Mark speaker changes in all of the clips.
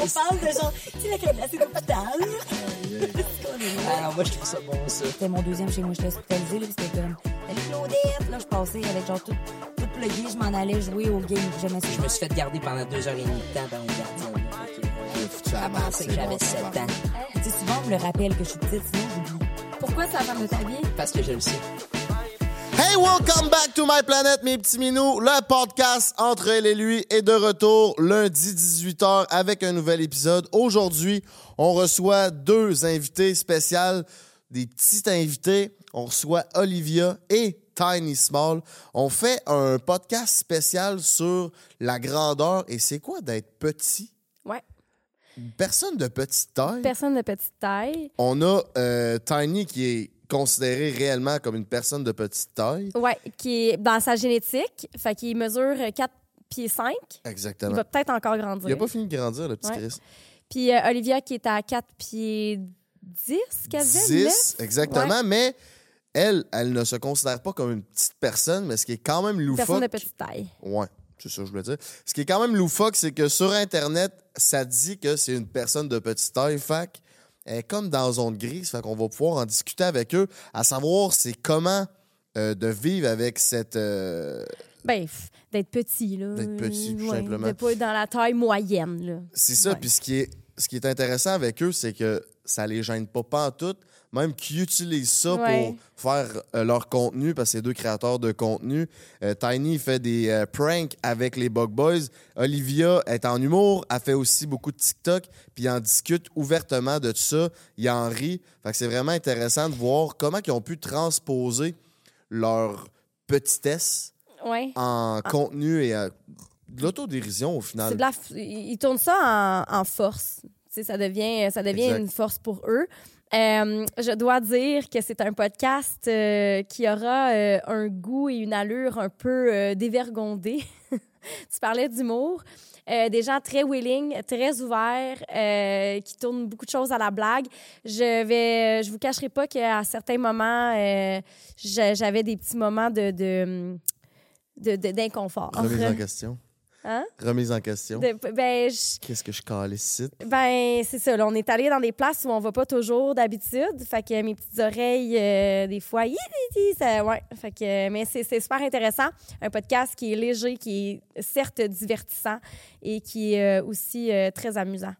Speaker 1: on parle de genre, tu sais, la crème glacée d'hôpital.
Speaker 2: Alors, Ah moi, je trouve ça bon, ça.
Speaker 1: C'était mon deuxième chez moi, j'étais hospitalisée, là, c'était comme, salut Claudette, là, je passais avec genre tout, tout plugué, je m'en allais jouer au game, j'aimais ça.
Speaker 2: Je me suis fait garder pendant deux heures et demie de temps par une gardienne. Fait que, euh,
Speaker 3: J'ai foutu
Speaker 2: Elle
Speaker 3: la masse,
Speaker 2: pensait que
Speaker 3: c'est
Speaker 2: j'avais
Speaker 3: bon,
Speaker 2: 7
Speaker 3: ça va.
Speaker 2: ans.
Speaker 1: Tu sais, souvent, on me le rappelle que je suis petite, sinon j'oublie.
Speaker 4: Pourquoi c'est la femme de ta vie?
Speaker 2: Parce que je le sais.
Speaker 3: Hey, welcome back to my planet, mes petits minous. Le podcast Entre elle et lui est de retour lundi 18h avec un nouvel épisode. Aujourd'hui, on reçoit deux invités spéciales, des petits invités. On reçoit Olivia et Tiny Small. On fait un podcast spécial sur la grandeur et c'est quoi d'être petit.
Speaker 4: Ouais.
Speaker 3: Personne de petite taille.
Speaker 4: Personne de petite taille.
Speaker 3: on a euh, Tiny qui est considéré réellement comme une personne de petite taille.
Speaker 4: Ouais, qui est dans sa génétique. Fait qu'il mesure 4 pieds 5. Il
Speaker 3: Exactement.
Speaker 4: va peut-être encore
Speaker 3: Il a
Speaker 4: grandir.
Speaker 3: pas fini de grandir, le petit
Speaker 4: Ouais.
Speaker 3: Chris.
Speaker 4: Puis euh, Olivia qui est à 4 pieds 10, quasi.
Speaker 3: 10, exactement, mais elle, elle ne se considère pas comme une petite personne, mais ce qui est quand même
Speaker 4: Personne
Speaker 3: loufoque.
Speaker 4: de petite taille.
Speaker 3: Ouais, c'est ça que je voulais dire. Ce qui est quand même loufoque, c'est que sur Internet, ça dit que c'est une personne de petite taille, fac. Elle est comme dans zone grise, fait qu'on va pouvoir en discuter avec eux, à savoir c'est comment euh, de vivre avec cette. euh,
Speaker 4: Ben, pff, d'être petit, là.
Speaker 3: D'être petit, tout simplement.
Speaker 4: De pas être dans la taille moyenne, là.
Speaker 3: C'est ça.
Speaker 4: Ouais.
Speaker 3: Puis ce qui, est, ce qui est intéressant avec eux, c'est que ça les gêne pas, pas en tout. Même qu'ils utilisent ça
Speaker 4: Ouais.
Speaker 3: pour faire euh, leur contenu, parce que c'est deux créateurs de contenu. Euh, Tiny fait des euh, pranks avec les Bug Boys. Olivia est en humour. Elle fait aussi beaucoup de TikTok. Puis ils en discutent ouvertement de ça. Ils en rient. Fait que c'est vraiment intéressant de voir comment ils ont pu transposer leur petitesse
Speaker 4: Ouais.
Speaker 3: en contenu et euh, de l'autodérision au final.
Speaker 4: Ah. C'est de la f- ils ils tournent ça en, en force. Tu sais, ça devient, ça devient
Speaker 3: Exact.
Speaker 4: une force pour eux. Euh, je dois dire que c'est un podcast euh, qui aura euh, un goût et une allure un peu euh, dévergondée. tu parlais d'humour. Euh, des gens très willing, très ouverts, euh, qui tournent beaucoup de choses à la blague. Je vais, je vous cacherai pas qu'à certains moments, euh, j'a- j'avais des petits moments de de- de- de- d'inconfort.
Speaker 3: Remise en question.
Speaker 4: Hein?
Speaker 3: Remise en question.
Speaker 4: De- ben, je-
Speaker 3: Qu'est-ce que je calicite?
Speaker 4: Ben, c'est ça. là, on est allé dans des places où on va pas toujours d'habitude. Fait que mes petites oreilles, euh, des fois, hi, hi, hi, ça, ouais. Fait que, euh, mais c'est c'est super intéressant. Un podcast qui est léger, qui est certes divertissant et qui est euh, aussi euh, très amusant.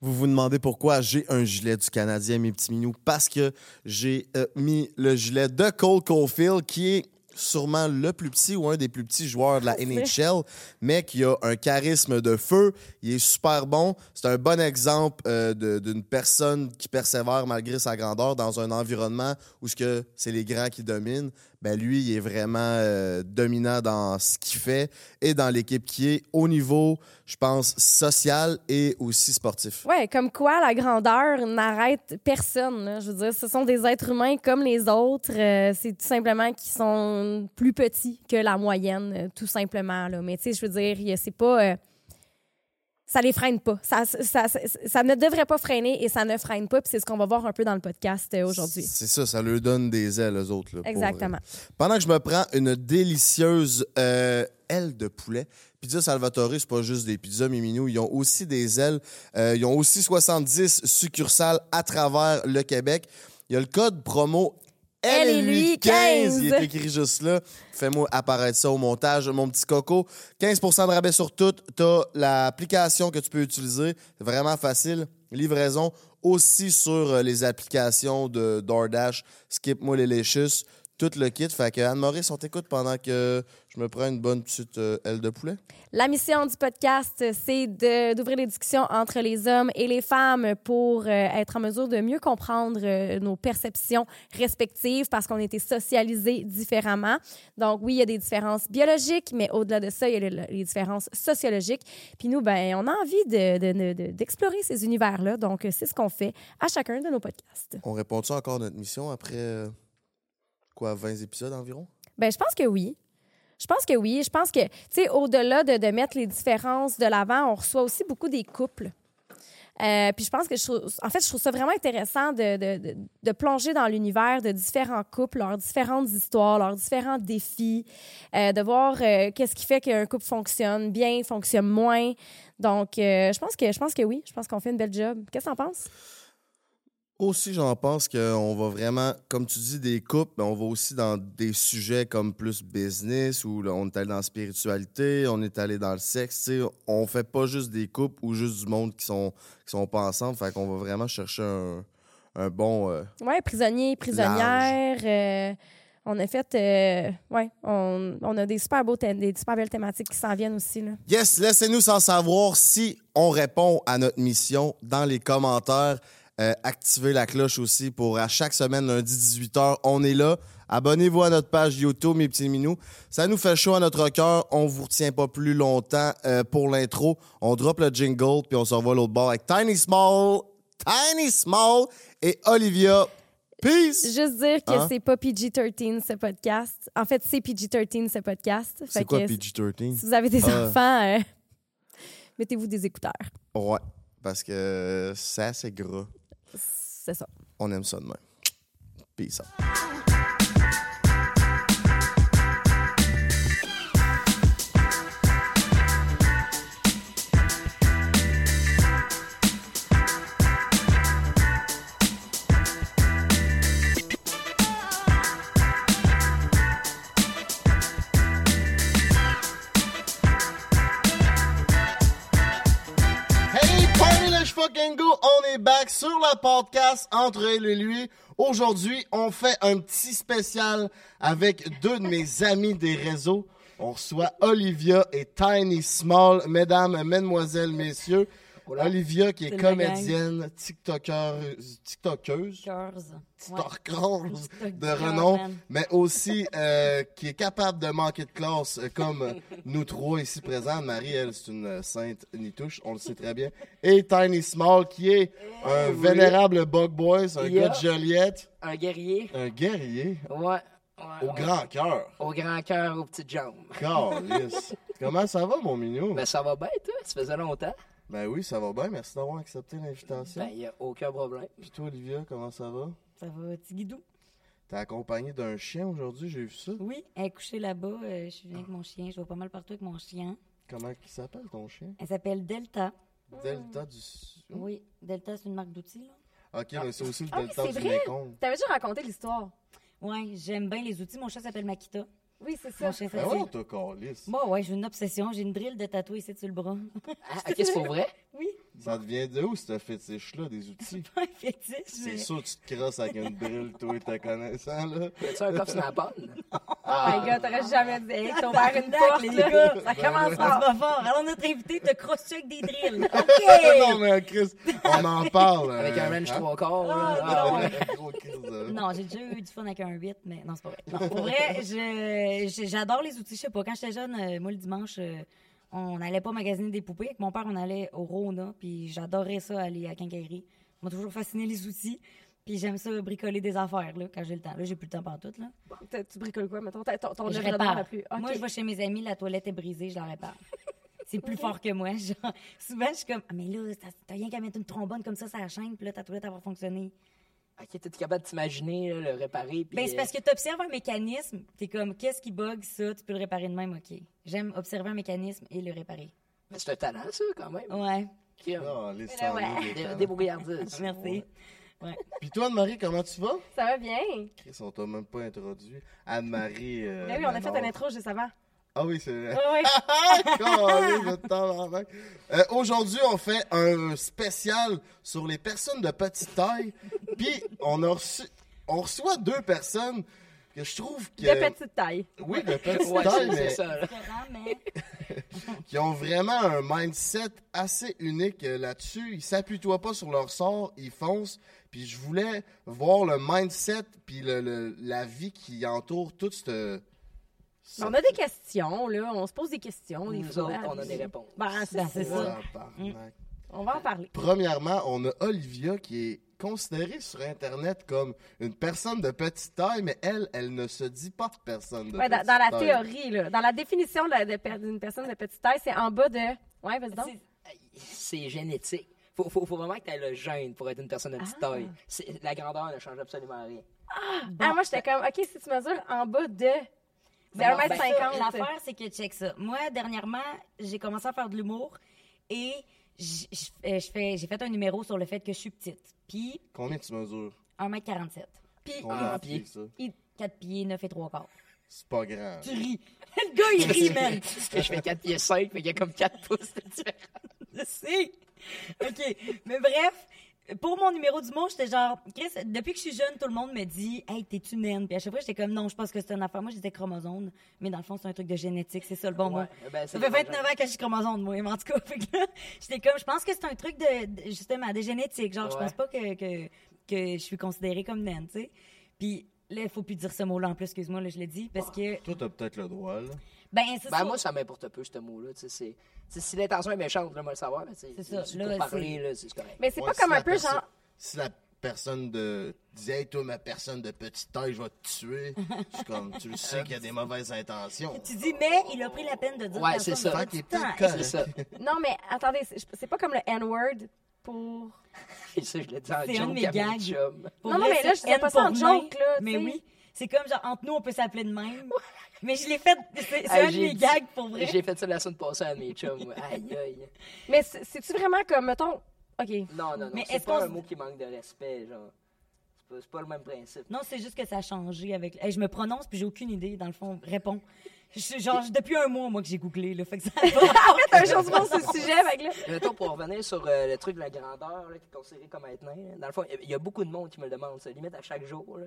Speaker 3: Vous vous demandez pourquoi j'ai un gilet du Canadien, mes petits minous? Parce que j'ai euh, mis le gilet de Cole Caulfield, qui est sûrement le plus petit ou un des plus petits joueurs de la NHL, mais qui a un charisme de feu. Il est super bon. C'est un bon exemple euh, de- d'une personne qui persévère malgré sa grandeur dans un environnement où ce que c'est les grands qui dominent. Ben lui, il est vraiment euh, dominant dans ce qu'il fait et dans l'équipe qui est au niveau, je pense, social et aussi sportif.
Speaker 4: Ouais, comme quoi la grandeur n'arrête personne. là. Je veux dire, ce sont des êtres humains comme les autres. Euh, c'est tout simplement qu'ils sont plus petits que la moyenne, euh, tout simplement. Là. Mais tu sais, je veux dire, y a- c'est pas. euh, ça les freine pas. Ça, ça, ça, ça ne devrait pas freiner et ça ne freine pas. Puis c'est ce qu'on va voir un peu dans le podcast euh, aujourd'hui.
Speaker 3: C'est ça, ça leur donne des ailes, aux autres. là, pour euh,
Speaker 4: Exactement.
Speaker 3: vrai. Pendant que je me prends une délicieuse euh, aile de poulet, Pizza Salvatore, c'est pas juste des pizzas, mes minous, ils ont aussi des ailes. Euh, ils ont aussi 70 succursales à travers le Québec. Il y a le code promo
Speaker 4: Elle et lui 15.
Speaker 3: Il est écrit juste là. Fais-moi apparaître ça au montage, mon petit coco. 15 de rabais sur tout. T'as l'application que tu peux utiliser. C'est vraiment facile. Livraison aussi sur euh, les applications de DoorDash, Skip Moi les Licious, tout le kit. Fait que Anne-Maurice, on t'écoute pendant que je me prends une bonne petite euh, aile de poulet.
Speaker 4: La mission du podcast, c'est de- d'ouvrir les discussions entre les hommes et les femmes pour euh, être en mesure de mieux comprendre euh, nos perceptions respectives parce qu'on a été socialisés différemment. Donc oui, il y a des différences biologiques, mais au-delà de ça, il y a le- les différences sociologiques. Puis nous, ben, on a envie de- de- de- d'explorer ces univers-là. Donc euh, c'est ce qu'on fait à chacun de nos podcasts.
Speaker 3: On répond-tu encore à notre mission après euh, quoi, 20 épisodes environ?
Speaker 4: Ben, je pense que oui. Je pense que oui. Je pense que, tu sais, au-delà de, de mettre les différences de l'avant, on reçoit aussi beaucoup des couples. Euh, puis je pense que je trouve, en fait, je trouve ça vraiment intéressant de, de- de- de plonger dans l'univers de différents couples, leurs différentes histoires, leurs différents défis, euh, de voir euh, qu'est-ce qui fait qu'un couple fonctionne bien, fonctionne moins. Donc, euh, je pense que je pense que oui, je pense qu'on fait une belle job. Qu'est-ce que t'en penses?
Speaker 3: Aussi, j'en pense qu'on va vraiment, comme tu dis, des couples, mais on va aussi dans des sujets comme plus business, où là, on est allé dans la spiritualité, on est allé dans le sexe. tu sais. On fait pas juste des couples ou juste du monde qui sont, qui sont pas ensemble. Fait qu'on va vraiment chercher un, un bon. euh,
Speaker 4: Ouais, prisonnier, prisonnière. euh, on a fait, euh, ouais, on, on a des super beaux thèmes, des super belles thématiques qui s'en viennent aussi là.
Speaker 3: Yes, laissez-nous sans savoir si on répond à notre mission dans les commentaires. Euh, activez la cloche aussi pour à chaque semaine, lundi 18h, on est là. Abonnez-vous à notre page YouTube, mes petits minous. Ça nous fait chaud à notre cœur. On vous retient pas plus longtemps euh, pour l'intro. On drop le jingle, puis on se revoit l'autre bord avec Tiny Small, Tiny Small et Olivia. Peace!
Speaker 4: Juste dire que
Speaker 3: Hein?
Speaker 4: c'est pas PG-13 ce podcast. En fait, c'est PG-13 ce podcast. Fait
Speaker 3: C'est quoi
Speaker 4: que
Speaker 3: PG-13?
Speaker 4: Si vous avez des
Speaker 3: Ah.
Speaker 4: enfants, euh, mettez-vous des écouteurs.
Speaker 3: Ouais, parce que ça, c'est gras.
Speaker 4: C'est ça.
Speaker 3: On aime ça de même. Peace out. Hey, party, let's fucking go! On est back sur le podcast Entre elle et lui. Aujourd'hui, on fait un petit spécial avec deux de mes amis des réseaux. On reçoit Olivia et Tiny Small. Mesdames, mesdemoiselles, messieurs. Olivia qui est
Speaker 2: Salut, la gang.
Speaker 3: comédienne, tiktoker, tiktokeuse, tiktokeuse de
Speaker 2: Tiktoker,
Speaker 3: renom,
Speaker 2: man.
Speaker 3: mais aussi euh, qui est capable de manquer de classe euh, comme euh, nous trois ici présents. Marie, elle, c'est une euh, sainte nitouche, on le sait très bien. Et Tiny Small, qui est un vénérable bug boys, un
Speaker 2: Yeah.
Speaker 3: gars de Joliette,
Speaker 2: Un guerrier.
Speaker 3: un guerrier
Speaker 2: Ouais.
Speaker 3: au grand cœur.
Speaker 2: Au grand cœur, aux petites jambes.
Speaker 3: Calisse. Comment ça va, mon mignon?
Speaker 2: Ben, ça va bien, toi? Ça faisait longtemps?
Speaker 3: Ben oui, ça va bien. Merci d'avoir accepté l'invitation.
Speaker 2: Ben, y a aucun problème.
Speaker 3: Puis toi, Olivia, comment ça va?
Speaker 1: Ça va, petit guidou?
Speaker 3: T'es accompagné d'un chien aujourd'hui, j'ai vu ça.
Speaker 1: Oui, elle est couchée là-bas. euh, je suis venue avec mon chien. Je vais pas mal partout avec mon chien.
Speaker 3: Comment il s'appelle, ton chien?
Speaker 1: Elle s'appelle Delta.
Speaker 2: Ah.
Speaker 3: Delta du... Sud.
Speaker 1: Oui, Delta, c'est une marque d'outils, là.
Speaker 3: OK, mais c'est aussi le
Speaker 4: Ah oui,
Speaker 3: Delta
Speaker 4: c'est
Speaker 3: du
Speaker 4: vrai.
Speaker 3: Mekong.
Speaker 4: T'avais déjà raconté l'histoire.
Speaker 1: Oui, j'aime bien les outils. Mon chat s'appelle Makita.
Speaker 4: Oui, c'est ça.
Speaker 1: Mon chien
Speaker 3: Ben
Speaker 1: s'appelle.
Speaker 3: ouais, t'as calisse.
Speaker 1: Moi, ouais, j'ai une obsession. J'ai une drille de tatoué ici sur le bras.
Speaker 2: Ah, ok, c'est pour vrai?
Speaker 3: Ça devient de où, ce fétiche-là, des outils?
Speaker 1: Pas un fétiche,
Speaker 3: C'est
Speaker 1: mais-
Speaker 3: sûr que tu te crosses avec une brille, toi et ta connaissant, là.
Speaker 2: C'est un cop snapple? Ah,
Speaker 4: Oh my god, t'aurais jamais dit. Hey, t'as ouvert une
Speaker 1: Tabarnak, les
Speaker 4: porte, là.
Speaker 1: gars.
Speaker 3: Ben
Speaker 4: Ça commence
Speaker 1: Ça
Speaker 4: fort.
Speaker 1: va fort. Alors, notre invité te crosse avec des drills.
Speaker 3: Ah non,
Speaker 1: OK!
Speaker 3: mais Chris, on en parle.
Speaker 2: Avec un range
Speaker 3: hein?
Speaker 2: trois quarts,
Speaker 1: Ah,
Speaker 2: là.
Speaker 1: non.
Speaker 3: Un gros Chris de-
Speaker 1: Non, j'ai déjà eu du fun avec un 8, mais non, c'est pas vrai. Non, pour vrai, je- je- j'adore les outils. Je sais pas, quand j'étais jeune, euh, moi, le dimanche, euh, on n'allait pas magasiner des poupées. Avec mon père, on allait au Rona, puis j'adorais ça, aller à Quincaillerie. Ça m'a toujours fasciné les outils. Puis j'aime ça bricoler des affaires, là, quand j'ai le temps. Là, j'ai plus le temps partout, là.
Speaker 4: T'as- Tu bricoles quoi, mettons? T'as- Ton ton
Speaker 1: je
Speaker 4: œuvre d'art
Speaker 1: répare.
Speaker 4: a plus. Ok.
Speaker 1: Moi, je vais chez mes amis, la toilette est brisée, je la répare. C'est plus fort que moi. genre. souvent, je suis comme, ah, mais là, t'as- t'as rien qu'à mettre une trombone comme ça, ça chaîne, puis là, ta toilette, elle va fonctionner.
Speaker 2: Ok, t'es capable de t'imaginer, là, le réparer. puis,
Speaker 1: Ben, c'est
Speaker 2: euh,
Speaker 1: parce que tu observes un mécanisme, tu es comme, qu'est-ce qui bug ça, tu peux le réparer de même, ok. J'aime observer un mécanisme et le réparer.
Speaker 2: Mais c'est un talent, ça, quand même.
Speaker 1: Ouais,
Speaker 2: Crime.
Speaker 3: Non, les
Speaker 1: là, ouais.
Speaker 3: sangliers, les
Speaker 2: Dé-
Speaker 3: talents.
Speaker 2: Débrouillardise.
Speaker 1: merci. Ouais.
Speaker 3: Puis toi, Anne-Marie, comment tu vas?
Speaker 4: Ça va bien.
Speaker 3: Chris, on t'a même pas introduit. Anne-Marie. euh,
Speaker 4: Ben oui, on a fait
Speaker 3: Manon.
Speaker 4: un intro juste avant.
Speaker 3: Ah oui, c'est vrai.
Speaker 4: Ouais, ouais.
Speaker 3: Calé, le tabarnak. Euh, Aujourd'hui, on fait un spécial sur les personnes de petite taille. Puis, on, a reçu- on reçoit deux personnes que je trouve que.
Speaker 4: De petite taille.
Speaker 3: Oui, de petite
Speaker 2: Ouais,
Speaker 3: taille,
Speaker 2: c'est- c'est
Speaker 3: mais
Speaker 2: ça, là.
Speaker 1: Différent, mais
Speaker 3: qui ont vraiment un mindset assez unique euh, là-dessus. Ils s'appuient pas sur leur sort, ils foncent. Puis, je voulais voir le mindset, puis le- le- la vie qui entoure toute cette.
Speaker 4: Mais On a des questions, là. On se pose des questions, des
Speaker 2: Nous
Speaker 4: fois.
Speaker 2: autres, on a des réponses.
Speaker 4: Ben, c'est
Speaker 1: Ben, c'est
Speaker 4: ça.
Speaker 1: ça.
Speaker 3: Tabarnak.
Speaker 4: On va en parler.
Speaker 3: Premièrement, on a Olivia qui est considérée sur Internet comme une personne de petite taille, mais elle, elle ne se dit pas personne de
Speaker 4: Ouais, dans,
Speaker 3: petite
Speaker 4: dans la
Speaker 3: taille.
Speaker 4: théorie, là, dans la définition de la- de per- d'une personne de petite taille, c'est en bas de. Ouais, vas-y donc.
Speaker 2: C'est génétique. Faut, faut, faut vraiment que tu le gêne pour être une personne de petite
Speaker 1: Ah.
Speaker 2: taille. C'est- La grandeur ne change absolument rien.
Speaker 5: Ah, moi, j'étais comme, OK, si tu mesures en bas de. C'est
Speaker 2: Ben non, ben
Speaker 5: 1m50.
Speaker 1: L'affaire, c'est que check ça. Moi, dernièrement, j'ai commencé à faire de l'humour et j- j- euh, je fais- j'ai fait un numéro sur le fait que je suis petite. Puis,
Speaker 3: Combien tu mesures?
Speaker 1: 1m47. Puis,
Speaker 3: Combien
Speaker 2: Ah,
Speaker 3: de pieds,
Speaker 2: pieds.
Speaker 3: ça?
Speaker 1: 4 pieds, 9 et 3 quarts.
Speaker 3: C'est pas grand.
Speaker 1: Tu ris. Le gars, il rit, man.
Speaker 2: Parce que je fais 4 pieds 5, mais il y a comme 4 pouces de différence.
Speaker 1: Je sais. OK. Mais bref, pour mon numéro du monde, j'étais genre, Chris, depuis que je suis jeune, tout le monde me dit, hey, t'es-tu naine? Puis à chaque fois, j'étais comme, non, je pense que c'est une affaire. Moi, j'étais chromosome, mais dans le fond, c'est un truc de génétique, c'est ça le bon
Speaker 2: Ouais,
Speaker 1: mot.
Speaker 2: ben,
Speaker 1: ça
Speaker 2: c'est
Speaker 1: fait
Speaker 2: le bon
Speaker 1: 29 ans
Speaker 2: genre.
Speaker 1: que je suis chromosome, moi, mais en tout cas, fait que là, j'étais comme, je pense que c'est un truc de, de- justement, de génétique. Genre, je
Speaker 2: Ouais.
Speaker 1: pense pas que, que, que je suis considérée comme naine, tu sais. Puis là, il faut plus dire ce mot-là en plus, excuse-moi, là, je l'ai dit, parce que,
Speaker 3: Toi, t'as peut-être le droit, là.
Speaker 1: ben, c'est
Speaker 2: Ben,
Speaker 1: ça.
Speaker 2: moi, ça m'importe peu, ce mot-là. tu sais, c'est- tu sais, Si l'intention est méchante, là, moi, le savoir, mais c'est
Speaker 1: C'est ça,
Speaker 2: juste
Speaker 1: là,
Speaker 2: pour
Speaker 1: c'est-
Speaker 2: parler, là, c'est correct.
Speaker 5: Mais c'est
Speaker 3: Ouais,
Speaker 5: pas comme
Speaker 3: si
Speaker 5: un
Speaker 3: la
Speaker 5: peu
Speaker 3: perso-
Speaker 5: genre.
Speaker 3: Si la personne de disait, hey, toi, ma personne de petite taille, je vais te tuer. Je suis comme, tu le sais qu'il y a des mauvaises intentions.
Speaker 1: Tu dis, mais il a pris la peine de dire
Speaker 2: Ouais,
Speaker 1: ta
Speaker 2: c'est
Speaker 1: somme
Speaker 2: ça.
Speaker 1: de
Speaker 2: Fait
Speaker 3: qu'il est
Speaker 1: temps.
Speaker 3: peut-être
Speaker 2: C'est ça.
Speaker 5: Non, mais attendez, c'est c'est pas comme le N-word pour.
Speaker 2: Et ça, je l'ai dit en
Speaker 1: C'est un de
Speaker 2: joke
Speaker 1: mes
Speaker 2: à mon
Speaker 1: gags.
Speaker 2: chum.
Speaker 1: Pour
Speaker 5: Non, non,
Speaker 1: vrai,
Speaker 5: mais là,
Speaker 1: c'est
Speaker 5: je disais pas ça
Speaker 1: N
Speaker 5: en
Speaker 1: pour
Speaker 5: joke,
Speaker 1: nain,
Speaker 5: là, tu
Speaker 1: Mais
Speaker 5: sais.
Speaker 1: oui, c'est comme genre, entre nous, on peut s'appeler de même. mais je l'ai fait, c'est c'est
Speaker 2: Ah,
Speaker 1: un de
Speaker 2: j'ai
Speaker 1: mes
Speaker 2: dit-
Speaker 1: gags pour vrai.
Speaker 2: J'ai fait ça la semaine passée à mes chums. Aïe, aïe.
Speaker 5: Mais c'est- c'est-tu vraiment comme, mettons. OK.
Speaker 2: Non, non, non.
Speaker 1: Mais
Speaker 2: C'est
Speaker 1: est-ce
Speaker 2: pas
Speaker 1: qu'on
Speaker 2: un
Speaker 1: se-
Speaker 2: mot qui manque de respect, genre. C'est pas- C'est pas le même principe.
Speaker 1: Non, c'est juste que ça a changé avec. Hey, je me prononce, puis j'ai aucune idée, dans le fond. Réponds. Je- genre, depuis un mois, moi, que j'ai googlé, là. Fait que ça va.
Speaker 5: T'as un jour du monde sur ce sujet, avec là.
Speaker 2: Mettons, pour revenir sur euh, le truc de la grandeur, là, qui est considéré comme être nain, là, dans le fond, il y a- il y a beaucoup de monde qui me le demande, ça, limite à chaque jour. là.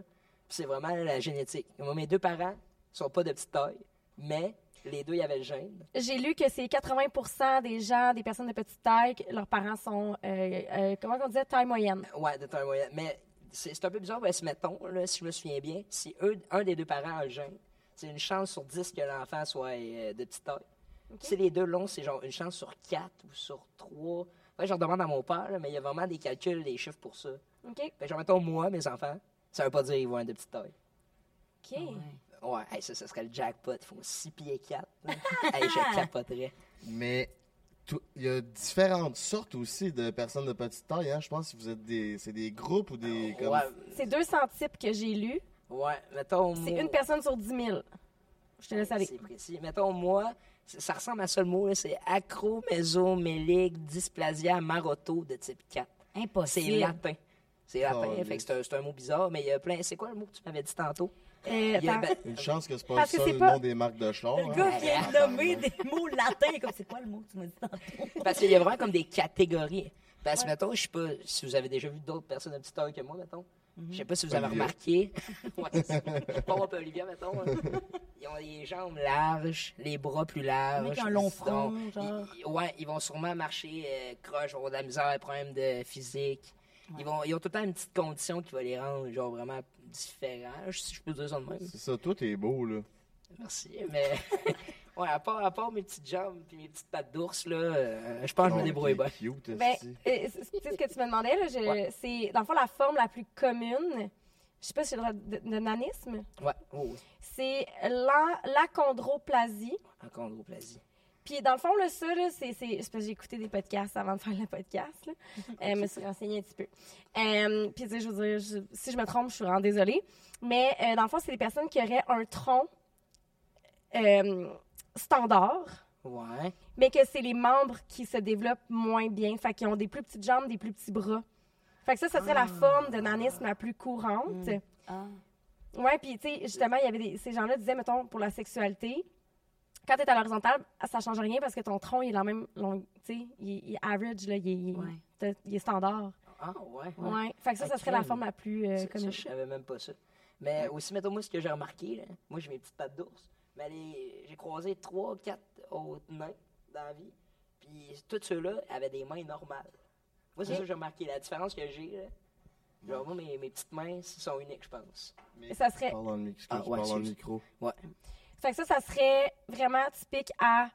Speaker 2: Puis c'est vraiment là, la génétique. Moi, mes deux parents sont pas de petite taille, mais les deux, il y avait le gène.
Speaker 5: J'ai lu que c'est 80 des gens, des personnes de petite taille, que leurs parents sont, euh, euh, comment on disait, taille moyenne.
Speaker 2: Ouais, de taille moyenne. Mais c'est c'est un peu bizarre, parce que mettons, là, si je me souviens bien, si eux, un des deux parents a le gène, c'est une chance sur 10 que l'enfant soit euh, de petite taille. Si les deux longs, c'est genre une chance sur 4 ou sur 3. Enfin, j'en demande à mon père, là, mais il y a vraiment des calculs, des chiffres pour ça.
Speaker 5: OK?
Speaker 2: Fait que, genre, mettons, moi, mes enfants, ça veut pas dire qu'ils vont être de petite taille.
Speaker 5: OK.
Speaker 2: Ah Ouais, hey, ça, ça serait le jackpot. Ils font 6 pieds 4. hey, je capoterais.
Speaker 3: Mais tout- il y a différentes sortes aussi de personnes de petite taille. Hein. Je pense que vous êtes des, c'est des groupes ou des. Comme...
Speaker 2: Ouais,
Speaker 5: C'est 200 types que j'ai lus.
Speaker 2: ouais, mettons.
Speaker 5: C'est
Speaker 2: moi-
Speaker 5: une personne sur 10 000. Je te laisse aller.
Speaker 2: C'est précis. Mettons, moi, c- ça ressemble à un seul mot, là, c'est acromésomélique dysplasia maroto de type 4. C'est
Speaker 1: Impossible.
Speaker 2: latin. C'est latin,
Speaker 3: Oh,
Speaker 2: fait que c'est un, c'est un mot bizarre, mais il y a plein. C'est quoi le mot que tu m'avais dit tantôt?
Speaker 5: Euh,
Speaker 2: Il y a-
Speaker 5: attends.
Speaker 2: ben,
Speaker 3: Une chance que c'est pas
Speaker 5: Parce que
Speaker 3: ça
Speaker 5: c'est
Speaker 3: le
Speaker 5: pas-
Speaker 3: nom des marques de char. hein.
Speaker 1: Le gars vient de nommer des mots latins. Comme, c'est quoi le mot que tu m'as dit tantôt?
Speaker 2: Parce qu'il y a vraiment comme des catégories. Parce que, mettons, je sais pas si vous avez déjà vu d'autres personnes de petite taille que moi, mettons. Je sais pas si vous avez
Speaker 3: Olivier.
Speaker 2: remarqué. ouais, c'est ça. pas moi, pas Olivia, mettons. hein. Ils ont les jambes larges, les bras plus larges.
Speaker 1: Avec un long
Speaker 2: Ils
Speaker 1: front,
Speaker 2: sont-
Speaker 1: genre.
Speaker 2: ils- ouais, ils vont sûrement marcher euh, croche, ils vont avoir de la misère, des problèmes de physique. Ils, vont, ils ont tout le temps une petite condition qui va les rendre genre vraiment différents, si je peux dire ça de même.
Speaker 3: Ah, C'est ça, toi, t'es beau, là.
Speaker 2: Merci, mais... ouais, à part, à part mes petites jambes et mes petites pattes d'ours, là, euh, je pense que je me
Speaker 3: Non,
Speaker 2: débrouille
Speaker 3: t'es
Speaker 2: bien.
Speaker 3: cute,
Speaker 5: Ben,
Speaker 3: esti.
Speaker 5: euh, c'est- tu sais ce que tu me demandais, là, je- c'est dans le fond la forme la plus commune, je sais pas si j'ai le droit de, de nanisme,
Speaker 2: Ouais, oh, oui.
Speaker 5: c'est l'an- l'achondroplasie.
Speaker 2: En chondroplasie.
Speaker 5: Puis dans le fond, là, ça, là, c'est, c'est- c'est parce que j'ai écouté des podcasts avant de faire le podcast. Là. Euh, je me suis renseignée un petit peu. Euh, puis tu sais, je veux dire, je- si je me trompe, je suis vraiment désolée. Mais euh, dans le fond, c'est des personnes qui auraient un tronc euh, standard.
Speaker 2: Ouais.
Speaker 5: mais que c'est les membres qui se développent moins bien, fait qu'ils ont des plus petites jambes, des plus petits bras. Fait que ça, ça serait la forme de nanisme la plus courante.
Speaker 1: Ah.
Speaker 5: Ouais, puis tu sais, justement, il y avait des, ces gens-là disaient, mettons, pour la sexualité, quand t'es à l'horizontale, ça change rien parce que ton tronc, il est la même longue, tu sais, il, est- il est average, là, il, est- il est-
Speaker 1: Ouais.
Speaker 5: t'as- il est standard.
Speaker 2: Ah, ouais.
Speaker 5: Ouais. Fait que ça, ça
Speaker 2: Ok.
Speaker 5: serait la forme la plus euh,
Speaker 2: Ça, ça,
Speaker 5: commune.
Speaker 2: je savais même pas ça. Mais aussi, mettons, moi, ce que j'ai remarqué, là, moi, j'ai mes petites pattes d'ours, mais les- j'ai croisé trois, quatre autres nains dans la vie, puis tous ceux-là avaient des mains normales. Moi, c'est ça que j'ai remarqué, la différence que j'ai, là. Genre, moi, mes, mes petites mains elles sont uniques, je pense.
Speaker 5: Ça serait,
Speaker 3: Parle dans le micro.
Speaker 2: Ah,
Speaker 3: excuse,
Speaker 2: ouais,
Speaker 3: parle dans le
Speaker 2: excuse.
Speaker 3: micro.
Speaker 2: Ouais.
Speaker 5: fait que ça, ça serait vraiment typique à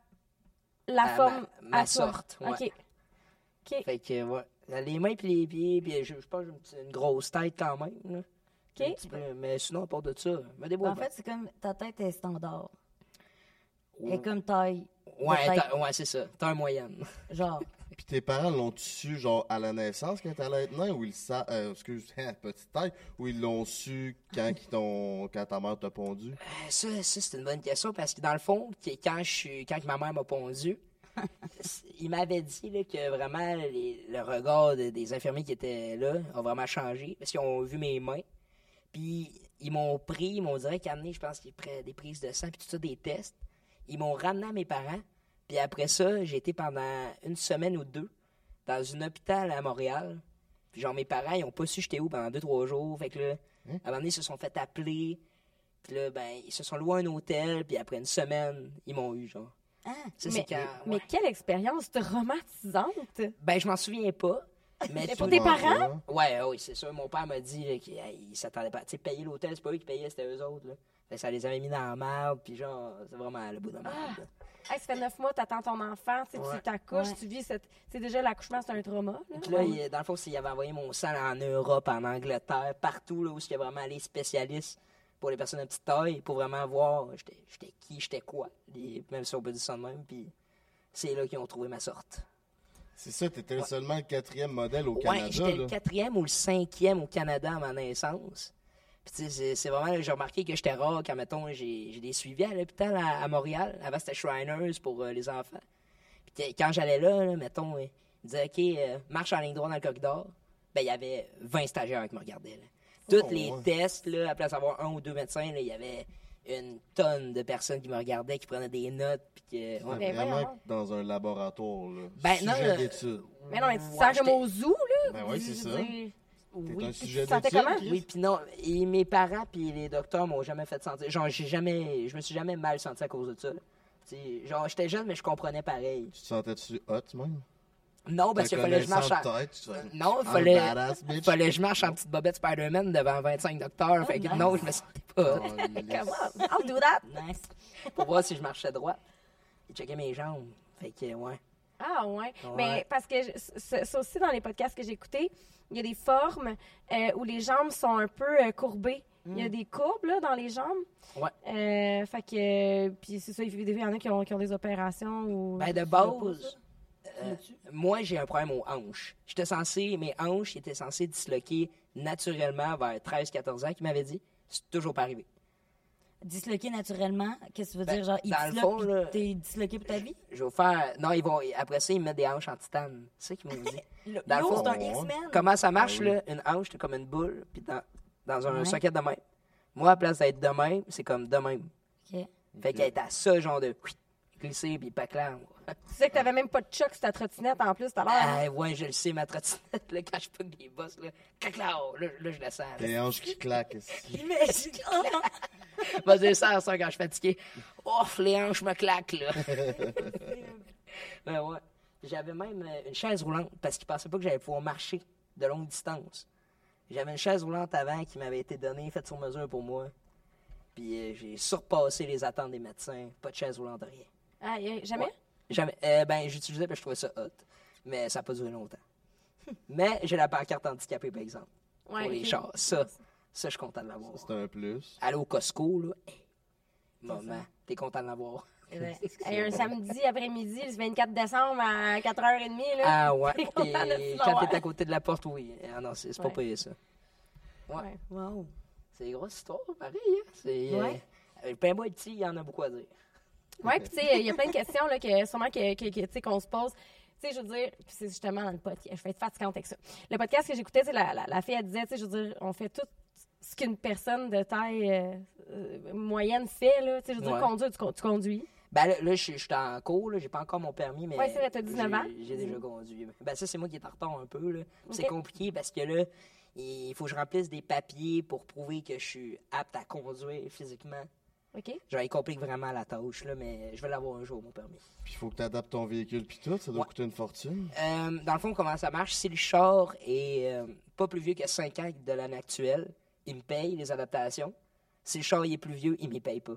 Speaker 5: la
Speaker 2: À
Speaker 5: forme,
Speaker 2: ma- ma
Speaker 5: à toi.
Speaker 2: sorte, ouais.
Speaker 5: Ok. Ok.
Speaker 2: Fait que, ouais. Les mains puis les pieds, puis je, je pense que j'ai une petite- une, grosse tête quand même, là. Un petit peu, mais sinon, à part de ça, je me débrouille.
Speaker 1: En
Speaker 2: bien.
Speaker 1: fait, c'est comme ta tête est standard.
Speaker 2: Ouais.
Speaker 1: Et comme taille. de
Speaker 2: ouais,
Speaker 1: tête,
Speaker 2: t'as- ouais, c'est ça. T'as un moyenne.
Speaker 1: Genre. Puis
Speaker 3: tes parents l'ont-tu su, genre, à la naissance quand t'allais être nain, ou ils le savent, euh, excuse, petite taille, ou ils l'ont su quand, ils t'ont- quand ta mère t'a pondu?
Speaker 2: Ben, Ça, ça, c'est une bonne question parce que dans le fond, que- quand, je, suis- quand que ma mère m'a pondu, c'est- il m'avait dit là, que vraiment les- le regard de- des infirmiers qui étaient là a vraiment changé parce qu'ils ont vu mes mains. Puis ils m'ont pris, ils m'ont direct amené, je pense qu'ils prenaient des prises de sang puis tout ça, des tests. Ils m'ont ramené à mes parents. Puis après ça, j'ai été pendant une semaine ou deux dans un hôpital à Montréal. Puis genre mes parents, ils ont pas su j'étais où pendant deux, trois jours. Fait que là, à un moment donné, ils se sont fait appeler. Puis là, ben, ils se sont loués à un hôtel, puis après une semaine, ils m'ont eu, genre.
Speaker 1: Ah,
Speaker 2: Ça,
Speaker 5: mais,
Speaker 2: c'est quand.
Speaker 5: mais
Speaker 2: ouais.
Speaker 5: quelle expérience traumatisante!
Speaker 2: Ben, je m'en souviens pas. Mais
Speaker 5: Mais
Speaker 2: tout-
Speaker 5: pour tes parents?
Speaker 2: Ouais, ah oui, c'est sûr. Mon père m'a dit là, qu'il euh, il s'attendait pas. Tu sais, payer l'hôtel, c'est pas eux qui payaient, c'était eux autres, là. Fait que ça les avait mis dans la merde, puis genre, c'est vraiment le bout de la merde. là.
Speaker 5: Hey, ça fait neuf mois, t'attends ton enfant, tu sais,
Speaker 2: Ouais.
Speaker 5: tu t'accouches,
Speaker 1: Ouais.
Speaker 5: tu vis cette. C'est déjà l'accouchement, c'est un trauma. là.
Speaker 2: Puis là, il- dans le fond, c'est- il avait envoyé mon sang en Europe, en Angleterre, partout, là, où il y a vraiment les spécialistes pour les personnes de petite taille, pour vraiment voir j'étais j'étais qui, j'étais quoi. Les- Même si on peut dire ça de même, puis c'est là qu'ils ont trouvé ma sorte.
Speaker 3: C'est ça, t'étais seulement le quatrième modèle au
Speaker 2: Ouais,
Speaker 3: Canada,
Speaker 2: j'étais
Speaker 3: là.
Speaker 2: le quatrième ou le cinquième au Canada à ma naissance. Puis tu sais, c'est- c'est vraiment, là, j'ai remarqué que j'étais rare quand, mettons, j'ai j'ai des suivis à l'hôpital à, à Montréal. Avant, c'était Shriners pour euh, les enfants. Puis que- quand j'allais là, là, mettons, euh, ils disaient, OK, euh, marche en ligne droite dans le corridor. Ben, il y avait 20 stagiaires qui me regardaient. là. Tous
Speaker 3: Oh,
Speaker 2: les
Speaker 3: ouais.
Speaker 2: tests, là, après avoir un ou deux médecins, là, il y avait une tonne de personnes qui me regardaient, qui prenaient des notes. Puis que, ouais.
Speaker 5: Mais
Speaker 3: vraiment
Speaker 5: Ben, voyons.
Speaker 3: dans un laboratoire, là.
Speaker 2: Ben,
Speaker 3: sujet
Speaker 2: non, là.
Speaker 3: d'étude.
Speaker 5: Mais non, mais tu te
Speaker 2: Ouais,
Speaker 5: sens comme
Speaker 2: j'étais-
Speaker 5: au zoo, là.
Speaker 3: Ben oui, c'est
Speaker 5: Je
Speaker 3: ça.
Speaker 5: veux dire,
Speaker 3: T'es
Speaker 2: Oui,
Speaker 3: un
Speaker 5: tu
Speaker 3: sujet
Speaker 5: te sentais
Speaker 3: d'étude,
Speaker 5: comment?
Speaker 3: Chris?
Speaker 2: Oui, puis non, et mes parents puis les docteurs m'ont jamais fait sentir. Genre, j'ai jamais, je me suis jamais mal senti à cause de ça. là. Tu sais, genre, j'étais jeune, mais je comprenais pareil.
Speaker 3: Tu te sentais-tu hot, même?
Speaker 2: Non, parce qu'il
Speaker 3: Ta
Speaker 2: Bah, fallait que je marche
Speaker 3: connaissance
Speaker 2: en...
Speaker 3: de tête, tu te fais-
Speaker 2: Non, il
Speaker 3: Ah,
Speaker 2: fallait...
Speaker 3: badass, bitch.
Speaker 2: fallait que je marche en petite bobette Spider-Man devant 25 docteurs. fait que non, je me sentais pas.
Speaker 3: Ah,
Speaker 5: Come on, I'll do that.
Speaker 2: Nice. Pour voir si je marchais droit. Ils checkaient mes jambes. Fait que, ouais.
Speaker 5: Ah ouais.
Speaker 2: Ouais.
Speaker 5: Mais parce que je- ça ça aussi dans les podcasts que j'ai écoutés, il y a des formes euh, où les jambes sont un peu euh, courbées. Il y
Speaker 2: Mm.
Speaker 5: a des courbes là, dans les jambes.
Speaker 2: Ouais.
Speaker 5: Euh, fait que euh, puis c'est ça, il y a des fois, il y en a qui ont, qui ont des opérations ou.
Speaker 2: Ben, de base, euh, moi, j'ai un problème aux hanches. J'étais censé, mes hanches étaient censées disloquer naturellement vers 13-14 ans, qui m'avait dit, c'est toujours pas arrivé.
Speaker 1: Disloqué naturellement, qu'est-ce que tu veux
Speaker 2: Ben,
Speaker 1: dire? Genre, il
Speaker 2: dans le
Speaker 1: disloque,
Speaker 2: fond,
Speaker 1: puis
Speaker 2: là-
Speaker 1: t'es disloqué pour ta vie?
Speaker 2: Je vais faire. Non, ils vont. Après ça, ils me mettent des hanches en titane. C'est ça qu'ils m'ont dit. Dans le fond,
Speaker 1: c'est un
Speaker 3: ouais.
Speaker 1: X-Men.
Speaker 2: Comment ça marche, là? Une hanche, c'est comme une boule, puis dans, dans un
Speaker 1: Ouais.
Speaker 2: socket de même. Moi, à place d'être de même, c'est comme de même.
Speaker 1: Ok.
Speaker 2: Fait qu'elle est à ça, genre de glisser, puis pas clair.
Speaker 1: Ah.
Speaker 2: moi.
Speaker 5: Tu disais que t'avais même pas de choc sur ta trottinette en plus tout à l'heure.
Speaker 2: Ah, ouais, je le sais, ma trottinette, là, quand je pogne des bosses, là, clac, là, oh, là, là, je la sens. là.
Speaker 3: Tes hanches qui claquent, esti.
Speaker 2: Va dire ça à ça quand je suis fatigué. Ouf, les hanches me claquent, là. ben ouais. J'avais même euh, une chaise roulante parce qu'ils pensaient pas que j'allais pouvoir marcher de longue distance. J'avais une chaise roulante avant qui m'avait été donnée, faite sur mesure pour moi. Puis euh, j'ai surpassé les attentes des médecins. Pas de chaise roulante, rien.
Speaker 5: Aïe, aïe, jamais?
Speaker 2: Ouais. Jamais. Euh, ben, j'utilisais parce que je trouvais ça hot. Mais ça n'a pas duré longtemps. Mais j'ai la pancarte handicapée, par exemple.
Speaker 5: Ouais,
Speaker 2: pour les
Speaker 5: ok.
Speaker 2: chars. Ça, ça, je suis content de l'avoir.
Speaker 3: C'est un plus.
Speaker 2: Aller au Costco, là. hey, maman, t'es content de l'avoir.
Speaker 1: Ouais.
Speaker 5: Hey, un samedi après-midi, le 24 décembre à 4h30. Là.
Speaker 2: Ah ouais.
Speaker 5: T'es content de
Speaker 2: Et
Speaker 5: l'avoir.
Speaker 2: quand t'es à côté de la porte, oui. Ah non, c'est c'est pas
Speaker 5: Ouais.
Speaker 2: payé ça. Ouais.
Speaker 5: Ouais.
Speaker 1: Wow.
Speaker 2: C'est une grosse histoire, pareil. Hein? C'est. euh,
Speaker 1: Ouais.
Speaker 2: euh, ben, moi, petit, il y en a beaucoup à dire.
Speaker 5: Ouais, puis tu sais, il y a plein de questions là, que, sûrement que, que- que, tu sais, qu'on se pose. Tu sais, je veux dire, puis c'est justement dans le podcast, je vais être fatigante avec ça. Le podcast que j'écoutais, tu sais, la, la, la fille, elle disait, tu sais, je veux dire, on fait tout ce qu'une personne de taille euh, euh, moyenne fait, là. Tu sais, je veux dire,
Speaker 2: Ouais.
Speaker 5: conduire, tu, con- tu conduis.
Speaker 2: Ben là, là, je suis je suis en cours, là, j'ai pas encore mon permis, mais.
Speaker 5: Ouais, c'est vrai, t'as 19 ans.
Speaker 2: J'ai j'ai déjà conduit. Ben ça, c'est moi qui est en retard un peu. là. Puis C'est
Speaker 5: Ok.
Speaker 2: compliqué parce que là, il faut que je remplisse des papiers pour prouver que je suis apte à conduire physiquement.
Speaker 5: OK?
Speaker 2: Genre, il complique vraiment la tâche, là, mais je vais l'avoir un jour, mon permis.
Speaker 3: Puis faut que t'adaptes ton véhicule, puis tout, ça doit
Speaker 2: Ouais.
Speaker 3: coûter une fortune.
Speaker 2: Euh, dans le fond, comment ça marche? Si le char est euh, pas plus vieux que 5 ans de l'année actuelle, il me paye les adaptations. Si le char il est plus vieux, il ne paye pas.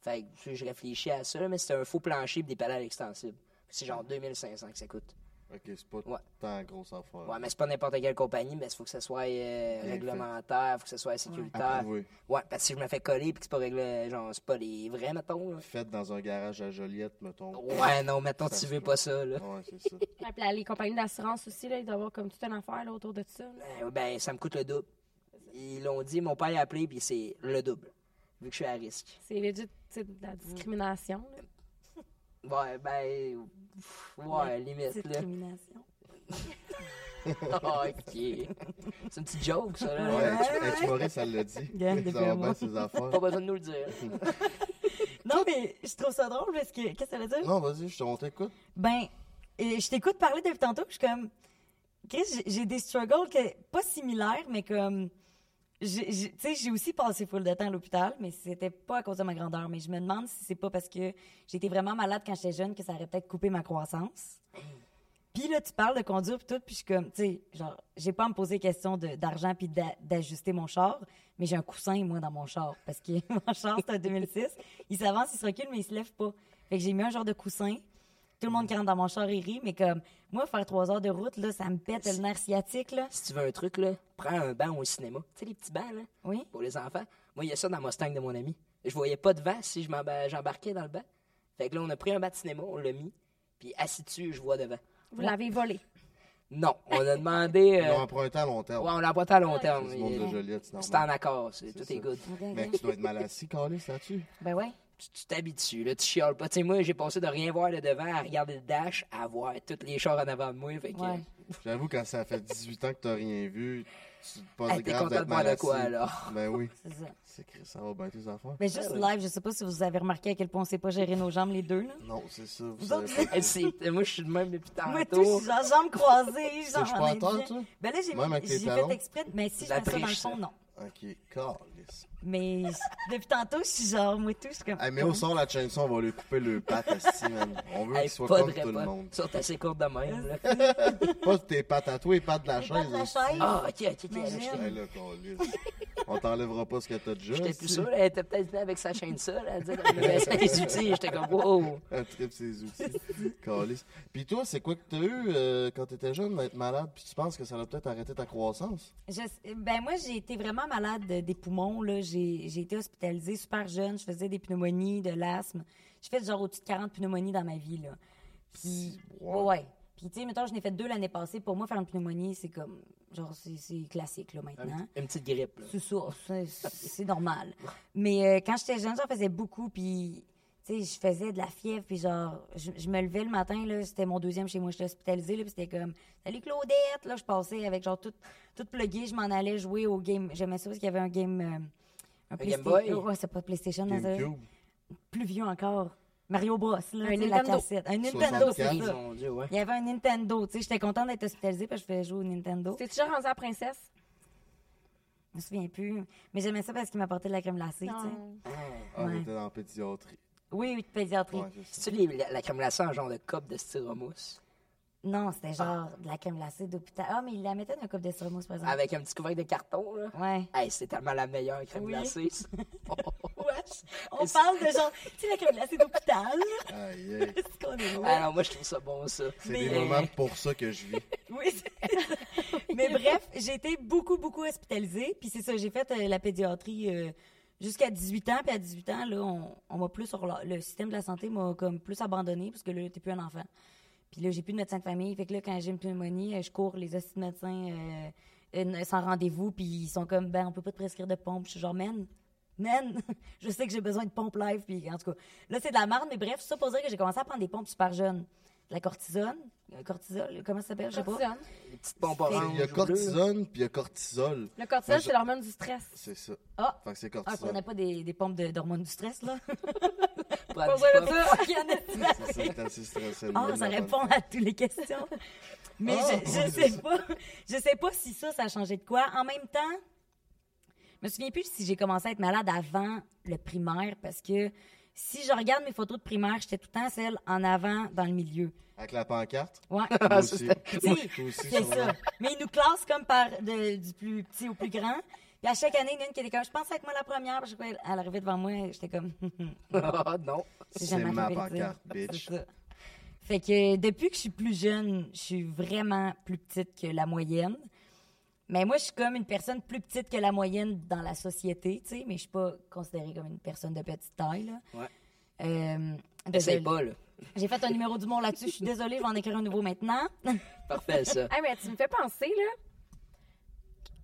Speaker 2: Fait que tu sais, je réfléchis à ça, là, mais c'est un faux plancher et des pédales extensibles. C'est genre 2500 que ça coûte.
Speaker 3: Ok, c'est pas
Speaker 2: Ouais.
Speaker 3: tant grosse affaire.
Speaker 2: Ouais, mais c'est pas n'importe quelle compagnie, mais il faut que ce soit euh,
Speaker 3: fait.
Speaker 2: réglementaire, il faut que ce soit sécuritaire.
Speaker 3: Approuvé.
Speaker 2: Ouais, parce que si je me fais coller puis que c'est pas réglé, genre, c'est pas les vrais, mettons. là.
Speaker 3: Faites dans un garage à Joliette, mettons.
Speaker 2: Ouais, non, mettons,
Speaker 3: Ça
Speaker 2: tu
Speaker 3: se
Speaker 2: veux
Speaker 3: peut.
Speaker 2: pas ça, là.
Speaker 3: Ouais, c'est ça.
Speaker 1: Ouais, puis là, les compagnies d'assurance aussi, là, ils doivent avoir comme toute une affaire là, autour de ça. là.
Speaker 2: Euh, Ben, ça me coûte le double. Ils l'ont dit, mon père a appelé, puis c'est le double, vu que je suis à risque.
Speaker 1: C'est legit c'est de la discrimination. là.
Speaker 2: Ouais, ben, pff, ouais, limite, là.
Speaker 1: Discrimination.
Speaker 2: Ah, ok. C'est une petite joke, ça, là.
Speaker 3: Ouais, tu- hey, tu vois, ça l'a dit.
Speaker 1: Gagne des
Speaker 3: Ça va bien,
Speaker 1: phéromones.
Speaker 3: ses
Speaker 2: Pas
Speaker 3: affaires.
Speaker 2: besoin de nous le dire.
Speaker 1: Non, mais je trouve ça drôle parce que. Qu'est-ce que ça veut dire?
Speaker 3: Non, vas-y, je te montre, écoute.
Speaker 1: Ben, euh, je t'écoute parler depuis tantôt, puis je suis comme. Chris, j'ai- j'ai des struggles que, pas similaires, mais comme. j'ai- j'ai- Tu sais, j'ai aussi passé full de temps à l'hôpital, mais c'était pas à cause de ma grandeur. Mais je me demande si c'est pas parce que j'étais vraiment malade quand j'étais jeune que ça aurait peut-être coupé ma croissance. Puis là, tu parles de conduire puis tout, puis je suis comme, tu sais, genre, j'ai pas à me poser question de- d'argent puis d'a- d'ajuster mon char, mais j'ai un coussin, moi, dans mon char, parce que mon char, c'est un 2006. Il s'avance, il se recule, mais il se lève pas. Fait que j'ai mis un genre de coussin. Tout le monde qui rentre dans mon char, il rit, mais comme, moi, faire trois heures de route, là, ça me pète le nerf sciatique, là.
Speaker 2: Si tu veux un truc, là, prends un banc au cinéma. Tu sais, les petits bancs, là,
Speaker 1: Oui?
Speaker 2: pour les enfants. Moi, il y a ça dans la Mustang de mon ami. Je voyais pas de vent si je m'emba- j'embarquais dans le banc. Fait que là, on a pris un banc de cinéma, on l'a mis, puis assis dessus, je vois devant.
Speaker 5: Vous l'avez volé.
Speaker 2: Non, on a demandé...
Speaker 3: Ils
Speaker 2: euh,
Speaker 3: l'ont emprunté à long terme.
Speaker 2: Ouais, on l'a emprunté à long terme.
Speaker 3: Ah, C'est du monde de Joliette, c'est
Speaker 2: C'est en
Speaker 3: normal.
Speaker 2: accord, c'est- tout
Speaker 3: ça.
Speaker 2: est good.
Speaker 3: Mais tu dois être mal assis, calé, ça tu
Speaker 1: Ben ouais.
Speaker 2: Tu tu t'habitues, là, tu chiales pas. Tu sais, moi, j'ai passé de rien voir le devant à regarder le dash, à voir tous les chars en avant de moi. Fait que,
Speaker 1: Ouais.
Speaker 3: J'avoue, quand ça fait 18 ans que t'as rien vu, tu te poses
Speaker 2: Hey, t'es
Speaker 3: grave
Speaker 2: content
Speaker 3: d'être
Speaker 2: de
Speaker 3: mal
Speaker 2: voir de
Speaker 3: assis.
Speaker 2: quoi, alors?
Speaker 3: Ben oui.
Speaker 1: C'est ça.
Speaker 3: C'est Chris, ça va bien tes affaires.
Speaker 1: Mais juste live, je sais pas si vous avez remarqué à quel point on sait pas gérer nos jambes, les deux, là.
Speaker 3: Non, c'est ça. Vous
Speaker 1: autres,
Speaker 3: savez pas.
Speaker 2: euh, c'est- moi, je suis de même depuis
Speaker 1: Moi, tout, je
Speaker 2: tantôt.
Speaker 1: suis genre jambes croisées, genre.
Speaker 3: je suis pas
Speaker 1: en
Speaker 3: en tort,
Speaker 1: indien.
Speaker 3: toi?
Speaker 1: Ben là, j'ai
Speaker 3: Même avec tes
Speaker 1: j'ai fait
Speaker 3: talons?
Speaker 1: exprès, mais si je
Speaker 2: La
Speaker 1: fais ça dans le
Speaker 2: triche,
Speaker 1: fond,
Speaker 2: ça.
Speaker 1: non.
Speaker 3: Ok, calé.
Speaker 1: Mais je- depuis tantôt, je suis genre, moi, tout, je suis comme.
Speaker 3: Hey, mais au son, la chaîne on va lui couper le patte asti, man. On veut
Speaker 2: Hey,
Speaker 3: qu'il soit
Speaker 2: pas
Speaker 3: comme
Speaker 2: de
Speaker 3: tout le
Speaker 2: repas.
Speaker 3: monde.
Speaker 2: Surtout assez courte de même. là.
Speaker 3: Pas tes pattes à toi et pattes de la
Speaker 1: Pas de
Speaker 3: chaise.
Speaker 1: la
Speaker 3: esti.
Speaker 1: chaise.
Speaker 2: Ah, ok, ok, ok.
Speaker 1: Imagine.
Speaker 2: j'étais-
Speaker 3: Hey, là, câlisse. On t'enlèvera pas ce que t'as déjà.
Speaker 2: J'étais
Speaker 3: esti.
Speaker 2: plus sûr, elle était peut-être venue avec sa chaîne ça, là, Ah, elle disait qu'elle avait ses outils, j'étais comme wow!
Speaker 3: Un trip ses outils. Câlisse. Puis toi, c'est quoi que t'as eu euh, quand t'étais jeune d'être malade? Puis tu penses que ça a peut-être arrêté ta croissance?
Speaker 1: Je- ben moi, j'ai été vraiment malade de- des poumons. Là. J'ai, j'ai été hospitalisée super jeune. Je faisais des pneumonies, de l'asthme. J'ai fait genre au-dessus de 40 pneumonies dans ma vie. Là. Puis,
Speaker 3: Wow.
Speaker 1: ouais. Puis, tu sais, mettons, je n'ai fait deux l'année passée. Pour moi, faire une pneumonie, c'est comme, genre, c'est, c'est classique, là, maintenant.
Speaker 2: Une petite grippe. là.
Speaker 1: C'est ça, c'est- c'est normal. Mais euh, quand j'étais jeune, j'en faisais beaucoup, puis tu sais, je faisais de la fièvre, puis genre, je, je me levais le matin, là, c'était mon deuxième chez moi, j'étais hospitalisée, là, puis c'était comme, salut Claudette, là, je passais avec genre tout, tout plugué, je m'en allais jouer au game, j'aimais ça parce qu'il y avait un game, euh, un, Playsta-
Speaker 2: Game
Speaker 1: Oh,
Speaker 2: Boy?
Speaker 1: Ouais, c'est pas PlayStation, dans un-
Speaker 3: GameCube?
Speaker 1: plus vieux encore, Mario Bros, là, tu sais, la
Speaker 5: Nintendo.
Speaker 1: cassette, un Nintendo, c'est
Speaker 3: 64.
Speaker 1: ça.
Speaker 2: Mon dieu, ouais.
Speaker 1: Il y avait un Nintendo, tu sais, j'étais contente d'être hospitalisée parce que je faisais jouer au Nintendo.
Speaker 5: T'es déjà rendu à princesse?
Speaker 1: Je me souviens plus. Mais j'aimais ça parce qu'il m'apportait de la crème glacée, tu sais.
Speaker 3: Ah,
Speaker 1: Ouais.
Speaker 3: on était dans la pédiatrie.
Speaker 1: Oui, oui, de pédiatrie.
Speaker 3: Ouais, c'est ça.
Speaker 2: C'est-tu les- la, la crème glacée en genre de cop de styromousse?
Speaker 1: Non, c'était genre de la crème glacée d'hôpital. Ah, mais il la mettait dans un coupe de surmousse, par exemple.
Speaker 2: Avec un petit couvercle de carton, là?
Speaker 1: Ouais.
Speaker 2: Hey, c'est tellement la meilleure crème
Speaker 1: Oui.
Speaker 2: glacée. ça.
Speaker 1: On parle de genre, tu sais, la crème glacée d'hôpital.
Speaker 3: Aïe, aïe.
Speaker 1: C'est qu'on est loin.
Speaker 2: Alors, Ah, moi, je trouve ça bon, ça.
Speaker 3: C'est des moments pour ça que je vis.
Speaker 1: Oui, c'est- Mais bref, j'ai été beaucoup, beaucoup hospitalisée. Puis c'est ça, j'ai fait euh, la pédiatrie euh, jusqu'à 18 ans. Puis à 18 ans, là, on, on m'a plus... rela- Le système de la santé m'a comme plus abandonnée parce que là, t'es plus un enfant. Puis là, j'ai plus de médecin de famille. Fait que là, quand j'ai une pneumonie, euh, je cours les hosties de médecins euh, une- sans rendez-vous. Puis ils sont comme, ben, on peut pas te prescrire de pompe. Je suis genre, man... Man, je sais que j'ai besoin de pompe live, puis en tout cas, là c'est de la merde, mais bref, ça pour dire que j'ai commencé à prendre des pompes super jeunes. De la cortisone, euh, cortisol, comment ça s'appelle, je sais pas.
Speaker 5: Cortisone.
Speaker 2: Les petites pompes oranges.
Speaker 3: Il y a
Speaker 2: bleues.
Speaker 3: cortisone, puis il y a cortisol.
Speaker 5: Le
Speaker 3: Moi,
Speaker 5: cortisol,
Speaker 3: je-
Speaker 5: c'est l'hormone du stress.
Speaker 3: C'est ça.
Speaker 1: Ah!
Speaker 3: Fait que c'est
Speaker 1: Ah, qu'on
Speaker 3: cortisol.
Speaker 1: n'a pas des, des pompes de- d'hormones du stress, là.
Speaker 2: Prends
Speaker 5: Pas
Speaker 2: du
Speaker 5: besoin de
Speaker 2: pop.
Speaker 5: ça.
Speaker 3: C'est ça, t'es assez stressé. le
Speaker 1: Ah,
Speaker 3: monde,
Speaker 1: ça
Speaker 3: la
Speaker 1: répond
Speaker 3: bonne
Speaker 1: à toutes les questions. Mais
Speaker 3: Ah,
Speaker 1: je, je
Speaker 3: c'est
Speaker 1: sais pas. Je sais pas si ça, ça a changé de quoi. En même temps, je me souviens plus si j'ai commencé à être malade avant le primaire parce que si je regarde mes photos de primaire, j'étais tout le temps celle en avant dans le milieu.
Speaker 3: Avec la pancarte.
Speaker 1: Ouais.
Speaker 3: Moi aussi.
Speaker 1: Oui,
Speaker 3: Toi aussi,
Speaker 1: c'est
Speaker 3: sûrement.
Speaker 1: ça. Mais ils nous classent comme par de- du plus petit au plus grand. Puis à chaque année, il y en a une qui était comme, je pense avec moi la première, puis je crois qu'elle arrivait devant moi, j'étais comme, Hmm,
Speaker 2: Ah, non.
Speaker 1: C'est
Speaker 3: C'est
Speaker 1: jamais
Speaker 3: ma
Speaker 1: arrivé de dire.
Speaker 3: pancarte, bitch.
Speaker 1: C'est ça. Fait que depuis que je suis plus jeune, je suis vraiment plus petite que la moyenne. Mais moi, je suis comme une personne plus petite que la moyenne dans la société, tu sais, mais je suis pas considérée comme une personne de petite taille. Là.
Speaker 2: Ouais.
Speaker 1: Euh,
Speaker 2: Essaye
Speaker 1: désolée.
Speaker 2: pas, là.
Speaker 1: J'ai fait un numéro d'humour là-dessus, je suis désolée, je vais en écrire un nouveau maintenant.
Speaker 2: Parfait, ça.
Speaker 5: Ah, mais tu me fais penser, là.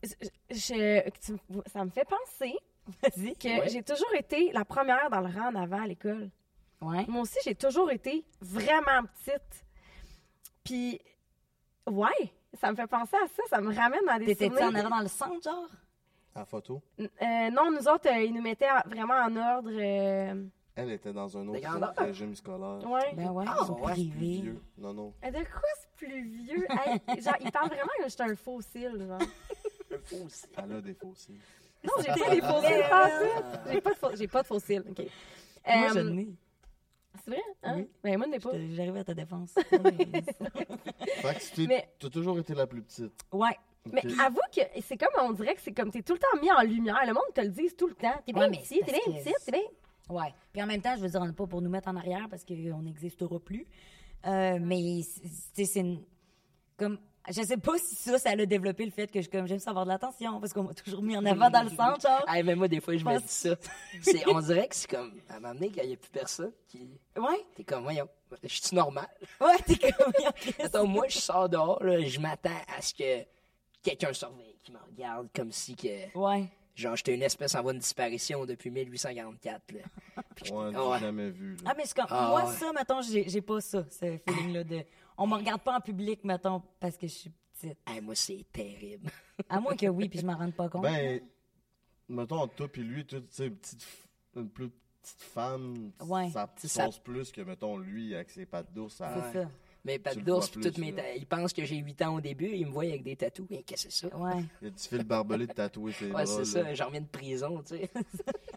Speaker 5: Je- je- tu me- ça me fait penser
Speaker 1: Vas-y.
Speaker 5: que
Speaker 2: Ouais.
Speaker 5: j'ai toujours été la première dans le rang en avant à l'école.
Speaker 1: Ouais.
Speaker 5: Moi aussi, j'ai toujours été vraiment petite. Puis, ouais, ça me fait penser à ça. Ça me ramène à des
Speaker 1: T'étais-tu en
Speaker 5: souvenirs.
Speaker 1: allant dans le centre, genre?
Speaker 3: En photo,
Speaker 5: Euh, non, nous autres, euh, ils nous mettaient en- vraiment en ordre. euh,
Speaker 3: elle était dans un
Speaker 2: Des
Speaker 3: autre
Speaker 2: grandeurs.
Speaker 3: centre, régime scolaire.
Speaker 5: Ouais.
Speaker 1: Ben ouais,
Speaker 2: Ah,
Speaker 1: ils sont
Speaker 2: ouais,
Speaker 3: Plus
Speaker 1: privés.
Speaker 3: vieux. Non, non.
Speaker 5: Euh, De quoi c'est plus vieux? Hey, genre, ils parlent vraiment que j'étais un fossile, genre.
Speaker 2: Un fou aussi.
Speaker 3: Elle a des faux cils.
Speaker 5: Non, j'ai pas des fossiles, Ah, pas ça. J'ai pas de, fo- j'ai pas de fossiles, OK.
Speaker 1: Moi, je
Speaker 5: Euh,
Speaker 1: n'ai.
Speaker 5: C'est vrai? Hein?
Speaker 1: Oui.
Speaker 5: Mais moi, je n'ai pas.
Speaker 1: J'étais- J'arrive à ta défense.
Speaker 3: Fait que tu
Speaker 5: Mais-
Speaker 3: as toujours été la plus petite.
Speaker 1: ouais.
Speaker 5: Mais
Speaker 3: Ok.
Speaker 5: avoue que c'est comme, on dirait que c'est comme, t'es tout le temps mis en lumière. Le monde te le dit tout le temps. T'es bien
Speaker 1: Ouais, mais
Speaker 5: petit,
Speaker 1: c'est
Speaker 5: t'es bien
Speaker 1: parce que-
Speaker 5: petit, t'es bien.
Speaker 1: Ouais. Puis en même temps, je veux dire, on n'est pas pour nous mettre en arrière parce qu'on n'existera plus. Euh, mais c'est- c'est c'est une- comme je sais pas si ça, ça a développé le fait que je comme j'aime ça avoir de l'attention parce qu'on m'a toujours mis en avant dans le centre, genre.
Speaker 2: Ah, mais moi, des fois, je me
Speaker 1: Pense-
Speaker 2: dis ça. C'est- On dirait que c'est comme, à un moment donné, quand il n'y a plus personne, qui...
Speaker 1: Ouais.
Speaker 2: t'es comme, voyons, je suis normal.
Speaker 1: Ouais, t'es comme Voyons, Chris.
Speaker 2: Attends, moi, je sors dehors, là, je m'attends à ce que quelqu'un surveille, qui me regarde comme si que,
Speaker 1: Ouais.
Speaker 2: genre, j'étais une espèce en voie de disparition depuis 1844, là. Puis que-
Speaker 3: Ouais, on
Speaker 2: ouais.
Speaker 3: l'a jamais vu. là.
Speaker 1: Ah mais c'est comme
Speaker 2: Ah,
Speaker 1: moi
Speaker 2: ouais.
Speaker 1: ça mettons, j'ai j'ai pas ça, ce feeling là de on me regarde pas en public mettons parce que je suis petite.
Speaker 2: Ah, moi, c'est terrible.
Speaker 1: À moins que oui, puis je m'en rende pas compte.
Speaker 3: Ben, mettons, entre toi puis lui, toi, tu sais, une petite f- une plus petite femme,
Speaker 1: Ouais.
Speaker 3: ça pense
Speaker 2: Ça-
Speaker 3: plus que, mettons, lui, avec ses pattes d'ours. Ça...
Speaker 1: c'est ça.
Speaker 2: Mais pas
Speaker 3: Tu le
Speaker 2: d'ours,
Speaker 3: vois
Speaker 2: puis
Speaker 3: plus,
Speaker 2: toutes mes
Speaker 3: là.
Speaker 2: ta- Ils pensent que j'ai 8 ans au début, ils me voient avec des tatous. Mais qu'est-ce que c'est ça?
Speaker 1: Ouais.
Speaker 3: Il y a du fil barbelé de tatoué ses
Speaker 2: Ouais,
Speaker 3: bras,
Speaker 2: c'est
Speaker 3: là.
Speaker 2: ça, j'en reviens de prison, tu sais.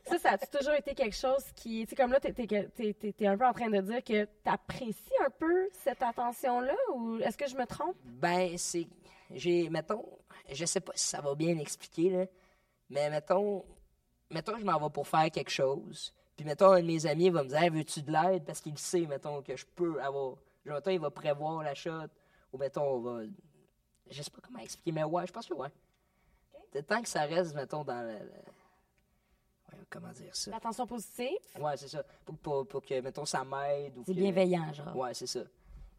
Speaker 5: Ça, ça a toujours été quelque chose qui. Tu sais, comme là, t'es, t'es, t'es- t'es- t'es un peu en train de dire que t'apprécies un peu cette attention-là ou est-ce que je me trompe?
Speaker 2: Ben, c'est. J'ai. Mettons. Je sais pas si ça va bien l'expliquer, là. Mais mettons. Mettons que je m'en vais pour faire quelque chose. Puis mettons, un de mes amis va me dire Hey, Veux-tu de l'aide Parce qu'il sait, mettons, que je peux avoir. Genre, mettons, il va prévoir la shot. Ou mettons, on va. Je sais pas comment expliquer, mais ouais, je pense que ouais. C'est Tant que ça reste, mettons, dans la. la- Ouais, comment dire ça
Speaker 5: L'attention positive?
Speaker 2: Ouais, c'est ça. Pour, pour- pour que, mettons, ça m'aide. ou
Speaker 1: C'est
Speaker 2: que-
Speaker 1: bienveillant genre.
Speaker 2: Ouais, c'est ça.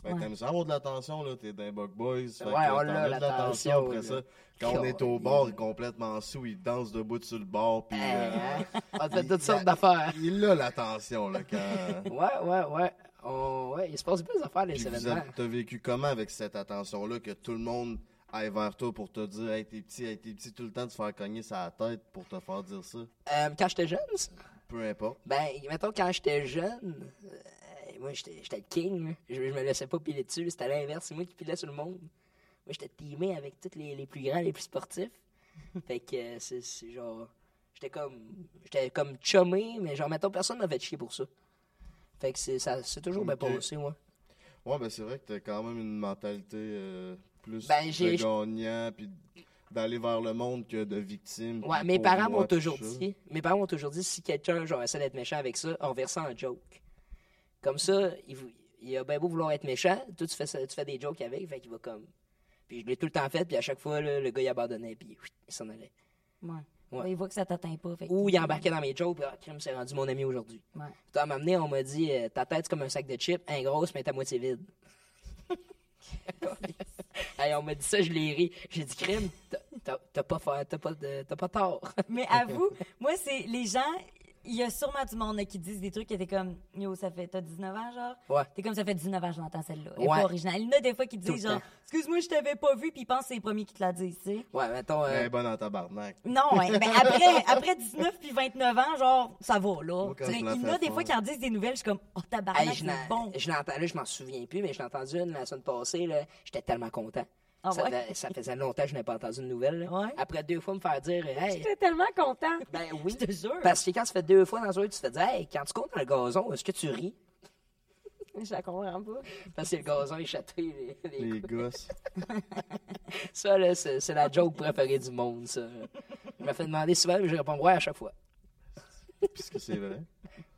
Speaker 3: Ben,
Speaker 1: Ouais.
Speaker 3: t'aimes ça avoir de l'attention, là. T'es d'un Bug Boys. fait
Speaker 2: Ouais,
Speaker 3: que
Speaker 2: on
Speaker 3: t'en
Speaker 2: l'a,
Speaker 3: as de
Speaker 2: l'attention,
Speaker 3: Après
Speaker 2: là.
Speaker 3: ça, quand on est au bord, il est complètement sous, il danse debout sur le bord, puis. euh,
Speaker 2: Hein? On fait
Speaker 3: il-
Speaker 2: toutes sortes
Speaker 3: la-
Speaker 2: d'affaires.
Speaker 3: Il a l'attention, là, quand.
Speaker 2: Ouais, ouais, ouais. On- ouais, il se passe plus d'affaires, les
Speaker 3: Puis vous
Speaker 2: événements.
Speaker 3: êtes- t'as vécu comment avec cette attention-là que tout le monde aille vers toi pour te dire Hey, t'es petit, hey, t'es petit, tout le temps de se faire cogner sa tête pour te faire dire ça?
Speaker 2: Euh, quand j'étais jeune, ça?
Speaker 3: Peu importe.
Speaker 2: ben, mettons, quand j'étais jeune, euh, moi, j'étais j'étais le king. là. Je, je me laissais pas piler dessus. là. C'était à l'inverse. C'est moi qui pilais sur le monde. Moi, j'étais teamé avec tous les, les plus grands, les plus sportifs. fait que euh, c'est c'est genre. J'étais comme. J'étais comme chumé, mais genre, mettons, personne m'a fait chier pour ça. Fait que c'est ça- c'est toujours bien
Speaker 3: Ok.
Speaker 2: passé, moi.
Speaker 3: Ouais, ben c'est vrai que t'as quand même une mentalité euh, plus
Speaker 2: Ben, j'ai-
Speaker 3: de gagnant, puis d'aller vers le monde que de victime. puis
Speaker 2: Ouais, mes
Speaker 3: pour
Speaker 2: parents
Speaker 3: moi,
Speaker 2: m'ont
Speaker 3: tout
Speaker 2: toujours
Speaker 3: ça.
Speaker 2: dit, mes parents m'ont toujours dit si quelqu'un genre essaie d'être méchant avec ça, on verse ça en joke. Comme ça, il, vou- il a bien beau vouloir être méchant, toi tu fais ça- tu fais des jokes avec, fait qu'il va comme puis je l'ai tout le temps fait, puis à chaque fois là, le gars il abandonnait puis oui, il s'en allait.
Speaker 1: Ouais.
Speaker 2: Ouais.
Speaker 1: Il voit que ça t'atteint pas. Fait que-
Speaker 2: Ou il embarquait dans mes jokes, puis ah, crime, c'est rendu mon ami aujourd'hui.
Speaker 1: Ouais.
Speaker 2: Puis à un moment donné, on m'a dit euh, ta tête c'est comme un sac de chips, un grosse mais t'es à moitié vide. Hey, on m'a dit ça, je l'ai ri. J'ai dit crime, t'as- t'as t'as pas fa- t'as pas de- t'as pas tort.
Speaker 1: Mais avoue, moi, c'est les gens, il y a sûrement du monde là, qui disent des trucs qui étaient comme Yo, ça fait, t'as 19 ans, genre.
Speaker 2: Ouais.
Speaker 1: T'es comme ça fait 19 ans, que j'entends celle-là. Elle est
Speaker 2: Ouais.
Speaker 1: pas originale. Il y en a des fois qui
Speaker 2: le
Speaker 1: disent
Speaker 2: temps.
Speaker 1: genre Excuse-moi, je t'avais pas vu, puis ils pensent que c'est les premiers qui te la disent, tu sais.
Speaker 2: Ouais, mettons euh,
Speaker 6: Ben,
Speaker 3: Elle est bonne en tabarnak.
Speaker 1: Non, hein. ben après, après 19 puis 29 ans, genre, ça va, là.
Speaker 3: Moi, quand
Speaker 1: Tu sais, Il
Speaker 3: je la
Speaker 1: y en
Speaker 3: fais
Speaker 1: a des fois
Speaker 3: faire.
Speaker 1: qui en disent des nouvelles, je suis comme, oh tabarnak,
Speaker 2: Hey, je
Speaker 1: c'est
Speaker 2: l'en-
Speaker 1: bon.
Speaker 2: je l'entends là, je m'en souviens plus, mais je l'ai entendu une la semaine passée. là, J'étais tellement content.
Speaker 1: Ah
Speaker 2: ça,
Speaker 1: ouais?
Speaker 2: fait- ça faisait longtemps que je n'ai pas entendu de nouvelle. là.
Speaker 1: Ouais?
Speaker 2: Après deux fois, me faire dire Hey,
Speaker 5: J'étais tellement content.
Speaker 2: ben oui.
Speaker 1: Je te jure.
Speaker 2: Parce que quand tu fais deux fois dans la soirée, tu te dis Hey, quand tu cours dans le gazon, est-ce que tu ris
Speaker 5: Je la comprends pas.
Speaker 2: Parce que le gazon est châté. les- les
Speaker 3: Les
Speaker 2: coups.
Speaker 3: gosses.
Speaker 2: Ça, là, c'est c'est la joke préférée du monde, ça. Je me fais demander souvent, mais je réponds Ouais à chaque fois.
Speaker 3: Puisque c'est vrai.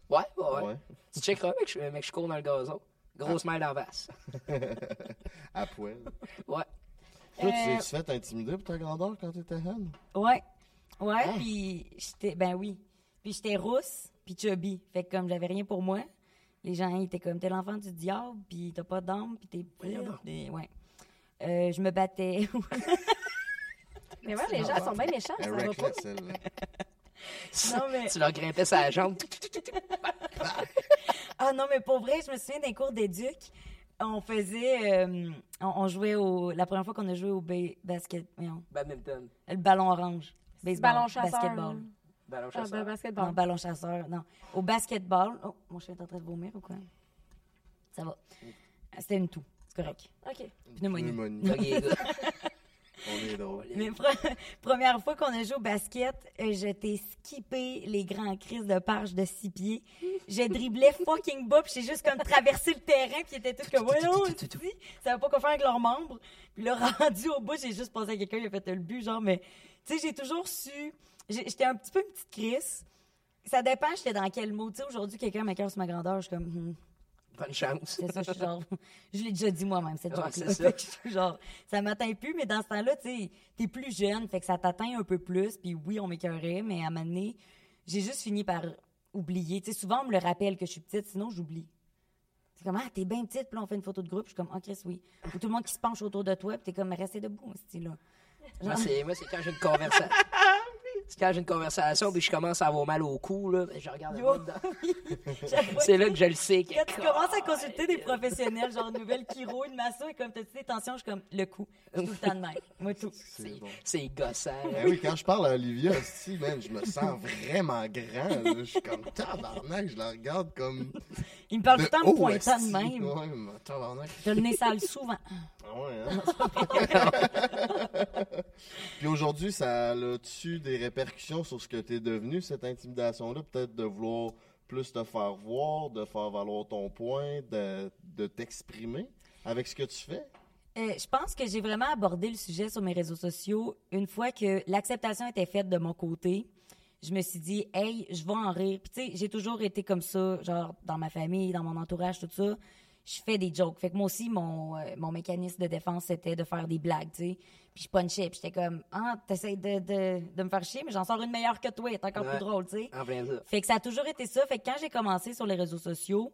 Speaker 2: Ouais, ouais, ouais.
Speaker 3: Ouais. Ah.
Speaker 2: Tu checkeras, mec, je- mec, je cours dans le gazon. Grosse mère d'en face.
Speaker 6: À poil.
Speaker 2: Ouais.
Speaker 6: Toi, tu
Speaker 1: Euh,
Speaker 6: t'es fait intimider pour ta grandeur quand t'étais jeune?
Speaker 1: Ouais. Ouais,
Speaker 4: Hein?
Speaker 1: puis j'étais. Ben oui. Puis j'étais rousse, puis chubby. Fait que comme j'avais rien pour moi, les gens ils étaient comme t'es l'enfant du diable, puis t'as pas d'âme, puis t'es. Des- Ouais. Euh, je me battais.
Speaker 4: Mais ouais, les gens sont bien
Speaker 5: Ah,
Speaker 4: méchants, ça
Speaker 6: Elle
Speaker 4: va pas.
Speaker 6: Eh, reckless, elle. là.
Speaker 1: Non, mais-
Speaker 2: tu leur grimpais sa jambe.
Speaker 1: Ah non, mais pour vrai, je me souviens d'un cours d'éduc. On faisait. euh, on, on jouait au. La première fois qu'on a joué au ba- basket. voyons,
Speaker 2: Badminton.
Speaker 1: le ballon orange. Baseball,
Speaker 4: Ballon chasseur.
Speaker 1: Basketball.
Speaker 2: Ballon
Speaker 4: Ah, ben,
Speaker 2: chasseur.
Speaker 1: Non,
Speaker 4: basketball.
Speaker 1: ballon chasseur. Non. Au basketball. Oh, mon chien est en train de vomir ou quoi? Ça va. C'était une toux. C'est correct.
Speaker 4: OK.
Speaker 1: Pneumonie.
Speaker 6: Pneumonie.
Speaker 2: Ok,
Speaker 6: On est
Speaker 2: les gars.
Speaker 6: drôle.
Speaker 1: Mais pre- première fois qu'on a joué au basket, euh, je t'ai skippé les grands crises de parche de six pieds. Je driblais fucking bas, puis j'ai juste comme traversé le terrain, puis ils étaient tous comme « Voyons, ils savaient pas quoi faire avec leurs membres. » Puis là, rendu au bout, j'ai juste pensé à quelqu'un, il a fait le but, genre, mais... Tu sais, j'ai toujours su... j'ai- J'étais un petit peu une petite crise. Ça dépend, j'étais dans quel mot. Tu sais, aujourd'hui, quelqu'un m'écœure sur ma grandeur, je suis comme... Hum.
Speaker 2: Bonne chance.
Speaker 1: C'est ça, je suis genre. Je l'ai déjà dit moi-même, cette
Speaker 2: Ouais,
Speaker 1: joke-là.
Speaker 2: c'est ça.
Speaker 1: Fait que je suis genre, ça m'atteint plus, mais dans ce temps-là, tu sais, t'es plus jeune, fait que ça t'atteint un peu plus. Puis oui, on m'écœurait, mais à un moment donné, j'ai juste fini par oublier. Tu sais, souvent, on me le rappelle que je suis petite, sinon j'oublie. C'est comme, ah, t'es bien petite, puis là, on fait une photo de groupe, je suis comme, ah, Chris, oui. Ou tout le monde qui se penche autour de toi, puis t'es comme, restez debout, style là.
Speaker 2: Moi, c'est, moi, c'est quand j'ai une conversation.
Speaker 1: Ah
Speaker 2: c'est quand j'ai une conversation puis je commence à avoir mal au cou, là, ben, je regarde le
Speaker 1: Yo.
Speaker 2: monde dedans.
Speaker 1: Chaque fois
Speaker 2: C'est là que je le sais. que-
Speaker 1: Quand tu commences à consulter des professionnels, genre une nouvelle chiro, une masso, et comme t'as-tu des tensions, je suis comme, le coup. Je suis tout le temps de même. Moi, tout.
Speaker 6: C'est bon.
Speaker 2: C'est gossant.
Speaker 6: Ben oui, quand je parle à Olivia, si, man, je me sens vraiment grand. là. Je suis comme tabarnak, je la regarde comme.
Speaker 1: Il me parle tout le temps
Speaker 6: haut,
Speaker 1: me pointant
Speaker 6: esti.
Speaker 1: de même.
Speaker 6: Ouais, mais tabarnak.
Speaker 1: T'as le nez sale souvent.
Speaker 6: Ah ouais, hein? Puis aujourd'hui, ça a-tu des répercussions sur ce que t'es devenu, cette intimidation-là? Peut-être de vouloir plus te faire voir, de faire valoir ton point, de, de t'exprimer avec ce que tu fais?
Speaker 1: Euh, je pense que j'ai vraiment abordé le sujet sur mes réseaux sociaux une fois que l'acceptation était faite de mon côté. Je me suis dit, hey, je vais en rire. Puis tu sais, j'ai toujours été comme ça, genre dans ma famille, dans mon entourage, tout ça. Je fais des jokes. Fait que moi aussi, mon, euh, mon mécanisme de défense, c'était de faire des blagues, tu sais. Puis je punchais, puis j'étais comme, ah, t'essayes de, de, de me faire chier, mais j'en sors une meilleure que toi, t'es encore
Speaker 2: Ouais. Ah
Speaker 1: plus drôle, tu sais.
Speaker 2: En plein ça.
Speaker 1: Fait que ça a toujours été ça. Fait que quand j'ai commencé sur les réseaux sociaux,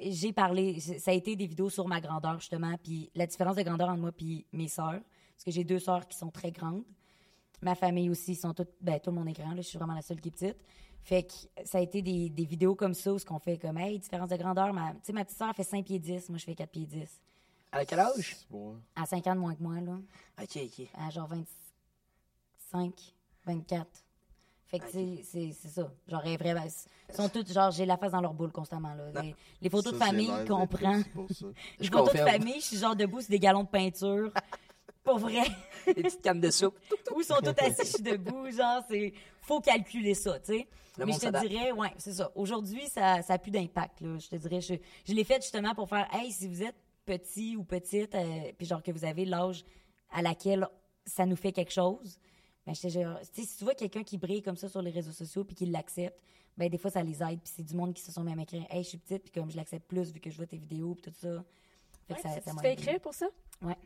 Speaker 1: j'ai parlé, ça a été des vidéos sur ma grandeur justement, puis la différence de grandeur entre moi puis mes sœurs, parce que j'ai deux sœurs qui sont très grandes. Ma famille aussi, ils sont toutes, ben tout le monde est grand, là, je suis vraiment la seule qui est petite. Fait que ça a été des, des vidéos comme ça où ce qu'on fait comme, hey, différence de grandeur, ma, tu sais, ma petite sœur fait 5 pieds 10, moi je fais 4 pieds 10.
Speaker 2: À quel âge?
Speaker 6: C'est bon, hein?
Speaker 1: À 5 ans de moins que moi, là,
Speaker 2: Ok, ok.
Speaker 1: à genre 25, 24. Fait que, tu sais, c'est c'est ça. Genre, elles vraiment. ben, Ils sont toutes, genre, j'ai la face dans leur boule constamment, là. Les, les photos de
Speaker 6: Ça, c'est
Speaker 1: famille
Speaker 6: nice
Speaker 1: qu'on
Speaker 6: d'être
Speaker 1: prend.
Speaker 6: ici pour ça.
Speaker 1: Les
Speaker 2: Je
Speaker 1: photos de
Speaker 2: confirme.
Speaker 1: famille, je suis genre debout sur des galons de peinture. Pour vrai.
Speaker 2: Des petites cannes de soupe.
Speaker 1: Où sont toutes assis, je suis debout. Genre, c'est. Faut calculer ça, tu sais.
Speaker 2: Le
Speaker 1: Mais
Speaker 2: monde
Speaker 1: je te
Speaker 2: s'adapte.
Speaker 1: dirais, ouais, c'est ça. Aujourd'hui, ça ça a plus d'impact, là. Je te dirais, je, je l'ai fait justement pour faire, hey, si vous êtes petit ou petite, euh, puis genre que vous avez l'âge à laquelle ça nous fait quelque chose. Ben, j'étais genre, tu sais, si tu vois quelqu'un qui brille comme ça sur les réseaux sociaux puis qui l'accepte, ben, des fois, ça les aide. Puis c'est du monde qui se sont même écrire Hey, je suis petite, puis comme je l'accepte plus vu que je vois tes vidéos, puis tout ça. Fait que
Speaker 4: Ouais,
Speaker 1: ça-
Speaker 4: tu
Speaker 1: ça m'a
Speaker 4: tu te fais
Speaker 1: aidé.
Speaker 4: écrire pour ça?
Speaker 1: Ouais.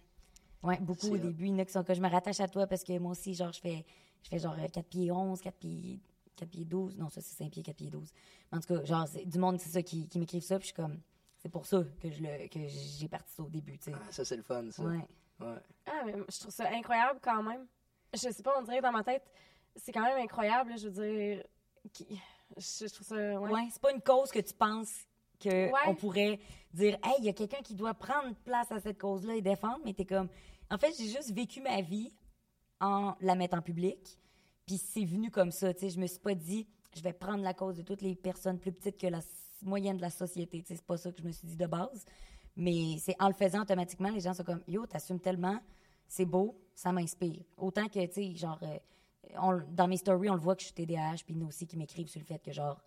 Speaker 1: Ouais, beaucoup au début. Il y en a qui sont comme, je me rattache à toi parce que moi aussi, genre, je fais, je fais genre euh, 4 pieds 11, 4 pieds, 4 pieds 12. Non, ça, c'est 5 pieds, 4 pieds 12. Mais en tout cas, genre, c'est- du monde, c'est ça qui, qui m'écrivent ça. Puis je suis comme, c'est pour ça que je le, que j'ai parti ça au début, tu sais.
Speaker 2: Ah, ça, c'est le fun, ça.
Speaker 1: Ouais.
Speaker 2: Ouais.
Speaker 4: Ah, mais je trouve ça incroyable quand même. Je sais pas, on dirait dans ma tête, c'est quand même incroyable, là, je veux dire. qui- Je je trouve ça. euh, Ouais.
Speaker 1: Ouais, c'est pas une cause que tu penses que
Speaker 4: Ouais.
Speaker 1: on pourrait dire hey, il y a quelqu'un qui doit prendre place à cette cause-là et défendre, mais t'es comme en fait, j'ai juste vécu ma vie en la mettant en public, puis c'est venu comme ça, tu sais, je me suis pas dit je vais prendre la cause de toutes les personnes plus petites que la s- moyenne de la société, tu sais, c'est pas ça que je me suis dit de base, mais c'est en le faisant automatiquement, les gens sont comme yo, t'assumes tellement, c'est beau, ça m'inspire. Autant que tu sais genre euh, on- dans mes stories, on le voit que je suis TDAH, puis nous aussi qui m'écrivent sur le fait que genre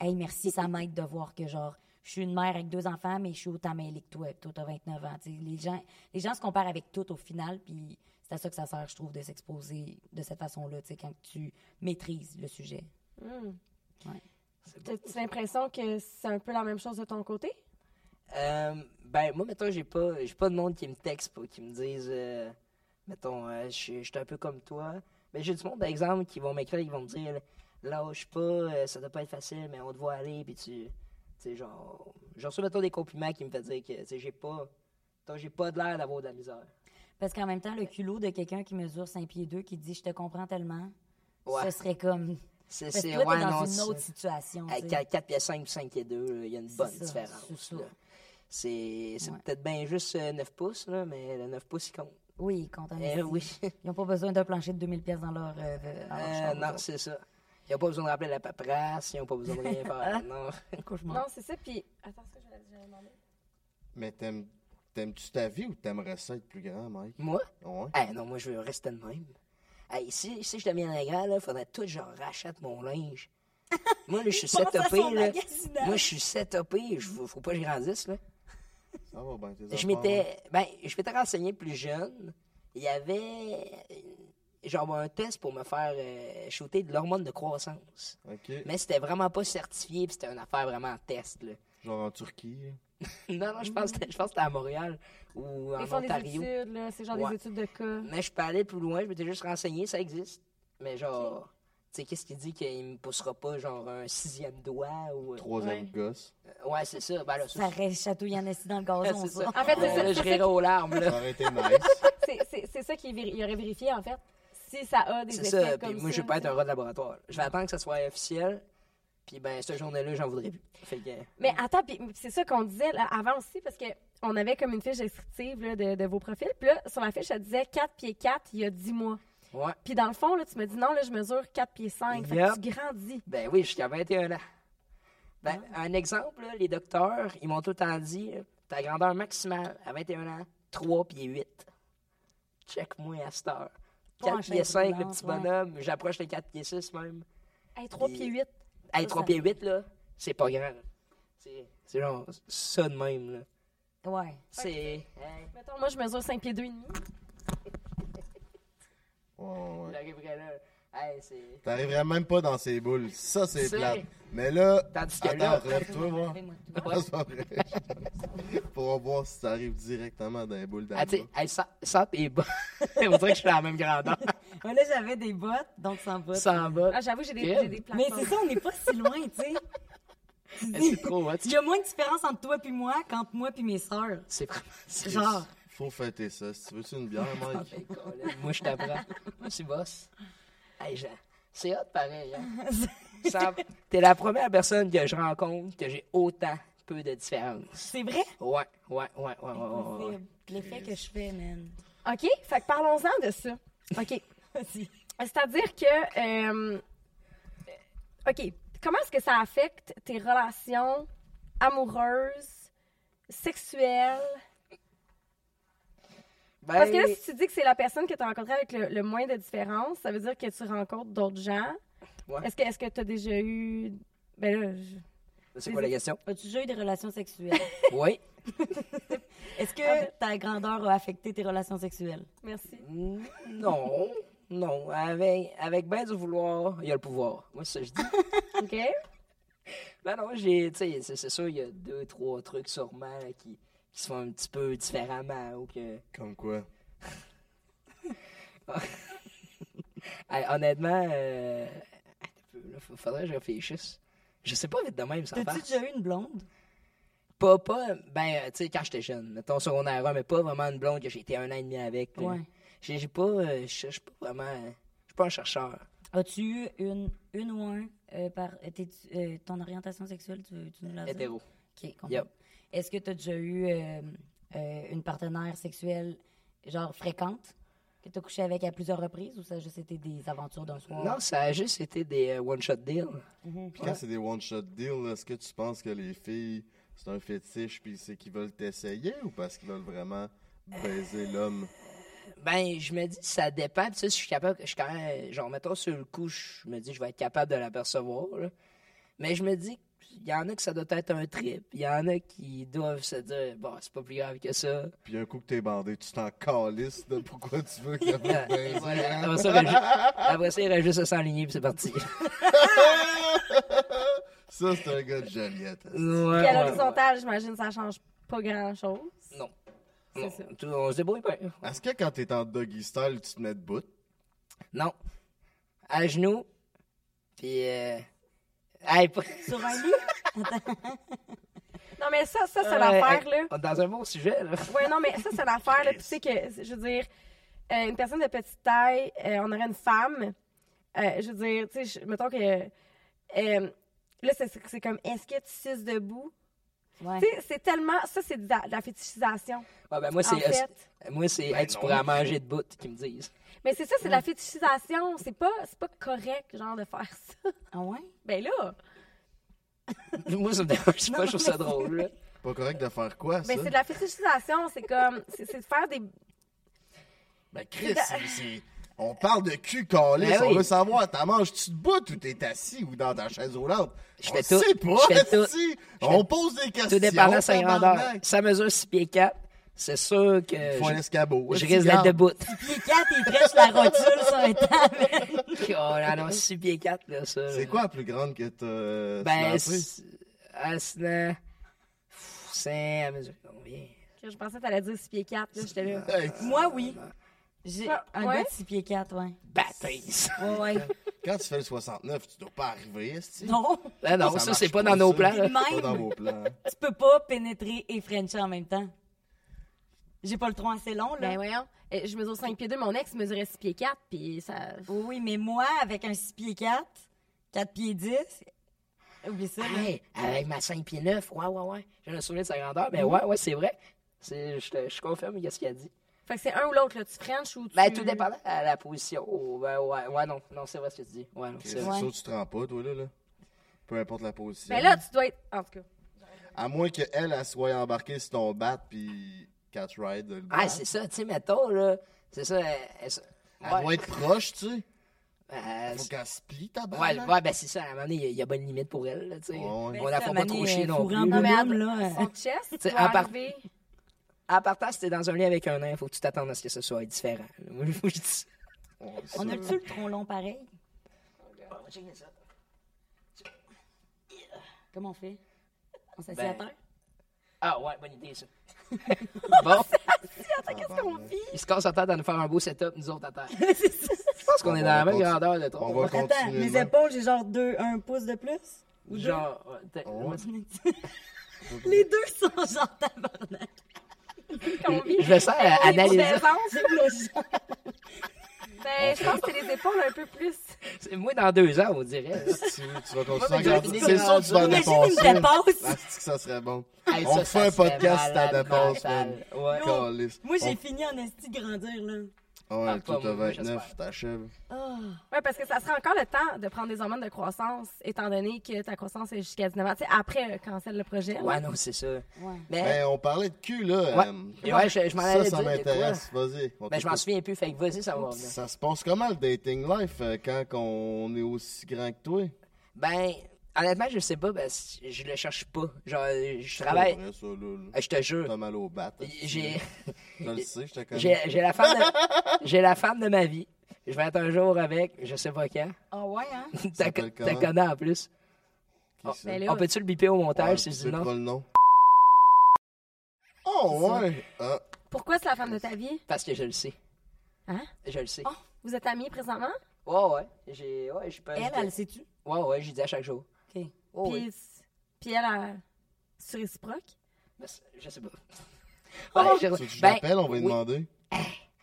Speaker 1: Hey, merci, ça m'aide de voir que, genre, je suis une mère avec deux enfants, mais je suis autant mêlée que toi, puis toi, t'as 29 ans. Tu sais, les, gens, les gens se comparent avec tout au final, puis c'est à ça que ça sert, je trouve, de s'exposer de cette façon-là, tu sais, quand tu maîtrises le sujet.
Speaker 4: Hmm.
Speaker 1: Ouais.
Speaker 4: T'as-tu l'impression que c'est un peu la même chose de ton côté?
Speaker 2: Euh, ben, moi, mettons, j'ai pas, j'ai pas de monde qui me texte pour qui me disent, euh, mettons, euh, je suis je suis un peu comme toi. Mais j'ai du monde, par exemple, qui vont m'écrire, qui vont me dire, lâche pas, euh, ça doit pas être facile, mais on te voit aller, puis tu. Tu sais, genre. J'en reçois, mettons, des compliments qui me font dire que, tu sais, j'ai pas. mettons, J'ai pas de l'air d'avoir de la misère.
Speaker 1: Parce qu'en même temps, le culot de quelqu'un qui mesure 5 pieds 2 qui dit je te comprends tellement,
Speaker 2: Ouais.
Speaker 1: ce serait comme.
Speaker 2: C'est,
Speaker 1: Parce que
Speaker 2: c'est,
Speaker 1: toi, t'es
Speaker 2: ouais,
Speaker 1: dans
Speaker 2: non,
Speaker 1: une
Speaker 2: c'est-
Speaker 1: autre situation.
Speaker 2: À
Speaker 1: tu sais.
Speaker 2: 4, pieds 5 ou 5 pieds 2, il y a une
Speaker 1: C'est
Speaker 2: bonne
Speaker 1: ça,
Speaker 2: différence.
Speaker 1: c'est ça.
Speaker 2: là. C'est, c'est
Speaker 1: Ouais.
Speaker 2: peut-être bien juste euh, 9 pouces, là, mais le 9 pouces, il compte.
Speaker 1: Oui, quand on
Speaker 2: Eh oui.
Speaker 1: Ils n'ont pas besoin d'un plancher de 2000 pièces dans leur. euh, dans leur
Speaker 2: Euh,
Speaker 1: chambre,
Speaker 2: non,
Speaker 1: eux
Speaker 2: c'est ça. Ils n'ont pas besoin de rappeler la paperasse, ils n'ont pas besoin de rien faire. Non.
Speaker 1: autres. Cauchemar.
Speaker 5: Non, c'est ça. Puis, attends, ce que j'allais j'allais demander.
Speaker 3: Mais t'aimes- t'aimes-tu ta vie ou t'aimerais ça être plus grand, Mike?
Speaker 2: Moi?
Speaker 3: Ouais.
Speaker 2: Ah non, moi, je veux rester de même. Hey, si, si je deviens grand, il faudrait tout que je rachète mon linge. Moi, là, je suis
Speaker 1: Pense à
Speaker 2: setupé.
Speaker 1: son
Speaker 2: eh, Là.
Speaker 1: magasinage.
Speaker 2: Moi, je suis setupé. Il faut pas que je grandisse. Là.
Speaker 3: Ça va bien, tes
Speaker 2: Je
Speaker 3: affaires,
Speaker 2: m'étais, ben, je m'étais renseigné plus jeune. Il y avait euh, genre un test pour me faire euh, shooter de l'hormone de croissance.
Speaker 3: ouais. OK.
Speaker 2: Mais c'était vraiment pas certifié, puis c'était une affaire vraiment en test. Là.
Speaker 3: Genre en Turquie. là.
Speaker 2: non, non, je pense, que- je pense que c'était à Montréal ou en
Speaker 5: Ils font des
Speaker 2: Ontario.
Speaker 5: études, là. C'est genre
Speaker 2: Ouais.
Speaker 5: des études de cas.
Speaker 2: Mais je peux aller plus loin, je m'étais juste renseigné, ça existe. Mais genre, tu sais, qu'est-ce qui dit qu'il me poussera pas genre un sixième doigt ou. euh,
Speaker 3: Troisième gosse.
Speaker 2: Ouais, c'est ça. Ben là, ça,
Speaker 1: Ça reste chatouillant assis dans le gazon,
Speaker 2: c'est
Speaker 1: ça.
Speaker 5: En fait, c'est
Speaker 2: Ben
Speaker 5: ça-
Speaker 2: là,
Speaker 5: c'est
Speaker 2: je
Speaker 5: ça
Speaker 2: rirai aux larmes, là.
Speaker 3: Ça aurait été nice.
Speaker 5: C'est- C'est c'est ça qu'il véri- il aurait vérifié, en fait, si ça a des
Speaker 2: C'est
Speaker 5: effets
Speaker 2: ça,
Speaker 5: comme
Speaker 2: puis moi, je
Speaker 5: ça,
Speaker 2: vais pas
Speaker 5: tu
Speaker 2: être
Speaker 5: sais.
Speaker 2: un rat de laboratoire. Je vais attendre que ça soit officiel, puis ben, cette journée-là, j'en voudrais plus. Fait que,
Speaker 5: Mais attends, puis c'est ça qu'on disait là, avant aussi, parce que on avait comme une fiche descriptive là, de, de vos profils. Puis là, sur la fiche, elle disait 4 pieds 4 il y a 10 mois.
Speaker 2: ouais,
Speaker 5: Puis dans le fond, là, tu me dis non, là, je mesure 4 pieds 5. Fait
Speaker 2: Yep.
Speaker 5: que tu grandis.
Speaker 2: ben oui, jusqu'à 21 ans. Ben,
Speaker 1: Ah.
Speaker 2: un exemple, là, les docteurs, ils m'ont tout le temps dit, là, ta grandeur maximale à 21 ans, 3 pieds 8. Check-moi à cette heure.
Speaker 1: Pas en
Speaker 2: 4 pieds
Speaker 1: chaise
Speaker 2: 5, le
Speaker 1: roulante,
Speaker 2: petit
Speaker 1: ouais.
Speaker 2: bonhomme, j'approche les 4 pieds 6 même.
Speaker 5: Hey, 3
Speaker 2: Puis-
Speaker 5: pieds 8.
Speaker 2: Hey,
Speaker 1: Ça,
Speaker 2: 3
Speaker 1: ça-
Speaker 2: pieds 8, là, c'est pas grand. là. C'est c'est genre ça de même, là.
Speaker 1: Ouais.
Speaker 2: C'est... Hey,
Speaker 5: Mettons, moi, je mesure 5 pieds 2 et demi.
Speaker 3: Ouais, ouais, ouais.
Speaker 2: j'arriverai là. Hey, c'est...
Speaker 3: T'arriverais même pas dans ces boules. Ça, c'est
Speaker 2: C'est-
Speaker 3: plate. Mais là,
Speaker 2: Tandis que
Speaker 3: attends,
Speaker 2: là-
Speaker 3: relève-toi, voir.
Speaker 2: Ouais.
Speaker 3: Non, c'est pas vrai. Pour voir si t'arrives directement dans les boules d'arbre.
Speaker 2: Ah, tu sais, hey, ça, ça t'es bas. On dirait que je suis à la même grandeur.
Speaker 1: Ouais, là, j'avais des bottes, donc sans bottes.
Speaker 2: Ça en va.
Speaker 5: Ah, j'avoue, j'ai des,
Speaker 2: Yeah.
Speaker 5: j'ai des
Speaker 1: Mais
Speaker 5: plateformes.
Speaker 1: c'est ça, on n'est pas si loin, tu sais.
Speaker 2: Hey, C'est trop, hein. tu-
Speaker 1: Il y a moins de différence entre toi puis moi qu'entre moi puis mes sœurs.
Speaker 2: C'est vraiment. c'est-
Speaker 1: Genre,
Speaker 3: Faut fêter ça. Si tu veux-tu une bière, Mike?
Speaker 2: Hey, Colin, Moi, je t'apprends. Moi, c'est boss. Hey, Jean, c'est hot pareil. Hein? Ça- T'es la première personne que je rencontre que j'ai autant peu de différence.
Speaker 1: c'est vrai?
Speaker 2: Ouais, ouais, ouais, ouais, ouais. ouais, ouais.
Speaker 1: L'effet que je fais, man.
Speaker 5: OK? Fait que parlons-en de ça. OK.
Speaker 1: Vas-y.
Speaker 5: C'est-à-dire que. euh, OK. Comment est-ce que ça affecte tes relations amoureuses, sexuelles? Parce que là,
Speaker 2: Ben,
Speaker 5: si tu dis que c'est la personne que tu as rencontrée avec le, le moins de différence, ça veut dire que tu rencontres d'autres gens.
Speaker 2: Ouais.
Speaker 5: Est-ce que tu as déjà eu. Ben là, je-
Speaker 2: c'est quoi la question?
Speaker 1: As-tu déjà eu des relations sexuelles?
Speaker 2: Oui.
Speaker 1: Est-ce que ta grandeur a affecté tes relations sexuelles?
Speaker 5: merci.
Speaker 2: Mm, Non. Non. Avec, avec ben du vouloir, il y a le pouvoir. Moi, c'est ça que je dis.
Speaker 5: OK?
Speaker 2: Ben non, j'ai, tu sais, c'est- c'est sûr, il y a deux, trois trucs sûrement là, qui, qui se font un petit peu différemment ou que.
Speaker 3: Comme quoi?
Speaker 2: Ah. Hey, honnêtement, euh... attends un peu, là, faut- faudrait que je réfléchisse. Je sais pas vite de même, ça
Speaker 1: T'as-tu
Speaker 2: passe.
Speaker 1: déjà eu une blonde?
Speaker 2: Pas, pas, ben, euh, tu sais, quand j'étais jeune, mettons secondaire 1, mais pas vraiment une blonde que j'ai été un an et demi avec. là.
Speaker 1: Ouais.
Speaker 2: J'ai j'ai pas, euh, je cherche pas vraiment, euh, je suis pas un chercheur.
Speaker 1: As-tu eu une, une ou un euh, par euh, t'es- tu- euh, ton orientation sexuelle? Tu, tu nous l'as dit?
Speaker 2: Hétéro.
Speaker 1: Ok, comprends.
Speaker 2: Yep.
Speaker 1: Est-ce que tu as déjà eu euh, euh, une partenaire sexuelle, genre fréquente, que tu as couché avec à plusieurs reprises ou ça a juste été des aventures d'un soir?
Speaker 2: Non, ça a juste été des euh, one-shot deals.
Speaker 3: Puis quand c'est des one-shot deals, là, est-ce que tu penses que les filles, c'est un fétiche, puis c'est qu'ils veulent t'essayer ou parce qu'ils veulent vraiment baiser l'homme?
Speaker 2: Ben, je me dis, ça dépend. Tu sais, si je suis capable, je suis quand même, genre, mettons sur le coup, je me dis, je vais être capable de l'apercevoir. là. Mais je me dis, il y en a que ça doit être un trip. Il y en a qui doivent se dire, bon, c'est pas plus grave que ça.
Speaker 3: Puis un coup que t'es bandé, tu t'en calisses de pourquoi tu veux qu'elle
Speaker 2: Euh,
Speaker 3: veuille baiser.
Speaker 2: voilà.
Speaker 3: hein?
Speaker 2: Après ça, il reste- après ça, il reste juste à s'enligner, puis c'est parti.
Speaker 3: Ça, c'est un gars de Joliette. hein.
Speaker 2: Ouais,
Speaker 5: Puis à
Speaker 2: ouais,
Speaker 5: l'horizontale, j'imagine, ça change pas grand-chose.
Speaker 2: Non.
Speaker 5: C'est
Speaker 2: Non.
Speaker 5: ça.
Speaker 2: Tout- on se débrouille pas.
Speaker 3: Est-ce que quand t'es en doggy style, tu te mets debout?
Speaker 2: Non. À genoux. Puis. Euh... hey, pas-
Speaker 1: Sur un lit?
Speaker 5: Non, mais ça, ça, c'est
Speaker 2: Euh,
Speaker 5: l'affaire,
Speaker 2: hey,
Speaker 5: là.
Speaker 2: Dans un bon sujet, là.
Speaker 5: Ouais, non, mais ça, c'est l'affaire, là. Puis, tu sais que, je veux dire, euh, une personne de petite taille, euh, on aurait une femme. Euh, je veux dire, tu sais, je- mettons que. euh, là, c'est- c'est c'est comme, est-ce que tu cisses debout?
Speaker 1: Ouais.
Speaker 5: Tu sais, c'est tellement. Ça, c'est de la, de la fétichisation.
Speaker 2: Ouais, ben, moi,
Speaker 5: En
Speaker 2: c'est. euh,
Speaker 5: fait.
Speaker 2: Moi, c'est. hey, tu
Speaker 3: Ben non.
Speaker 2: pourrais en manger de bout, qu'ils me disent.
Speaker 5: Mais c'est ça, c'est de la fétichisation. C'est pas, c'est pas correct, genre, de faire ça.
Speaker 1: Ah ouais?
Speaker 5: Ben là,
Speaker 2: moi, ça me dérange pas, je trouve ça drôle, là.
Speaker 3: Pas correct de faire quoi, ça?
Speaker 5: ben, c'est de la fétichisation. C'est comme. C'est c'est de faire des.
Speaker 3: Ben, Chris, c'est- c'est- on parle de cul calé,
Speaker 2: Ben
Speaker 3: on
Speaker 2: oui.
Speaker 3: veut savoir, t'as manges-tu de bout ou t'es assis ou dans ta chaise roulante?
Speaker 2: Je
Speaker 3: On
Speaker 2: fais tout.
Speaker 3: sait
Speaker 2: Je fais
Speaker 3: pas,
Speaker 2: tout.
Speaker 3: si.
Speaker 2: Je
Speaker 3: On
Speaker 2: fais-
Speaker 3: pose des questions.
Speaker 2: Tout dépendant de sa grandeur.
Speaker 3: tabarnak.
Speaker 2: Ça mesure 6 pieds 4. C'est sûr que.
Speaker 3: Faut un
Speaker 2: Euh, Je,
Speaker 3: escabeau.
Speaker 2: je risque d'être debout.
Speaker 1: Pied 4, il prête la rotule sur un temps.
Speaker 2: oh là là, 6 pieds 4, là, ça.
Speaker 3: C'est quoi la plus grande que t'as
Speaker 2: Ben,
Speaker 3: snappé?
Speaker 2: c'est- à ce- Pff, C'est à mesure combien?
Speaker 5: Je pensais que t'allais dire 6 pieds 4, là. J'étais là.
Speaker 3: Hey,
Speaker 1: Moi, oui. J'ai
Speaker 5: Ah,
Speaker 1: un
Speaker 5: ouais?
Speaker 1: gars de 6 pieds 4, ouais.
Speaker 2: Baptiste!
Speaker 1: Ouais, ouais.
Speaker 3: quand tu fais le 69, tu dois pas arriver, est-ce que-
Speaker 1: Non,
Speaker 2: Ah non, ça,
Speaker 3: marche
Speaker 2: c'est pas dans nos
Speaker 3: ça.
Speaker 2: plans.
Speaker 1: Puis
Speaker 2: là.
Speaker 3: Pas dans
Speaker 1: même,
Speaker 3: vos plans.
Speaker 1: tu peux pas pénétrer et Frencher en même temps. J'ai pas le tronc assez long, là.
Speaker 5: Ben voyons. Euh, Je mesure 5 pieds 2, mon ex mesurait 6 pieds 4, puis ça.
Speaker 2: Oh.
Speaker 1: Oui, Oui, mais moi, avec un 6 pieds 4, 4 pieds 10, oublie ça. là.
Speaker 2: Hey, avec ma 5 pieds 9, ouais, ouais, ouais. J'ai un souvenir de sa grandeur,
Speaker 3: Mm.
Speaker 2: mais ouais, ouais, c'est vrai. C'est- Je, te- je confirme ce qu'il a dit.
Speaker 5: Fait que c'est un ou l'autre, là. Tu French ou tu.
Speaker 2: Ben,
Speaker 3: Mm-hmm.
Speaker 2: tout dépendant à la position. Oh, ben, ouais, ouais, non, non, c'est vrai ce que tu dis. Ouais, non, c'est
Speaker 3: C'est
Speaker 2: vrai.
Speaker 3: sûr que tu te rends pas, toi, là, là. Peu importe la position.
Speaker 5: Ben là, tu dois être. En tout cas.
Speaker 3: À moins qu'elle, elle soit embarquée sur ton bat, puis Cat Ride. Le bat.
Speaker 2: Ah, c'est ça, tu sais, mettons, là. C'est ça. euh, euh, ça-
Speaker 3: Elle doit être proche, tu sais.
Speaker 2: Euh,
Speaker 3: Faut qu'elle se plie, ta hein. barre.
Speaker 2: Ouais, ouais, ben c'est ça, à un moment donné, il y a- il y, a bonne limite pour elle, là, tu sais.
Speaker 3: Ouais, ouais.
Speaker 2: On la fait pas trop chier non plus.
Speaker 1: Non, mais
Speaker 5: mais
Speaker 1: homme,
Speaker 5: elle-
Speaker 1: là. euh,
Speaker 5: Son chest, tu
Speaker 2: C'est
Speaker 5: dois
Speaker 2: à part-
Speaker 5: arriver.
Speaker 2: À partant, si t'es dans un lit avec un nain, faut que tu t'attendes à ce que ce soit différent. là. Moi, je dis ça.
Speaker 1: On a-tu le tronc long pareil? Comment on fait? On s'assied
Speaker 2: Ben,
Speaker 1: à terre?
Speaker 2: Ah ouais, bonne idée, ça. bon,
Speaker 3: qu'est-ce qu'on vit?
Speaker 2: il se casse en tête à nous faire un beau setup, nous autres à terre. Je pense qu'on est dans la même grandeur de
Speaker 3: On
Speaker 2: trop.
Speaker 3: va
Speaker 1: Attends,
Speaker 3: continuer.
Speaker 1: mes
Speaker 3: demain.
Speaker 1: épaules, j'ai genre deux, un pouce de plus? Ou deux?
Speaker 2: Genre, ouais, t'es-
Speaker 3: Oh.
Speaker 1: Les deux sont genre tabarnak.
Speaker 2: je me sens à analyser.
Speaker 5: Ben, je pense que c'est les épaules un peu plus.
Speaker 2: C'est Moi, dans deux ans, on dirait.
Speaker 3: Si tu vas continuer à
Speaker 2: mais
Speaker 3: grandir.
Speaker 2: j'ai-
Speaker 3: C'est sûr que tu vas en
Speaker 1: Imagine, ils me
Speaker 3: dépasser.
Speaker 1: dépassent.
Speaker 3: Ah, c'est que ça serait bon.
Speaker 2: Hey,
Speaker 3: On
Speaker 2: ça,
Speaker 3: fait
Speaker 2: ça
Speaker 3: un
Speaker 2: serait
Speaker 3: podcast si t'as
Speaker 2: malade,
Speaker 3: dépasse, man.
Speaker 2: mental. Ouais.
Speaker 3: Calisse.
Speaker 1: Moi, j'ai
Speaker 3: On-
Speaker 1: fini en esti de grandir, là.
Speaker 3: Ouais,
Speaker 2: Ah,
Speaker 3: toi,
Speaker 2: pas
Speaker 3: t'as
Speaker 2: moi,
Speaker 3: 29,
Speaker 2: j'espère.
Speaker 3: t'achèves.
Speaker 5: Ouais, parce que ça sera encore le temps de prendre des hormones de croissance, étant donné que ta croissance est jusqu'à 19 ans. Tu sais, après, euh, cancelle le projet.
Speaker 2: Ouais, non, c'est ça.
Speaker 1: Ouais.
Speaker 2: Mais,
Speaker 3: Ben, on parlait de cul, là.
Speaker 2: Eh. Ouais.
Speaker 3: euh,
Speaker 2: Et ouais, je- je m'en
Speaker 3: Ça,
Speaker 2: allais
Speaker 3: ça
Speaker 2: dire,
Speaker 3: m'intéresse. Vas-y. on
Speaker 2: ben, je m'en
Speaker 3: t'écoute.
Speaker 2: souviens plus, fait que vas-y, ça va. revenir.
Speaker 3: Ça se passe comment le dating life euh, quand on est aussi grand que toi?
Speaker 2: Ben, honnêtement, je sais pas, ben, je le cherche pas. Genre, je travaille, Euh,
Speaker 3: Après ça, là, là,
Speaker 2: je te jure.
Speaker 3: T'as mal au bat. hein.
Speaker 2: J'ai.
Speaker 3: Je le sais, je te connais.
Speaker 2: J'ai j'ai la femme de... j'ai la femme de ma vie. Je vais être un jour avec, je sais pas quand.
Speaker 1: Ah ouais, hein?
Speaker 2: T'as
Speaker 3: s'appelle
Speaker 2: t'as
Speaker 3: comment?
Speaker 2: connais en plus.
Speaker 3: Qui c'est?
Speaker 5: Ben là,
Speaker 2: On peut-tu le biper au
Speaker 3: Ouais,
Speaker 2: montage si
Speaker 3: je
Speaker 2: je dis
Speaker 3: sais
Speaker 2: non?
Speaker 3: pas le nom. Oh, ouais! Ah,
Speaker 5: pourquoi c'est la femme de ta vie?
Speaker 2: Parce que je le sais.
Speaker 5: Hein?
Speaker 2: Je le sais.
Speaker 1: Ah.
Speaker 5: Oh, vous êtes amis présentement?
Speaker 2: Ouais, ouais. J'ai. Ouais, j'ai pas.
Speaker 1: Elle, elle le sait-tu?
Speaker 2: Ouais, ouais, j'y dis à chaque jour.
Speaker 1: OK.
Speaker 2: Oh, ouais.
Speaker 5: Puis, puis elle, a... c'est réciproque?
Speaker 2: Ben, c'est- Je sais pas. Ouais, je-
Speaker 3: tu veux que je
Speaker 2: ben,
Speaker 3: l'appelle? On va
Speaker 2: oui.
Speaker 3: lui demander.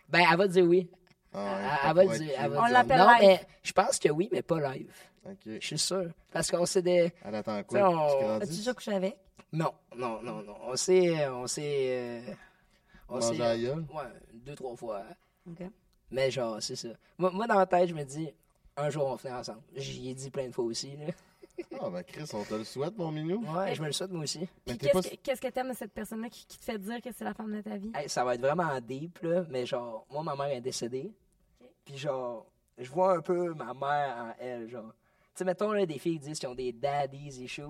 Speaker 2: Ben, elle va dire oui.
Speaker 3: Ah, ouais,
Speaker 2: Elle-
Speaker 3: pas
Speaker 2: elle va
Speaker 3: pour
Speaker 2: dire.
Speaker 3: être
Speaker 2: elle va
Speaker 3: cute,
Speaker 2: dire.
Speaker 5: l'appelle
Speaker 2: Non,
Speaker 5: live.
Speaker 2: mais je pense que oui, mais pas live.
Speaker 3: Ok.
Speaker 2: Je suis sûr. Parce qu'on s'est des.
Speaker 3: Elle attend
Speaker 2: Tu sais,
Speaker 3: quoi?
Speaker 2: on-
Speaker 3: Tu
Speaker 1: As-tu
Speaker 3: grandis?
Speaker 1: déjà couché avec?
Speaker 2: Non, non, non, non. On s'est. On s'est. euh, on
Speaker 3: Manger
Speaker 2: s'est-
Speaker 3: à la gueule?
Speaker 2: Ouais, deux, trois fois.
Speaker 1: OK.
Speaker 2: Mais genre, c'est ça. Moi, moi, dans ma tête, je me dis, un jour, on finit ensemble. J'y ai dit plein de fois aussi. Là.
Speaker 3: Ah, ben Chris, on te le souhaite, mon minou.
Speaker 2: Ouais, je me le souhaite, moi aussi.
Speaker 3: Mais
Speaker 5: Puis
Speaker 3: t'es
Speaker 5: qu'est-ce
Speaker 3: pas.
Speaker 5: que- qu'est-ce que t'aimes de cette personne-là qui, qui te fait dire que c'est la femme de ta vie?
Speaker 2: Hey, ça va être vraiment deep, là. Mais genre, moi, ma mère est décédée. Puis genre, je vois un peu ma mère en elle, genre. Tu sais, mettons, là, des filles qui disent qu'ils ont des daddies issues.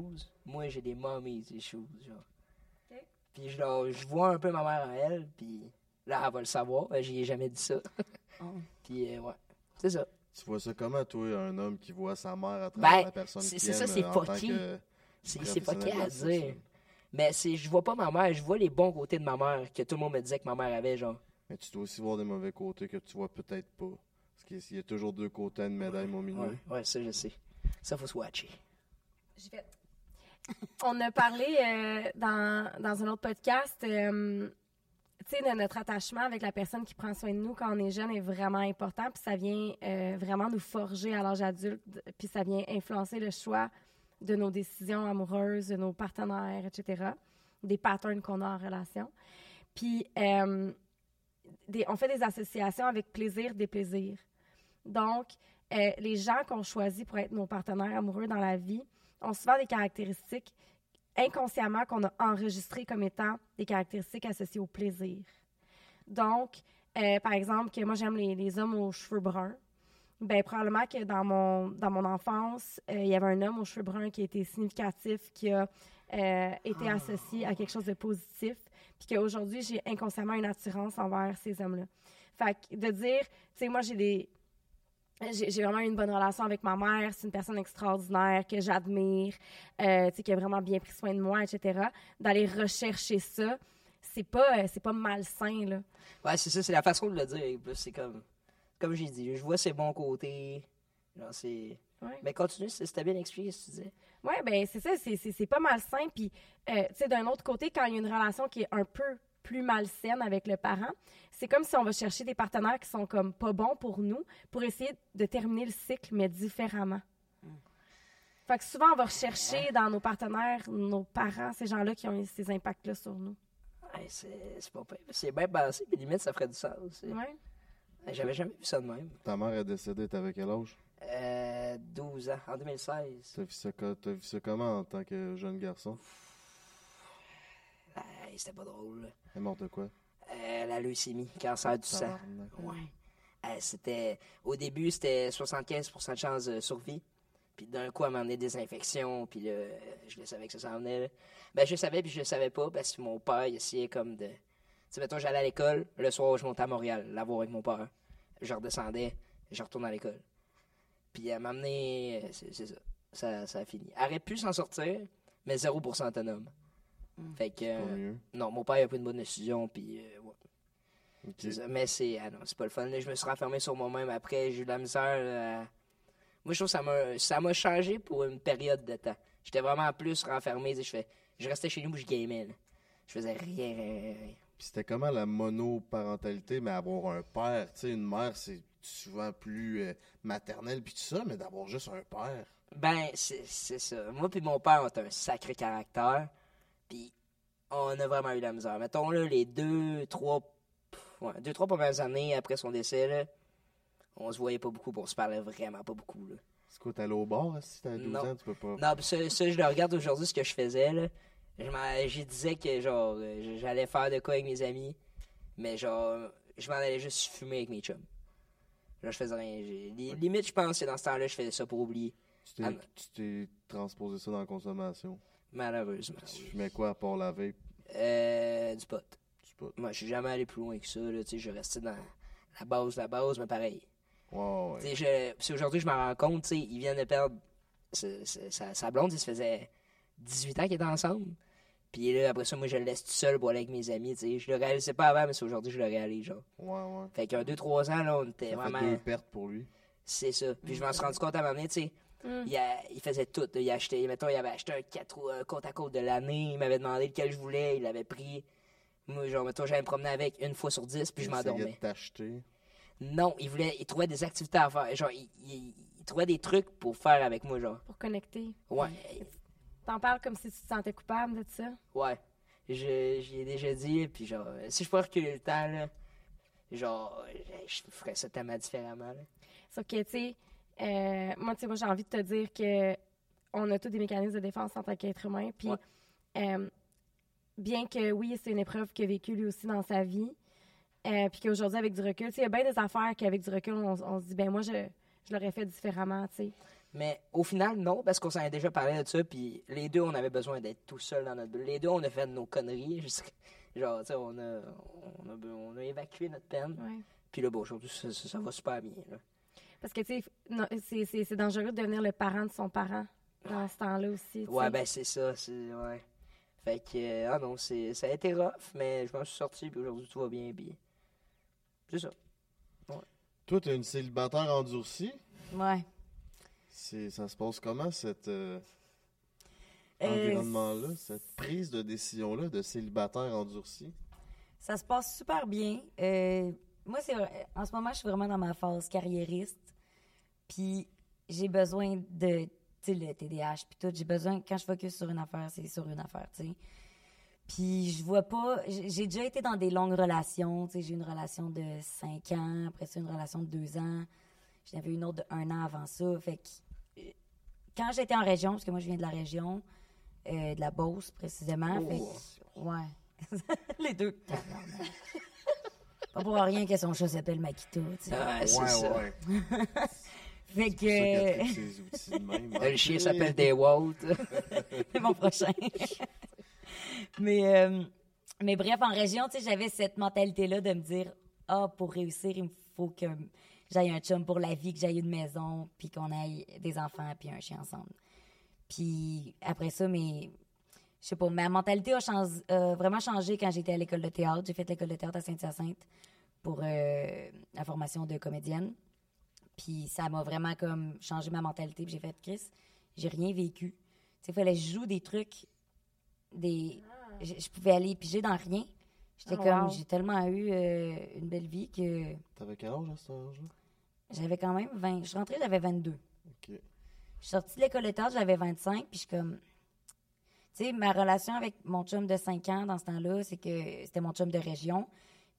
Speaker 2: Moi, j'ai des mommies issues, genre. Puis genre, je vois un peu ma mère en elle, puis là, elle va le savoir. Euh, J'y ai jamais dit ça. puis euh, ouais, c'est ça.
Speaker 3: Tu vois ça comment, toi, un homme qui voit sa mère à
Speaker 2: Ben,
Speaker 3: travers la personne
Speaker 2: c'est-
Speaker 3: qui
Speaker 2: c'est ça,
Speaker 3: aime,
Speaker 2: c'est
Speaker 3: euh, en tant
Speaker 2: fucké.
Speaker 3: que
Speaker 2: C'est c'est pas qu'à
Speaker 3: professionnel de la
Speaker 2: dire.
Speaker 3: sexualité.
Speaker 2: Mais c'est, je vois pas ma mère, je vois les bons côtés de ma mère que tout le monde me disait que ma mère avait, genre.
Speaker 3: Mais tu dois aussi voir des mauvais côtés que tu vois peut-être pas. Parce qu'il y a toujours deux côtés à une médaille, mon minou.
Speaker 2: Ouais, ouais, ça, je sais. Ça, faut se watcher.
Speaker 5: J'ai fait. On a parlé euh, dans, dans un autre podcast, euh, tu sais, de notre attachement avec la personne qui prend soin de nous quand on est jeune est vraiment important, puis ça vient euh, vraiment nous forger à l'âge adulte, puis ça vient influencer le choix de nos décisions amoureuses, de nos partenaires, etc., des patterns qu'on a en relation. Puis, euh, des- on fait des associations avec plaisir, déplaisir. Donc, euh, les gens qu'on choisit pour être nos partenaires amoureux dans la vie ont souvent des caractéristiques inconsciemment qu'on a enregistrées comme étant des caractéristiques associées au plaisir. Donc, euh, par exemple, que moi j'aime les, les hommes aux cheveux bruns. Ben, probablement que dans mon, dans mon enfance, euh, il y avait un homme aux cheveux bruns qui était significatif, qui a euh, été associé à quelque chose de positif, puis qu'aujourd'hui, j'ai inconsciemment une attirance envers ces hommes-là. Fait que de dire, tu sais, moi, j'ai des. J'ai j'ai vraiment eu une bonne relation avec ma mère. C'est une personne extraordinaire que j'admire, euh, tu sais, qui a vraiment bien pris soin de moi, etc. D'aller rechercher ça, c'est pas, euh, c'est pas malsain, là.
Speaker 2: Ouais, c'est ça, c'est la façon de le dire. Et plus, c'est comme. Comme j'ai dit, je vois ses bons côtés. Genre, c'est.
Speaker 5: Ouais.
Speaker 2: Mais continue, c'est- c'était bien expliqué ce que tu disais.
Speaker 5: Oui, ben c'est ça, c'est- c'est c'est pas malsain. Puis, euh, tu sais, d'un autre côté, quand il y a une relation qui est un peu plus malsaine avec le parent, c'est comme si on va chercher des partenaires qui sont comme pas bons pour nous pour essayer de terminer le cycle, mais différemment. Fait que souvent, on va rechercher dans nos partenaires, nos parents, ces gens-là qui ont eu ces impacts-là sur nous.
Speaker 2: Ouais, c'est c'est pas pire. C'est bien pensé, mais limite, ça ferait du sens. c'est-
Speaker 5: Ouais.
Speaker 2: Ouais, J'avais jamais vu ça de même.
Speaker 3: Ta mère est décédée, t'avais quel âge?
Speaker 2: Euh, 12 ans, en 2016.
Speaker 3: T'as vu, ça co- t'as vu ça comment en tant que jeune garçon?
Speaker 2: Ouais, c'était pas drôle. là.
Speaker 3: Elle est morte de quoi?
Speaker 2: Euh, la leucémie, cancer du sang.
Speaker 3: Tabarnak.
Speaker 2: Ouais. Euh, c'était au début c'était 75% de chance de survie. Puis d'un coup, elle m'a emmené des infections, puis là, euh, je le savais que ça s'en venait. là. Ben, je le savais, puis je le savais pas, parce que mon père, il essayait comme de... Tu sais, mettons, j'allais à l'école, le soir, je montais à Montréal, la voir avec mon père. Je redescendais, je retournais à l'école. Puis elle m'a amené... C'est c'est ça. ça. Ça a fini. Elle aurait pu s'en sortir, mais 0% autonome. Fait que...
Speaker 3: Pas
Speaker 2: euh,
Speaker 3: mieux.
Speaker 2: non, mon père, il a pris une bonne décision, puis... euh, ouais.
Speaker 3: Ok.
Speaker 2: C'est ça. Mais c'est ah non, c'est pas le fun. Là, je me suis renfermé sur moi-même après. J'ai eu de la misère. là, à- Moi, je trouve que ça m'a- ça m'a changé pour une période de temps. J'étais vraiment plus renfermé. tu sais, Je, fais... je restais chez nous où je gamais. là. Je faisais rien, rien, rien, rien.
Speaker 3: Puis c'était comment la monoparentalité, mais avoir un père, tu sais, une mère, c'est souvent plus euh, maternelle, puis tout ça, mais d'avoir juste un père.
Speaker 2: Ben, c'est c'est ça. Moi puis mon père, on a un sacré caractère. Puis on a vraiment eu de la misère. Mettons, là, les deux, trois... pff, ouais, deux, trois premières années après son décès, là, on se voyait pas beaucoup. puis On se parlait vraiment pas beaucoup, là.
Speaker 3: C'est quoi, t'allais au bar, hein, si t'as 12
Speaker 2: Non.
Speaker 3: ans, tu peux pas.
Speaker 2: Non, pis ça, ça, je le regarde aujourd'hui, ce que je faisais, là. Je m'en- j'y disais que, genre, euh, j- j'allais faire de quoi avec mes amis, mais genre, je m'en allais juste fumer avec mes chums. Là, je faisais rien. J'ai- li- Limite, je pense que dans ce temps-là, je faisais ça pour oublier,
Speaker 3: Tu t'es-
Speaker 2: Ah, mais-
Speaker 3: Tu t'es transposé ça dans la consommation.
Speaker 2: malheureusement.
Speaker 3: Tu fumais quoi à part la vape?
Speaker 2: Euh, du pot.
Speaker 3: Tu peux.
Speaker 2: Moi, je suis jamais allé plus loin que ça, là, tu sais, je restais dans la base, la base, mais pareil.
Speaker 3: Ouais, ouais.
Speaker 2: Tu sais, je- puis aujourd'hui, je me rends compte, tu sais, il vient de perdre ce- ce- sa, sa blonde, il se faisait 18 ans qu'ils étaient ensemble. Puis là, après ça, moi, je le laisse tout seul pour aller avec mes amis, tu sais. Je le réalisais pas avant, mais c'est aujourd'hui que je le réalise, genre.
Speaker 3: Ouais, ouais.
Speaker 2: Fait qu'un 2-3 ans, là, on était
Speaker 3: Ça
Speaker 2: vraiment...
Speaker 3: fait Mm. deux pertes pour lui.
Speaker 2: C'est ça. Puis je m'en suis rendu compte à un moment donné, tu sais. Il, a- il faisait tout. là. Il achetait, mettons, il avait acheté un, quatre, roues, un compte à côte de l'année. Il m'avait demandé lequel je voulais. Il l'avait pris. Moi, genre, mettons, j'allais me promener avec une fois sur dix, puis je
Speaker 3: Il essayait
Speaker 2: m'endormais.
Speaker 3: de t'acheter.
Speaker 2: Non, il voulait, il trouvait des activités à faire. Genre, il, il- il trouvait des trucs pour faire avec moi, genre.
Speaker 5: Pour connecter.
Speaker 2: Ouais,
Speaker 5: T'en parles comme si tu te sentais coupable de ça.
Speaker 2: ouais. Je, j'y ai déjà dit, puis genre, si je pouvais reculer le temps, là, genre, je je ferais ça tellement différemment, là.
Speaker 5: Sauf que, tu sais, euh, moi, tu sais, moi, j'ai envie de te dire que on a tous des mécanismes de défense en tant qu'être humain. Puis,
Speaker 2: Ouais.
Speaker 5: euh, bien que, oui, c'est une épreuve qu'il a vécue lui aussi dans sa vie, euh, puis qu'aujourd'hui, avec du recul, tu sais, il y a bien des affaires qu'avec du recul, on, on se dit, ben moi, je, je l'aurais fait différemment, tu sais.
Speaker 2: Mais au final, non, parce qu'on s'en a déjà parlé de ça, puis les deux, on avait besoin d'être tout seul dans notre bulle. Les deux, on a fait nos conneries, je sais- genre, tu sais, on a, on, a, on a évacué notre peine.
Speaker 5: Ouais.
Speaker 2: Puis là, bon, aujourd'hui, ça, ça- ça va super bien, là.
Speaker 5: Parce que, tu sais, non, c'est- c'est c'est dangereux de devenir le parent de son parent dans ce temps-là aussi. tu sais.
Speaker 2: Ouais, ben c'est ça, c'est, ouais. Fait que, euh, ah non, c'est, ça a été rough, mais je m'en suis sorti, puis aujourd'hui, tout va bien, puis c'est ça.
Speaker 3: Toi, t'es une célibataire endurcie.
Speaker 1: Ouais.
Speaker 3: C'est, ça se passe comment, cet euh,
Speaker 1: Euh,
Speaker 3: environnement-là, cette prise de décision-là de célibataire endurci?
Speaker 1: Ça se passe super bien. Euh, moi, c'est vrai- en ce moment, je suis vraiment dans ma phase carriériste. Puis j'ai besoin de, tu sais, le TDAH, puis tout. J'ai besoin, quand je focus sur une affaire, c'est sur une affaire, tu sais. Puis je vois pas, j'ai j'ai déjà été dans des longues relations, tu sais, j'ai eu une relation de 5 ans, après ça, une relation de 2 ans. J'en avais une autre de 1 an avant ça. Fait que, euh, quand j'étais en région, parce que moi, je viens de la région, euh, de la Beauce, précisément. Fait que- ouais. Les deux. Tabarnak. Pas pour rien que son chat s'appelle Makita. tu sais.
Speaker 2: Ah, c'est ça.
Speaker 3: ouais.
Speaker 1: Fait
Speaker 3: C'est
Speaker 1: que
Speaker 3: pour ça qu'il y a tous ces outils de
Speaker 2: Euh,
Speaker 3: même.
Speaker 2: Le chien
Speaker 3: Ok.
Speaker 2: s'appelle Daywalt.
Speaker 1: c'est mon prochain. mais, euh, mais bref, en région, tu sais, j'avais cette mentalité-là de me dire Ah, pour réussir, il me faut que j'aille un chum pour la vie, que j'aille une maison, puis qu'on aille des enfants, puis un chien ensemble. Puis après ça, mais je sais pas, ma mentalité a chang- a vraiment changé quand j'étais à l'école de théâtre. J'ai fait l'école de théâtre à Saint-Hyacinthe pour euh, la formation de comédienne. Puis ça m'a vraiment comme changé ma mentalité. Puis j'ai fait, Chris, j'ai rien vécu. Tu sais, fallait que je joue des trucs, des... Je, je pouvais aller piger dans rien. J'étais
Speaker 5: Ah,
Speaker 1: comme,
Speaker 5: wow.
Speaker 1: j'ai tellement eu euh, une belle vie que
Speaker 3: T'avais quel âge à cet âge-là?
Speaker 1: j'avais quand même 20... Je suis rentrée, j'avais 22.
Speaker 3: Ok.
Speaker 1: Je suis sortie de l'école de théâtre, j'avais 25, puis je suis comme... Tu sais, ma relation avec mon chum de 5 ans dans ce temps-là, c'est que c'était mon chum de région.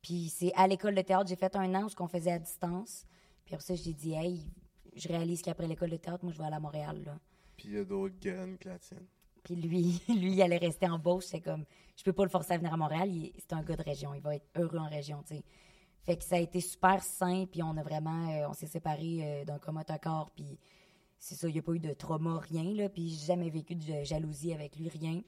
Speaker 1: Puis c'est à l'école de théâtre, j'ai fait un an où ce qu'on faisait à distance. Puis après ça, j'ai dit, hey, je réalise qu'après l'école de théâtre, moi, je vais aller à Montréal, là.
Speaker 3: Puis il y a d'autres graines que la tienne.
Speaker 1: Puis lui, lui, il allait rester en Beauce. C'est comme, je peux pas le forcer à venir à Montréal. il- C'est un gars de région. Il va être heureux en région, tu sais. Fait que ça a été super sain. Puis on a vraiment, euh, on s'est séparés euh, d'un commun accord. Puis c'est ça, il n'y a pas eu de trauma, rien, là. Puis j'ai jamais vécu de jalousie avec lui, rien.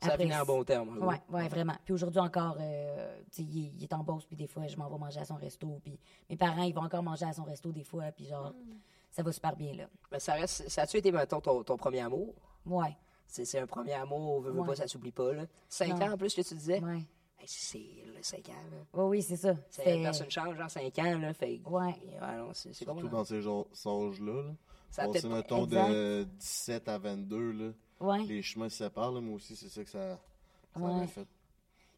Speaker 2: Ça
Speaker 1: Après,
Speaker 2: finit en bon terme. là.
Speaker 1: Ouais, ouais, vraiment. Puis aujourd'hui encore, euh, tu sais, il, est- il est en Beauce, puis des fois, je m'en vais manger à son resto. Puis mes parents, ils vont encore manger à son resto des fois. Puis genre, ça va super bien, là.
Speaker 2: Mais ça reste, ça a-tu été, mettons, ton, ton premier amour?
Speaker 1: Ouais,
Speaker 2: C'est, c'est un premier amour, veux, veux
Speaker 1: Ouais.
Speaker 2: pas, ça s'oublie pas, là. Cinq
Speaker 1: Non.
Speaker 2: ans, en plus, que tu disais?
Speaker 1: ouais.
Speaker 2: Hey, c'est, le cinq ans, là.
Speaker 1: Ouais, oui, c'est ça.
Speaker 2: C'est-
Speaker 1: C'était-
Speaker 2: Personne change en cinq ans, là, fait... que-
Speaker 1: Ouais.
Speaker 2: Ouais, non, c'est, c'est
Speaker 3: Surtout
Speaker 2: comme-
Speaker 3: dans ces genres- ces âges-là. Là.
Speaker 2: Ça a
Speaker 3: Bon,
Speaker 2: peut-être
Speaker 3: c'est
Speaker 2: pas-
Speaker 3: mettons de
Speaker 1: Exact.
Speaker 3: 17 à 22. Là.
Speaker 1: Ouais.
Speaker 3: Les chemins se séparent. Là. Moi aussi, c'est ça que ça, ça
Speaker 1: Ouais.
Speaker 3: m'a fait.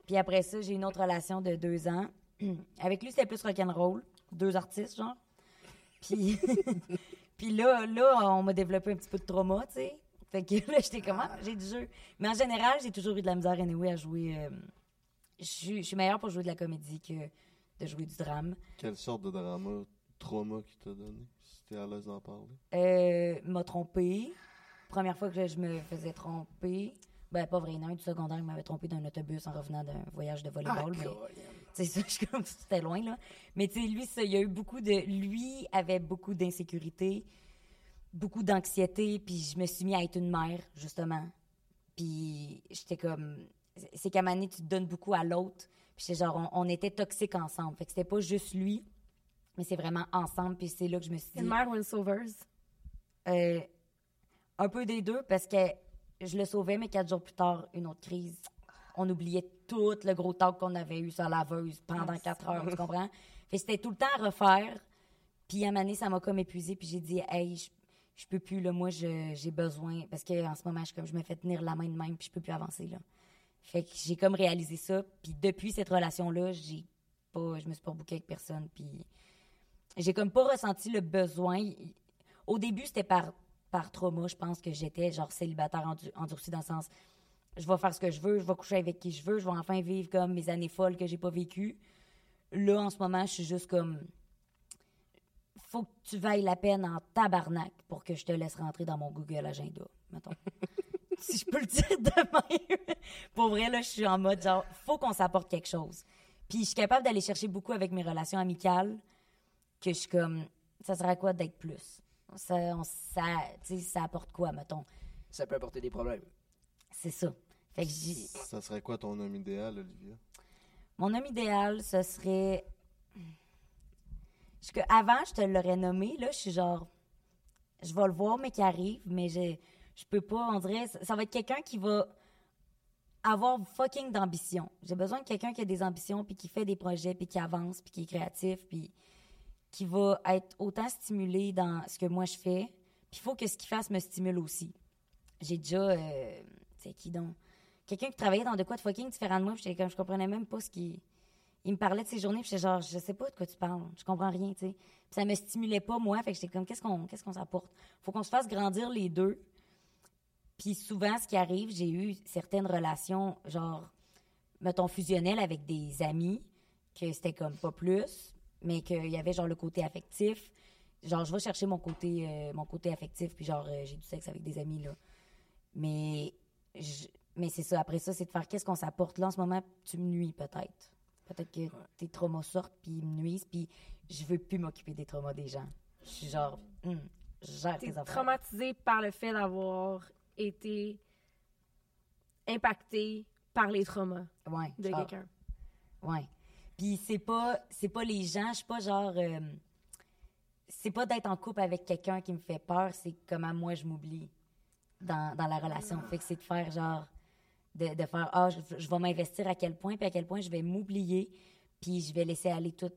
Speaker 1: Puis après ça, j'ai une autre relation de deux ans. Avec lui, c'était plus rock'n'roll. Deux artistes, genre. Puis, puis là, là, on m'a développé un petit peu de trauma, tu sais. Fait que là, j'étais comment? J'ai du jeu. Mais en général, j'ai toujours eu de la misère, anyway, à jouer. euh, Je suis- je suis meilleure pour jouer de la comédie que de jouer du drame.
Speaker 3: Quelle sorte de drama, trauma qui t'a donné, si t'es à l'aise d'en parler?
Speaker 1: Euh, m'a trompée. Première fois que je me faisais tromper. Ben, pas vrai, non, du secondaire, il m'avait trompé d'un autobus en revenant d'un voyage de
Speaker 2: Ah,
Speaker 1: volleyball. Ah, mais- C'est ça, je suis comme c'était loin, là. Mais tu sais, lui, ça, il y a eu beaucoup de. Lui avait beaucoup d'insécurité, beaucoup d'anxiété, puis je me suis mis à être une mère, justement. Puis j'étais comme. C'est qu'à Mané, tu te donnes beaucoup à l'autre. Puis j'étais genre, on, on était toxiques ensemble. Fait que c'était pas juste lui, mais c'est vraiment ensemble. Puis c'est là que je me suis dit.
Speaker 5: Une mère ou une sauveuse.
Speaker 1: euh, un peu des deux, parce que je le sauvais, mais quatre jours plus tard, une autre crise. On oubliait tout le gros talk qu'on avait eu sur la laveuse pendant quatre heures, tu comprends? Fait que c'était tout le temps à refaire. Puis à un moment donné, ça m'a comme épuisée, puis j'ai dit, hey, je, je peux plus, là, moi, je- j'ai besoin. Parce que en ce moment, je, suis comme, je me fais tenir la main de même, puis je peux plus avancer, là. Fait que j'ai comme réalisé ça. Puis depuis cette relation-là, j'ai pas, je me suis pas rebouquée avec personne, puis j'ai comme pas ressenti le besoin. Au début, c'était par, par trauma, je pense que j'étais genre célibataire endu- endurci dans le sens je vais faire ce que je veux, je vais coucher avec qui je veux, je vais enfin vivre comme mes années folles que j'ai pas vécues. Là, en ce moment, je suis juste comme faut que tu vailles la peine en tabarnak pour que je te laisse rentrer dans mon Google Agenda, mettons. si je peux le dire de même. pour vrai, là, je suis en mode genre faut qu'on s'apporte quelque chose. Puis je suis capable d'aller chercher beaucoup avec mes relations amicales que je suis comme ça sera quoi d'être plus ça on- ça tu sais, ça apporte quoi mettons
Speaker 2: Ça peut apporter des problèmes.
Speaker 1: c'est ça fait que j'ai-
Speaker 3: Ça serait quoi ton homme idéal, Olivia?
Speaker 1: mon homme idéal ce serait Parce que avant je te l'aurais nommé là je suis genre je vais le voir mais qui arrive mais je je peux pas on dirait ça, ça va être quelqu'un qui va avoir fucking d'ambition. J'ai besoin de quelqu'un qui a des ambitions, puis qui fait des projets, puis qui avance, puis qui est créatif, puis qui va être autant stimulé dans ce que moi je fais. Puis il faut que ce qu'il fasse me stimule aussi. J'ai déjà, euh, c'est qui donc? Quelqu'un qui travaillait dans de quoi de fucking différent de moi, puis j'étais comme, je comprenais même pas ce qui... Il me parlait de ses journées, puis j'étais genre, je sais pas de quoi tu parles, je comprends rien, tu sais. Puis ça me stimulait pas, moi, fait que j'étais comme, qu'est-ce qu'on qu'est-ce qu'on s'apporte? Faut qu'on se fasse grandir les deux. Puis souvent, ce qui arrive, j'ai eu certaines relations, genre, mettons, fusionnelles avec des amis, que c'était comme pas plus, mais qu'il y avait genre le côté affectif. Genre, je vais chercher mon côté, euh, mon côté affectif, puis genre, euh, j'ai du sexe avec des amis, là. Mais, je- mais c'est ça, après ça, c'est de faire qu'est-ce qu'on s'apporte. Là, en ce moment, tu me nuis peut-être. Peut-être que tes traumas sortent, puis ils me nuisent, puis je veux plus m'occuper des traumas des gens. Je suis genre, hum, je gère
Speaker 5: T'es
Speaker 1: tes affaires.
Speaker 5: traumatisé par le fait d'avoir été impacté par les traumas
Speaker 1: Ouais,
Speaker 5: de
Speaker 1: genre,
Speaker 5: quelqu'un.
Speaker 1: Ouais. Puis c'est pas c'est pas les gens, je suis pas genre euh, c'est pas d'être en couple avec quelqu'un qui me fait peur, c'est comment moi je m'oublie dans, dans la relation. Fait que c'est de faire genre de, de faire ah je, je vais m'investir à quel point puis à quel point je vais m'oublier puis je vais laisser aller tout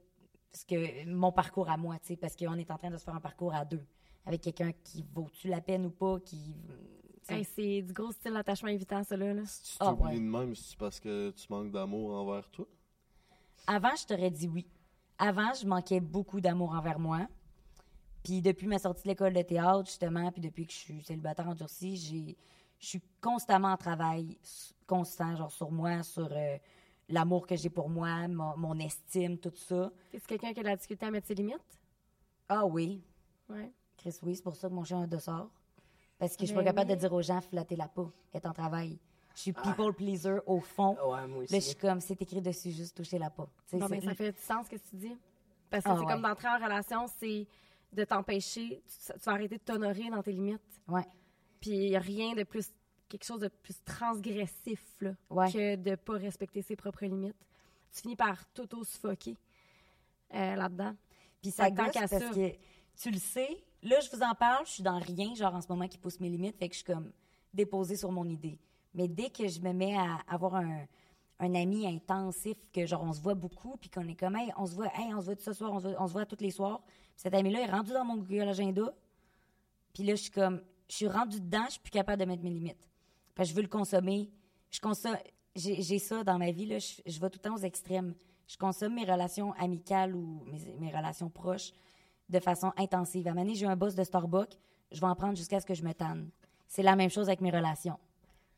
Speaker 1: ce que mon parcours à moi, tu sais parce qu'on est en train de se faire un parcours à deux avec quelqu'un qui vaut-tu la peine ou pas qui tu sais.
Speaker 5: Hey, c'est du gros style d'attachement évitant, ça, là. là.
Speaker 3: Si tu
Speaker 1: Ah,
Speaker 3: t'oublies
Speaker 1: ouais.
Speaker 3: de même, c'est parce que tu manques d'amour envers toi.
Speaker 1: Avant, je t'aurais dit oui. Avant, je manquais beaucoup d'amour envers moi. Puis depuis ma sortie de l'école de théâtre, justement, puis depuis que je suis célibataire endurcie, j'ai, je suis constamment en travail s- constant, genre sur moi, sur euh, l'amour que j'ai pour moi, mon, mon estime, tout ça.
Speaker 5: T'es-tu quelqu'un qui a de la difficulté à mettre ses limites?
Speaker 1: Ah oui,
Speaker 5: Ouais.
Speaker 1: Chris, oui, c'est pour ça que mon chien a un dossard. Parce que je suis pas
Speaker 5: Ben
Speaker 1: capable de
Speaker 5: oui. Ah.
Speaker 1: dire aux gens, flatter la peau, être en travail. Je suis people pleaser au fond.
Speaker 2: Ouais, moi
Speaker 1: Là, je suis
Speaker 2: aussi.
Speaker 1: comme, c'est écrit dessus, juste toucher la peau. Tu sais,
Speaker 5: Bon,
Speaker 1: c'est-
Speaker 5: ben, ça fait du sens ce que tu dis. Parce que
Speaker 1: Ah,
Speaker 5: c'est
Speaker 1: ouais.
Speaker 5: comme d'entrer en relation, c'est de t'empêcher, tu, tu vas arrêter de t'honorer dans tes limites.
Speaker 1: Ouais.
Speaker 5: Puis il n'y a rien de plus, quelque chose de plus transgressif là,
Speaker 1: Ouais.
Speaker 5: que de pas respecter ses propres limites. Tu finis par t'auto-suffoquer euh, là-dedans.
Speaker 1: Puis ça
Speaker 5: Tant
Speaker 1: gosse
Speaker 5: qu'à
Speaker 1: parce
Speaker 5: ça.
Speaker 1: que tu le sais. Là, je vous en parle, je suis dans rien, genre en ce moment, qui pousse mes limites. Fait que je suis comme déposée sur mon idée. Mais dès que je me mets à avoir un, un ami intensif, que genre on se voit beaucoup, puis qu'on est comme, hey, on se voit, hey, on se voit ce soir, on se voit, on se voit tous les soirs. Puis cet ami-là est rendu dans mon Google Agenda. Puis là, je suis comme, je suis rendue dedans, je suis plus capable de mettre mes limites. Parce que je veux le consommer. Je consomme, j'ai j'ai ça dans ma vie, là, je, je vais tout le temps aux extrêmes. Je consomme mes relations amicales ou mes, mes relations proches de façon intensive. À un moment donné, j'ai eu un boss de Starbucks, je vais en prendre jusqu'à ce que je me tanne. C'est la même chose avec mes relations.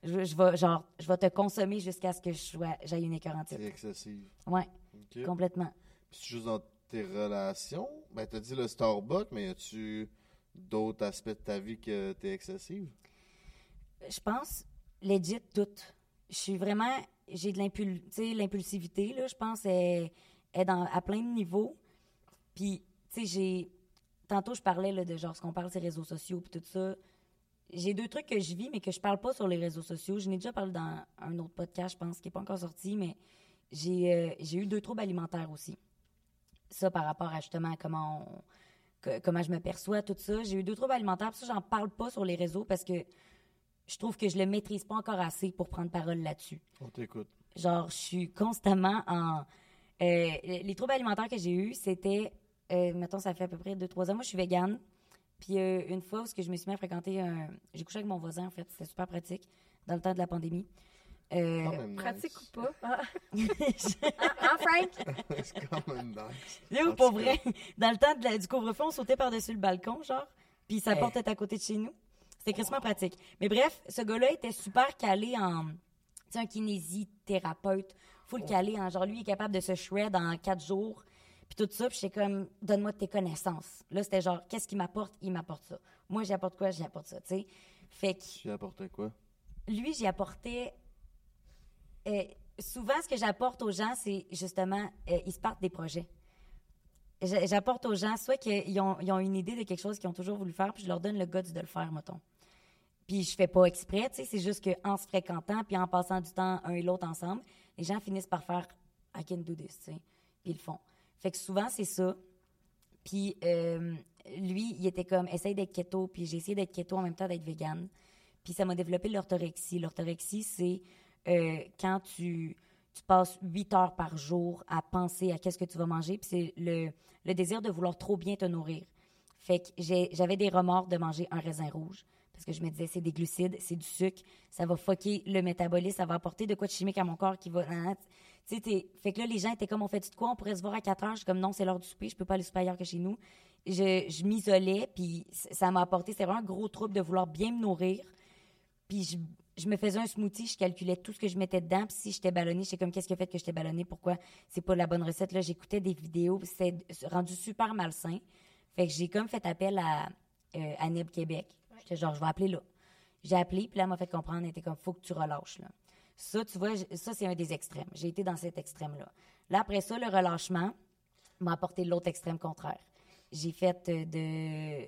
Speaker 1: Je, je vais, genre, je vais te consommer jusqu'à ce que je sois- j'aille une écœurantite.
Speaker 3: C'est excessif.
Speaker 1: Ouais,
Speaker 3: Ok.
Speaker 1: complètement.
Speaker 3: Puis c'est juste dans tes relations. Ben, t'as dit le Starbucks, mais y a-tu d'autres aspects de ta vie que t'es excessive?
Speaker 1: je pense, legit, toute. Je suis vraiment, j'ai de l'impul- tu sais, l'impulsivité, là, je pense, est, est dans, à plein de niveaux. Puis, tu sais, j'ai, tantôt, je parlais, là, de genre, ce qu'on parle des réseaux sociaux, puis tout ça. J'ai deux trucs que je vis, mais que je parle pas sur les réseaux sociaux. Je n'ai déjà parlé dans un autre podcast, je pense, qui est pas encore sorti, mais j'ai, euh, j'ai eu deux troubles alimentaires aussi. Ça, par rapport à, justement, à comment on- que- comment je me perçois, tout ça. J'ai eu deux troubles alimentaires, puis ça, j'en parle pas sur les réseaux parce que je trouve que je le maîtrise pas encore assez pour prendre parole là-dessus.
Speaker 3: On t'écoute.
Speaker 1: Genre, je suis constamment en. euh, les troubles alimentaires que j'ai eus, c'était. euh, mettons, ça fait à peu près 2-3 ans. Moi, je suis végane. Puis euh, une fois où ce que je me suis mis à fréquenter un. J'ai couché avec mon voisin, en fait. C'était super pratique dans le temps de la pandémie. Euh,
Speaker 3: Quand même
Speaker 5: Pratique
Speaker 3: nice.
Speaker 5: ou pas? Ah,
Speaker 1: je-
Speaker 5: ah, Frank?
Speaker 3: C'est quand même nice.
Speaker 1: Yo,
Speaker 3: En
Speaker 1: pour
Speaker 3: tout cas.
Speaker 1: vrai, dans le temps de la- du couvre-feu, on sautait par-dessus le balcon, genre, puis sa porte était à côté de chez nous. C'était crissement pratique. Mais bref, ce gars-là était super calé en, tu sais, un kinésithérapeute, full calé en, genre, lui, il est capable de se shred en quatre jours, puis tout ça, puis j'étais comme, donne-moi tes connaissances. Là, c'était genre, qu'est-ce qu'il m'apporte? Il m'apporte ça. Moi, j'apporte quoi? J'apporte ça, tu sais. Fait que
Speaker 3: Tu apportes quoi?
Speaker 1: lui, j'y apportais. euh, souvent, ce que j'apporte aux gens, c'est justement, euh, ils se partent des projets. J'a- J'apporte aux gens soit qu'ils ont, ils ont une idée de quelque chose qu'ils ont toujours voulu faire, puis je leur donne le guts de le faire, mettons. Puis je fais pas exprès, tu sais, c'est juste qu'en se fréquentant, puis en passant du temps un et l'autre ensemble, les gens finissent par faire I can do this, tu sais, puis ils le font. Fait que souvent, c'est ça. Puis euh, lui, il était comme, essaye d'être keto, puis j'ai essayé d'être keto en même temps d'être végane. Puis ça m'a développé l'orthorexie. L'orthorexie, c'est euh, quand tu, tu passes 8 heures par jour à penser à qu'est-ce que tu vas manger, puis c'est le, le désir de vouloir trop bien te nourrir. Fait que j'ai- j'avais des remords de manger un raisin rouge parce que je me disais c'est des glucides, c'est du sucre, ça va fucker le métabolisme, ça va apporter de quoi de chimique à mon corps qui va nan, nan. tu sais t'es- fait que là les gens étaient comme on fait de quoi, on pourrait se voir à 4 heures, je suis comme non, c'est l'heure du souper, je peux pas aller souper ailleurs que chez nous. Je, je m'isolais puis c- ça m'a apporté c'est vraiment un gros trouble de vouloir bien me nourrir. Puis je, je me faisais un smoothie, je calculais tout ce que je mettais dedans. Puis si j'étais ballonnée, j'étais comme, qu'est-ce qui a fait que j'étais ballonnée? Pourquoi c'est pas la bonne recette? Là, j'écoutais des vidéos, puis c'est rendu super malsain. Fait que j'ai comme fait appel à, euh, à Neb Québec. J'étais genre, je vais appeler là. J'ai appelé, puis là, elle m'a fait comprendre, elle était comme, faut que tu relâches, là. Ça, tu vois, j- ça, c'est un des extrêmes. J'ai été dans cet extrême-là. Là, après ça, le relâchement m'a apporté l'autre extrême contraire. J'ai fait euh, de...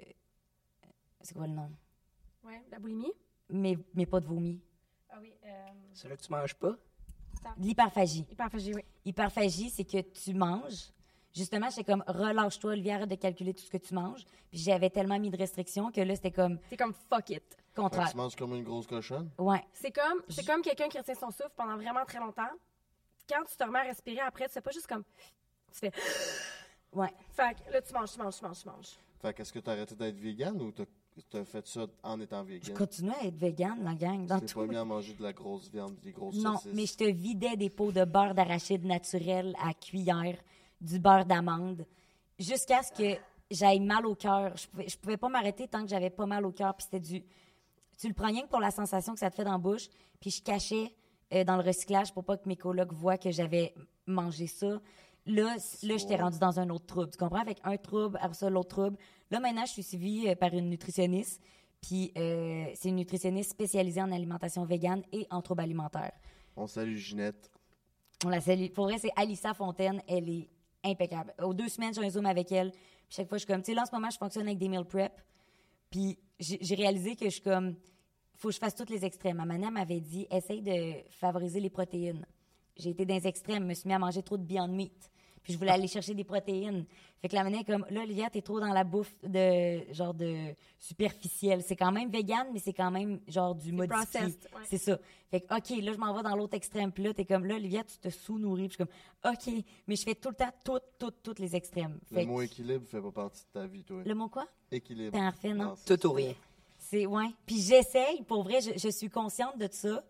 Speaker 1: C'est quoi le nom?
Speaker 5: Ouais, la boulimie.
Speaker 1: Mais, mais pas de vomi.
Speaker 5: Ah oui,
Speaker 2: C'est là que tu manges pas.
Speaker 1: De L'hyperphagie.
Speaker 5: hyperphagie, oui.
Speaker 1: Hyperphagie, c'est que tu manges. Justement, j'étais comme, relâche-toi, Olivier, arrête de calculer tout ce que tu manges. Puis j'avais tellement mis de restrictions que là, c'était comme,
Speaker 5: C'est comme fuck it.
Speaker 3: Fait que
Speaker 1: contraire.
Speaker 3: tu manges comme une grosse cochonne.
Speaker 1: Ouais.
Speaker 5: C'est comme, c'est comme quelqu'un qui retient son souffle pendant vraiment très longtemps. Quand tu te remets à respirer après, tu fais pas juste comme. Tu fais.
Speaker 1: Ouais.
Speaker 5: Fait que là, tu manges, tu manges, tu manges, tu manges.
Speaker 3: Fait que est-ce que t'as arrêté d'être vegan ou t'as- t'as fait ça en étant
Speaker 1: Je
Speaker 3: vegan?
Speaker 1: continuais à être végane, la gang, dans
Speaker 3: T'es
Speaker 1: tout.
Speaker 3: pas mis à manger de la grosse viande, des grosses
Speaker 1: Non,
Speaker 3: saucisses.
Speaker 1: mais je te vidais des pots de beurre d'arachide naturel à cuillère, du beurre d'amande, jusqu'à ce que j'aille mal au cœur. Je pouvais, je pouvais pas m'arrêter tant que j'avais pas mal au cœur. Puis c'était du. Tu le prends rien que pour la sensation que ça te fait dans la bouche. Puis je cachais euh, dans le recyclage pour pas que mes colocs voient que j'avais mangé ça. Là, c- là j'étais rendue dans un autre trouble. Tu comprends? Avec un trouble, après ça, l'autre trouble. Là, maintenant, je suis suivie euh, par une nutritionniste. Puis euh, c'est une nutritionniste spécialisée en alimentation végane et en troubles alimentaires.
Speaker 3: On salue Ginette.
Speaker 1: On la salue. Pour vrai, c'est Alissa Fontaine. Elle est impeccable. Aux deux semaines, j'ai un Zoom avec elle. Puis chaque fois, je suis comme, tu sais, là, en ce moment, je fonctionne avec des meal prep. Puis j'ai j'ai réalisé que je suis comme, faut que je fasse tous les extrêmes. Ma madame m'avait dit, essaye de favoriser les protéines. J'ai été dans les extrêmes, me suis mis à manger trop de Beyond Meat. Puis je voulais aller chercher des protéines. Fait que la manette est comme, là, Olivia, t'es trop dans la bouffe de, genre, de superficielle. C'est quand même vegan, mais c'est quand même, genre, du modifié.
Speaker 5: processed, ouais.
Speaker 1: C'est ça. Fait que, OK, là, je m'en vais dans l'autre extrême. Puis là, t'es comme, là, Olivia, tu te sous-nourris. Puis je suis comme, OK, mais je fais tout le temps, toutes, toutes, toutes les extrêmes.
Speaker 3: Le
Speaker 1: Fait
Speaker 3: mot
Speaker 1: que-
Speaker 3: équilibre fait pas partie de ta vie, toi.
Speaker 1: Le mot quoi?
Speaker 3: Équilibre.
Speaker 1: T'es en refait, non?
Speaker 3: c'est
Speaker 2: Tout
Speaker 3: ça.
Speaker 2: ou rien.
Speaker 1: C'est ouais. Puis j'essaye, pour vrai, je, je suis consciente de ça.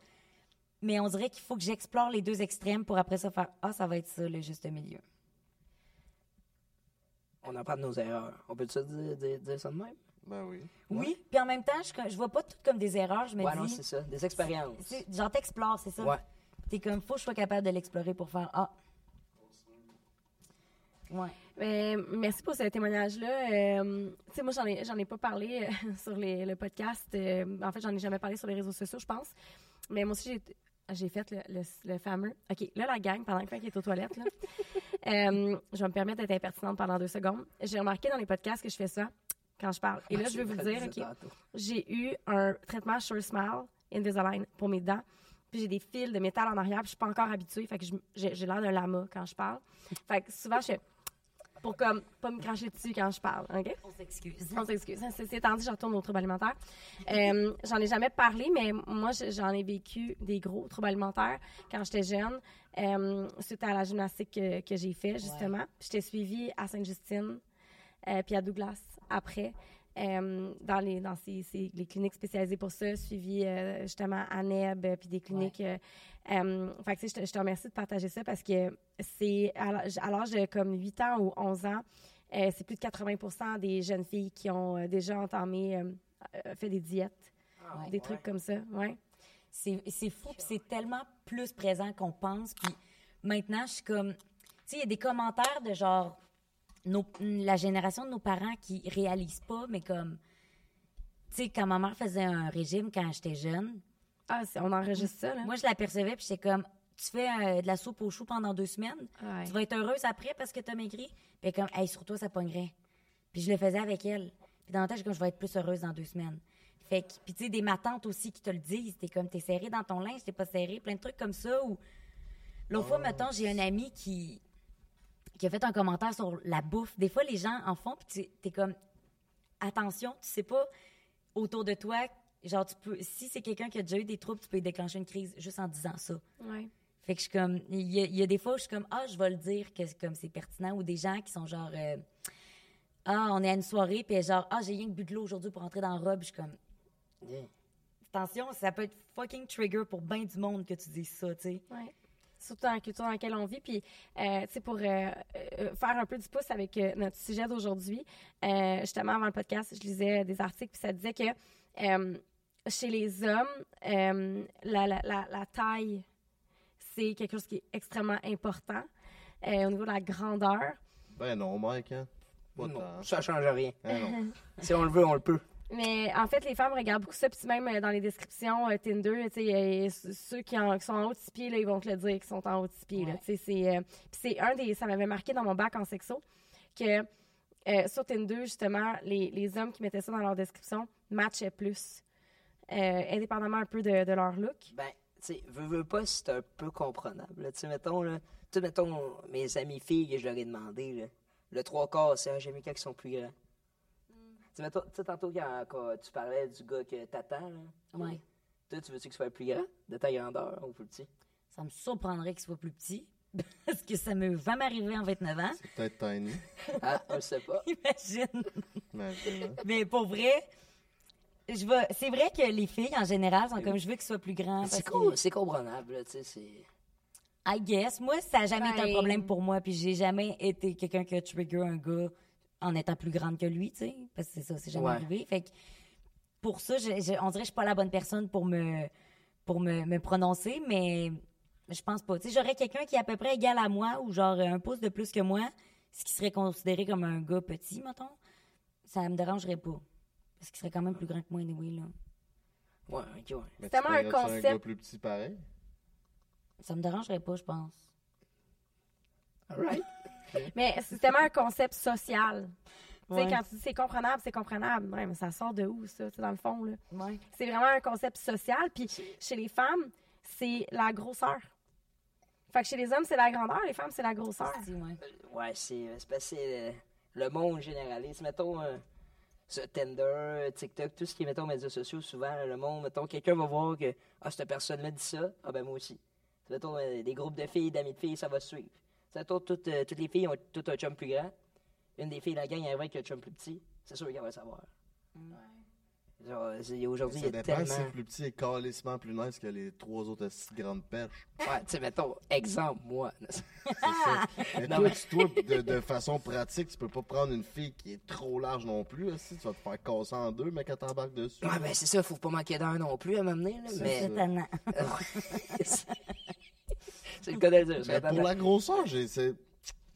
Speaker 1: Mais on dirait qu'il faut que j'explore les deux extrêmes pour après ça faire ah ça va être ça le juste milieu.
Speaker 2: On apprend de nos erreurs. On peut-tu dire, dire, dire ça de même?
Speaker 3: Ben oui.
Speaker 1: Oui. Puis en même temps, je, co- je vois pas tout comme des erreurs. Je me
Speaker 2: ouais, non,
Speaker 1: dis
Speaker 2: c'est ça. Des expériences.
Speaker 1: c'est- genre t'explores, c'est ça.
Speaker 2: Ouais.
Speaker 1: T'es comme faut que je sois capable de l'explorer pour faire ah. Ouais.
Speaker 5: Mais Euh, merci pour ce témoignage-là. Euh, tu sais, moi, j'en ai, j'en ai pas parlé euh, sur les- le podcast. Euh, en fait, j'en ai jamais parlé sur les réseaux sociaux, je pense. Mais moi aussi, j'ai- j'ai fait le, le- le fameux. OK, là, la gang, pendant que Frank est aux toilettes, là, euh, je vais me permettre d'être impertinente pendant deux secondes. J'ai remarqué dans les podcasts que je fais ça quand je parle. Et là, je vais vous le dire, OK, j'ai eu un traitement Sure Smile Invisalign pour mes dents. Puis j'ai des fils de métal en arrière, puis je suis pas encore habituée. Fait que je- j'ai j'ai l'air d'un lama quand je parle. Fait que souvent, je fais pour comme pas me cracher dessus quand je parle, OK?
Speaker 1: On s'excuse.
Speaker 5: On s'excuse. Ceci étant dit, je retourne aux troubles alimentaires. Euh, j'en ai jamais parlé, mais moi, je- j'en ai vécu des gros troubles alimentaires quand j'étais jeune, euh, suite à la gymnastique que, que j'ai fait, justement. J'étais suivie à Sainte-Justine, euh, puis à Douglas après. euh, dans les dans ces, ces- les cliniques spécialisées pour ça, suivie euh, justement à NEB, euh, puis des cliniques. euh, euh, fait que, tu sais, je, te, je te remercie de partager ça parce que c'est à l'âge- à l'âge de comme 8 ans ou 11 ans, euh, c'est plus de 80 des jeunes filles qui ont euh, déjà entamé, euh, euh, fait des diètes,
Speaker 1: ouais.
Speaker 5: des trucs comme ça. Ouais.
Speaker 1: C'est c'est fou, puis c'est tellement plus présent qu'on pense. Puis maintenant, je suis comme. Tu sais, il y a des commentaires de genre. nos- la génération de nos parents qui réalisent pas, mais comme. Tu sais, quand ma mère faisait un régime quand j'étais jeune,
Speaker 5: Ah, c'est- on enregistre ça, là.
Speaker 1: moi, je l'apercevais, puis j'étais comme. Tu fais euh, de la soupe aux choux pendant deux semaines,
Speaker 5: Ouais.
Speaker 1: tu vas être heureuse après parce que t'as maigri. Puis comme, hey, sur toi, ça pognerait. Puis je le faisais avec elle. Puis dans le temps, je comme, je vais être plus heureuse dans deux semaines. Fait que, puis tu sais, des matantes aussi qui te le disent. T'es comme, t'es serré dans ton linge, t'es pas serré, plein de trucs comme ça. Ou l'autre fois, mettons, j'ai un ami qui, qui a fait un commentaire sur la bouffe. Des fois, les gens en font, puis tu- t'es comme, attention, tu sais pas autour de toi Genre, tu peux, si c'est quelqu'un qui a déjà eu des troubles, tu peux y déclencher une crise juste en disant ça.
Speaker 5: Ouais.
Speaker 1: Fait que je suis comme, il y, a- il y a des fois où je suis comme, ah, je vais le dire, que c'est- comme c'est pertinent, ou des gens qui sont genre, euh, ah, on est à une soirée, puis genre, ah, j'ai rien que bu de l'eau aujourd'hui pour entrer dans la robe, je suis comme, Eh. attention, ça peut être fucking trigger pour bien du monde que tu dises ça, tu sais.
Speaker 5: Ouais. Surtout dans la culture dans laquelle on vit. Puis, euh, tu sais, pour euh, euh, faire un peu du pouce avec euh, notre sujet d'aujourd'hui, euh, justement, avant le podcast, je lisais des articles, puis ça disait que euh, chez les hommes, euh, la, la- la- la taille, c'est quelque chose qui est extrêmement important euh, au niveau de la grandeur.
Speaker 3: Ben non, Mike, hein? Pas
Speaker 2: Non,
Speaker 3: tant.
Speaker 2: ça change rien.
Speaker 3: Hein, non.
Speaker 2: Si on le veut, on le peut.
Speaker 5: Mais en fait, les femmes regardent beaucoup ça. Puis même euh, dans les descriptions euh, Tinder, tu sais, euh, c- ceux qui, en- qui sont en haut de six pieds, là, ils vont te le dire qu'ils sont en haut de six pieds. là.
Speaker 1: Ouais.
Speaker 5: Tu sais, c'est, euh, puis c'est un des... Ça m'avait marqué dans mon bac en sexo que euh, sur Tinder, justement, les, les hommes qui mettaient ça dans leur description matchaient plus, euh, indépendamment un peu de, de leur look.
Speaker 2: Ben, tu sais, veux, veux pas, c'est un peu comprenable. là. Tu sais, mettons, là, tu sais, mettons, mes amis filles, que je leur ai demandé, là, le trois quarts, c'est, ah, j'aime mieux quand ils sont plus grands. Tu sais, mettons, tu sais, tantôt, quand, quand tu parlais du gars que t'attends, là.
Speaker 1: Ouais.
Speaker 2: Toi, tu veux-tu qu'il soit plus grand, de ta grandeur, ou plus petit?
Speaker 1: Ça me surprendrait qu'il soit plus petit, parce que ça me va m'arriver en 29 ans,
Speaker 3: C'est peut-être tiny.
Speaker 2: Ah, on le sait pas.
Speaker 1: imagine.
Speaker 3: Imagine. hein.
Speaker 1: Mais pour vrai, je vais, c'est vrai que les filles, en général, sont comme, je veux qu'ils soient plus grands. parce
Speaker 2: C'est
Speaker 1: que-
Speaker 2: cool, c'est comprenable, là, tu sais, c'est...
Speaker 1: I guess. Moi, ça n'a jamais été
Speaker 5: Ben-
Speaker 1: un problème pour moi, puis j'ai jamais été quelqu'un qui a trigger un gars en étant plus grande que lui, tu sais, parce que c'est ça, c'est jamais
Speaker 2: Ouais.
Speaker 1: arrivé. Fait que pour ça, je- je- on dirait que je suis pas la bonne personne pour me, pour me, me prononcer, mais je pense pas. Tu sais, j'aurais quelqu'un qui est à peu près égal à moi ou genre un pouce de plus que moi, ce qui serait considéré comme un gars petit, mettons, ça me dérangerait pas. Parce qu'il serait quand même plus grand que moi, anyway, là.
Speaker 2: Ouais, ok, ouais.
Speaker 3: Mais tu
Speaker 5: tellement un
Speaker 3: paierais-tu
Speaker 5: concept.
Speaker 3: un gars plus petit pareil?
Speaker 1: Ça me dérangerait pas, je pense.
Speaker 2: All right.
Speaker 5: Mais Ah, c'est tellement un concept social. Tu sais,
Speaker 1: Ouais.
Speaker 5: quand tu dis c'est comprenable, c'est comprenable. Ouais, mais ça sort de où, ça, tu sais, dans le fond, là?
Speaker 1: Ouais.
Speaker 5: C'est vraiment un concept social. Puis chez les femmes, c'est la grosseur. Fait que chez les hommes, c'est la grandeur, les femmes, c'est la grosseur.
Speaker 1: Si, ouais.
Speaker 2: Ouais, c'est c'est parce que c'est, euh, le monde généraliste. Mettons, euh, ce Tinder, euh, TikTok, tout ce qui est, mettons, médias sociaux, souvent, là, le monde, mettons, quelqu'un va voir que, ah, cette personne-là dit ça, ah, ben moi aussi. Mettons, euh, des groupes de filles, d'amis de filles, ça va se suivre. Mettons, toutes, euh, toutes les filles ont tout un chum plus grand. Une des filles de la gang, elle vrai qu'elle a un chum plus petit. C'est sûr qu'elle va le savoir. Genre, euh, c'est- aujourd'hui, il y
Speaker 3: Ça
Speaker 2: a
Speaker 3: dépend
Speaker 2: tellement...
Speaker 3: si le plus petit est calissement plus nice que les trois autres assises de grandes perches.
Speaker 2: Ouais, tu sais, mettons, exemple, moi.
Speaker 3: Mais
Speaker 2: Non,
Speaker 3: toi,
Speaker 2: mais-
Speaker 3: tu- toi, de, de façon pratique, tu peux pas prendre une fille qui est trop large non plus. là, Si tu vas te faire casser en deux, mais quand t'embarques dessus.
Speaker 2: Ouais, ben c'est ça, faut pas manquer d'un non plus à m'amener, là, mais...
Speaker 3: ça.
Speaker 1: Étonnant.
Speaker 2: c'est le cas de le dire.
Speaker 3: Mais
Speaker 2: c'est
Speaker 3: pour
Speaker 2: attendant.
Speaker 3: la grosseur, j'ai- c'est-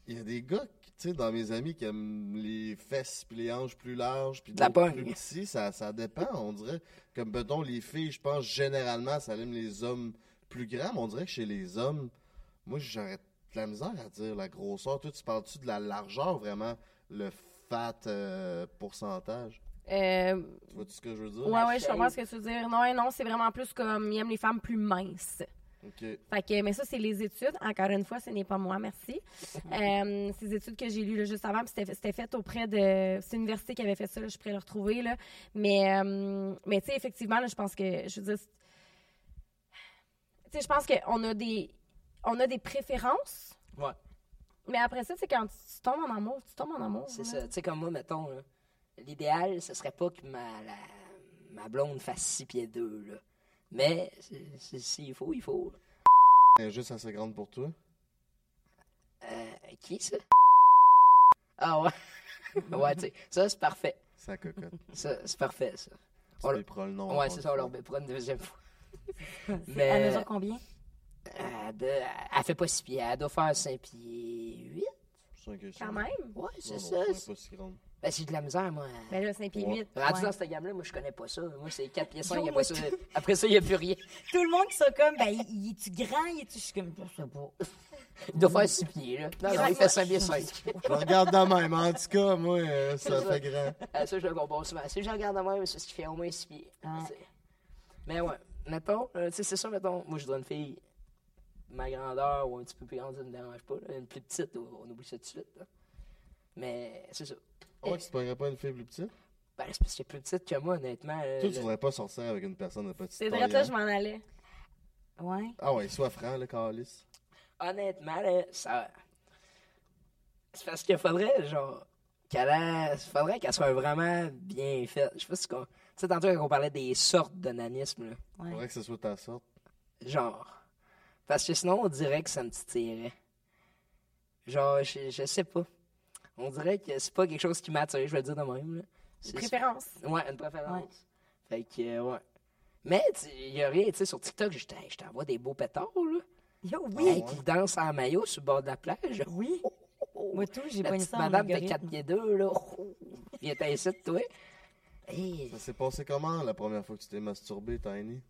Speaker 3: il y a des gars, qui, tu sais, dans mes amis qui aiment les fesses puis les hanches plus larges puis
Speaker 2: De la
Speaker 3: d'autres
Speaker 2: pogne.
Speaker 3: plus petits, ça, ça dépend, on dirait. Comme mettons les filles, je pense généralement ça aime les hommes plus grands, mais on dirait que chez les hommes, moi j'aurais de la misère à dire la grosseur. Toi, tu parles-tu de la largeur vraiment, le fat euh, pourcentage?
Speaker 5: Euh,
Speaker 3: Tu vois-tu ce que je veux dire?
Speaker 5: ouais, ouais, je comprends ce que tu veux dire. Non, non, c'est vraiment plus comme ils aiment les femmes plus minces.
Speaker 3: Ok.
Speaker 5: Fait que, mais ça, c'est les études. Encore une fois, ce n'est pas moi, merci. Euh, ces études que j'ai lues là, juste avant, puis c'était c'était fait auprès de. C'est l'université qui avait fait ça, là, je pourrais le retrouver. Là. Mais, euh, mais tu sais, effectivement, là, je pense que. Je veux dire. c'est- Tu sais, je pense qu'on a des. On a des préférences.
Speaker 2: Ouais,
Speaker 5: Mais après ça, c'est quand tu, tu tombes en amour, tu tombes en amour.
Speaker 2: c'est
Speaker 5: là.
Speaker 2: ça. Tu sais, comme moi, mettons, là, l'idéal, ce serait pas que ma, la- ma blonde fasse 6 pieds 2, là. Mais c'est- c'est- s'il faut, il faut.
Speaker 3: Elle est Euh, juste assez grande pour toi?
Speaker 2: Euh, qui, ça? Ah ouais. ouais, tu sais, ça, c'est parfait.
Speaker 3: Ça cocotte.
Speaker 2: Ça, c'est parfait, ça.
Speaker 3: Tu
Speaker 2: On-
Speaker 3: lui prends le nom.
Speaker 2: Oh, Ouais, c'est ça, on
Speaker 3: encore
Speaker 2: leur
Speaker 3: une
Speaker 2: prendre une deuxième fois.
Speaker 1: À
Speaker 2: Mais
Speaker 1: mesure combien?
Speaker 2: elle, doit- elle fait pas 6 pieds, elle doit faire 5 pieds 8.
Speaker 3: fois. Je sens que
Speaker 5: Quand même.
Speaker 2: Ouais, c'est
Speaker 3: Non,
Speaker 2: ça.
Speaker 3: non,
Speaker 2: c'est-
Speaker 3: pas si grande.
Speaker 2: Ben, c'est de la misère, moi.
Speaker 5: Ben là, 5 pieds 8.
Speaker 2: Rendu dans cette gamme-là, moi, je connais pas ça. Moi, c'est 4 pieds 5.
Speaker 1: Yo,
Speaker 2: après,
Speaker 1: moi,
Speaker 2: ça,
Speaker 1: je-
Speaker 2: après ça, il n'y a plus rien.
Speaker 1: Tout le monde qui sont comme, ben, il est-tu grand, il est-tu. Je suis comme, je sais pas.
Speaker 2: Il doit faire 6 pieds, là. Non, non, il fait 5 pieds 5.
Speaker 3: Je le regarde de même. En tout cas, moi, euh, ça fait grand.
Speaker 2: Ah, ça, je le comprends souvent. Si je le regarde à moi, c'est ce qui fait au moins 6 pieds.
Speaker 1: Ouais.
Speaker 2: C'est- Mais ouais, mettons, euh, tu sais, c'est ça, mettons, moi, je voudrais une fille ma grandeur ou un petit peu plus grande, ça ne me dérange pas. là. Une plus petite, on on oublie ça tout de suite. là. Mais c'est ça.
Speaker 3: Oh, Ah Ouais, tu te prendrais pas une fille plus petite?
Speaker 2: Ben, c'est parce que c'est plus petite que moi, honnêtement. là,
Speaker 3: Toi,
Speaker 2: le-
Speaker 3: tu voudrais pas sortir avec une personne de petite
Speaker 5: C'est
Speaker 3: taille.
Speaker 5: vrai, là,
Speaker 3: hein?
Speaker 5: je m'en allais.
Speaker 1: Ouais.
Speaker 3: Ah ouais, sois franc, le calice.
Speaker 2: Honnêtement, là, ça. C'est parce qu'il faudrait, genre, qu'elle a- faudrait qu'elle soit vraiment bien faite. Je sais pas si qu'on- Tu sais, tantôt, quand on parlait des sortes de nanisme, là.
Speaker 3: Faudrait que ce soit ta sorte.
Speaker 2: Genre. Parce que sinon, on dirait que ça me titillerait. Genre, je, je sais pas. On dirait que c'est pas quelque chose qui m'attire, je vais le dire de même. Là. C'est-
Speaker 5: Préférence.
Speaker 2: Ouais, une préférence. Fait que, euh, ouais. Mais, tu- il y a rien, tu sais, sur TikTok, je t'en- je t'envoie des beaux pétards, là.
Speaker 1: Yo, oui.
Speaker 2: Oui. qui danse en maillot sur le bord de la plage.
Speaker 1: Ah Oui.
Speaker 2: Oh, oh, oh.
Speaker 1: Moi, tout, j'ai
Speaker 2: La
Speaker 1: pas
Speaker 2: petite
Speaker 1: ça en
Speaker 2: madame de
Speaker 1: algorithme.
Speaker 2: 4 pieds 2, là. Oh, oh. Viens t'inciter, toi. Hey,
Speaker 3: Ça s'est passé comment la première fois que tu t'es masturbé, Tiny?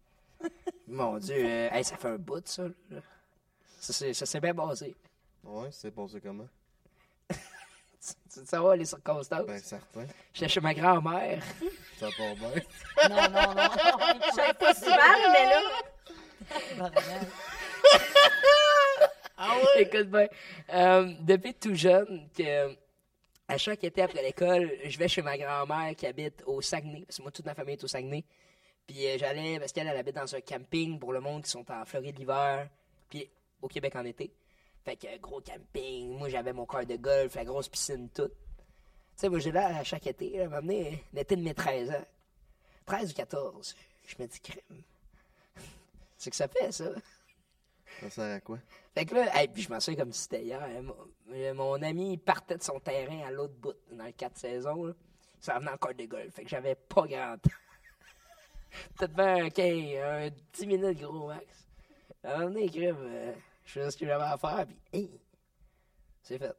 Speaker 2: mon Dieu, euh, hey, ça fait un bout, ça. Là. Ça, c'est- ça s'est bien basé.
Speaker 3: Ouais, ça s'est passé comment?
Speaker 2: Tu tu veux savoir les circonstances?
Speaker 3: Ben certain.
Speaker 2: J'étais chez ma grand-mère.
Speaker 3: Ça part bien.
Speaker 1: Non, non, non.
Speaker 5: J'avais pas si mal, mais là,
Speaker 2: Ah oui? Écoute bien, euh, depuis tout jeune, que, à chaque été après l'école, je vais chez ma grand-mère qui habite au Saguenay. Parce que moi, toute ma famille est au Saguenay. Puis euh, j'allais, parce qu'elle, elle habite dans un camping pour le monde qui sont en Floride l'hiver, puis au Québec en été. Fait que euh, gros camping, moi j'avais mon corps de golf, la grosse piscine, tout. Tu sais, moi j'ai là à chaque été, là, m'amener l'été de mes 13 ans. 13 ou 14, je me dis crème. C'est que ça fait, ça.
Speaker 3: Ça sert à quoi?
Speaker 2: Fait que là, hey, puis je m'en souviens comme si c'était hier. hein, Mon, euh, mon ami il partait de son terrain à l'autre bout, dans les quatre saisons. Là. Ça venait encore de golf. Fait que j'avais pas grand temps. Peut-être bien un 15, un 10 minutes gros max. À un moment donné, crime, euh, je faisais ce que j'avais à faire, puis hey, c'est fait.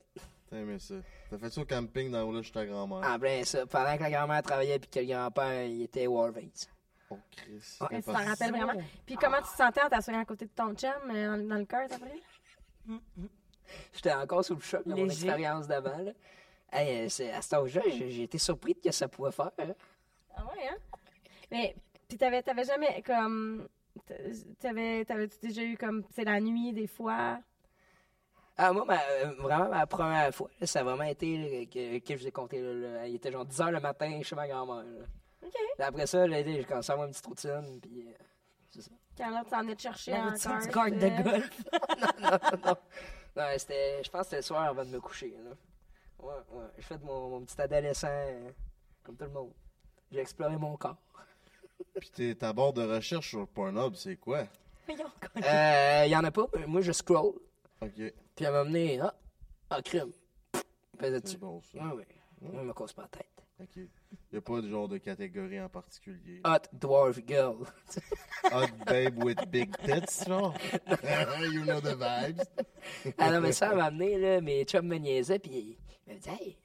Speaker 3: T'as aimé ça. T'as fait ça au camping dans le chez ta grand-mère.
Speaker 5: Ah.
Speaker 2: En plein ça, pendant que la grand-mère travaillait, puis que le grand-père, il était Warvates.
Speaker 3: Oh Chris.
Speaker 2: Ouais,
Speaker 3: t'as
Speaker 5: tu t'en
Speaker 3: pas-
Speaker 5: rappelles vraiment. Puis comment tu te sentais en t'assoyant à côté de ton chum euh, dans, dans le cœur après?
Speaker 2: J'étais encore sous le choc de mon
Speaker 1: Léger.
Speaker 2: expérience d'avant. là. Hey, euh, c'est- à cet âge-là, j'ai j'ai été surpris de que ça pouvait faire. hein.
Speaker 5: Ah ouais, hein? Mais, puis t'avais, t'avais jamais, comme, t'avais, t'avais-tu déjà eu, comme, c'est la nuit, des fois?
Speaker 2: Ah, moi, ma- euh, vraiment, ma première fois, là, ça a vraiment été là, que, que je vous ai compté. là, là, il était genre 10 h le matin chez ma grand-mère. là.
Speaker 5: OK.
Speaker 2: Puis Après ça, là, j'ai commencé à avoir une petite routine. Puis, euh,
Speaker 5: Quand là, tu en es te chercher
Speaker 1: La
Speaker 5: en
Speaker 1: routine du
Speaker 5: cœur,
Speaker 1: garde
Speaker 5: euh,
Speaker 1: de golf.
Speaker 2: ouais, c'était, je pense que c'était le soir avant de me coucher. Là. Ouais, ouais. J'ai fait mon, mon petit adolescent euh, comme tout le monde. J'ai exploré mon corps.
Speaker 3: Puis t'es ta barre de recherche sur Pornhub, c'est quoi?
Speaker 2: Euh, Il y en a pas. mais Moi, je scroll.
Speaker 3: Ok,
Speaker 2: Puis elle m'a amené. Ah, ah crime. Faisais
Speaker 3: c'est
Speaker 2: dessus.
Speaker 3: bon ça.
Speaker 2: Ouais, ouais. Moi, je me casse pas la tête.
Speaker 5: Ah.
Speaker 3: Ok. Y a pas de genre de catégorie en particulier.
Speaker 2: Hot Dwarf Girl.
Speaker 3: Hot babe with big tits, genre. you know the vibes.
Speaker 2: Ah non, mais ça, elle m'a amené, là, mes chums me niaisaient, puis ils me disaient, hey,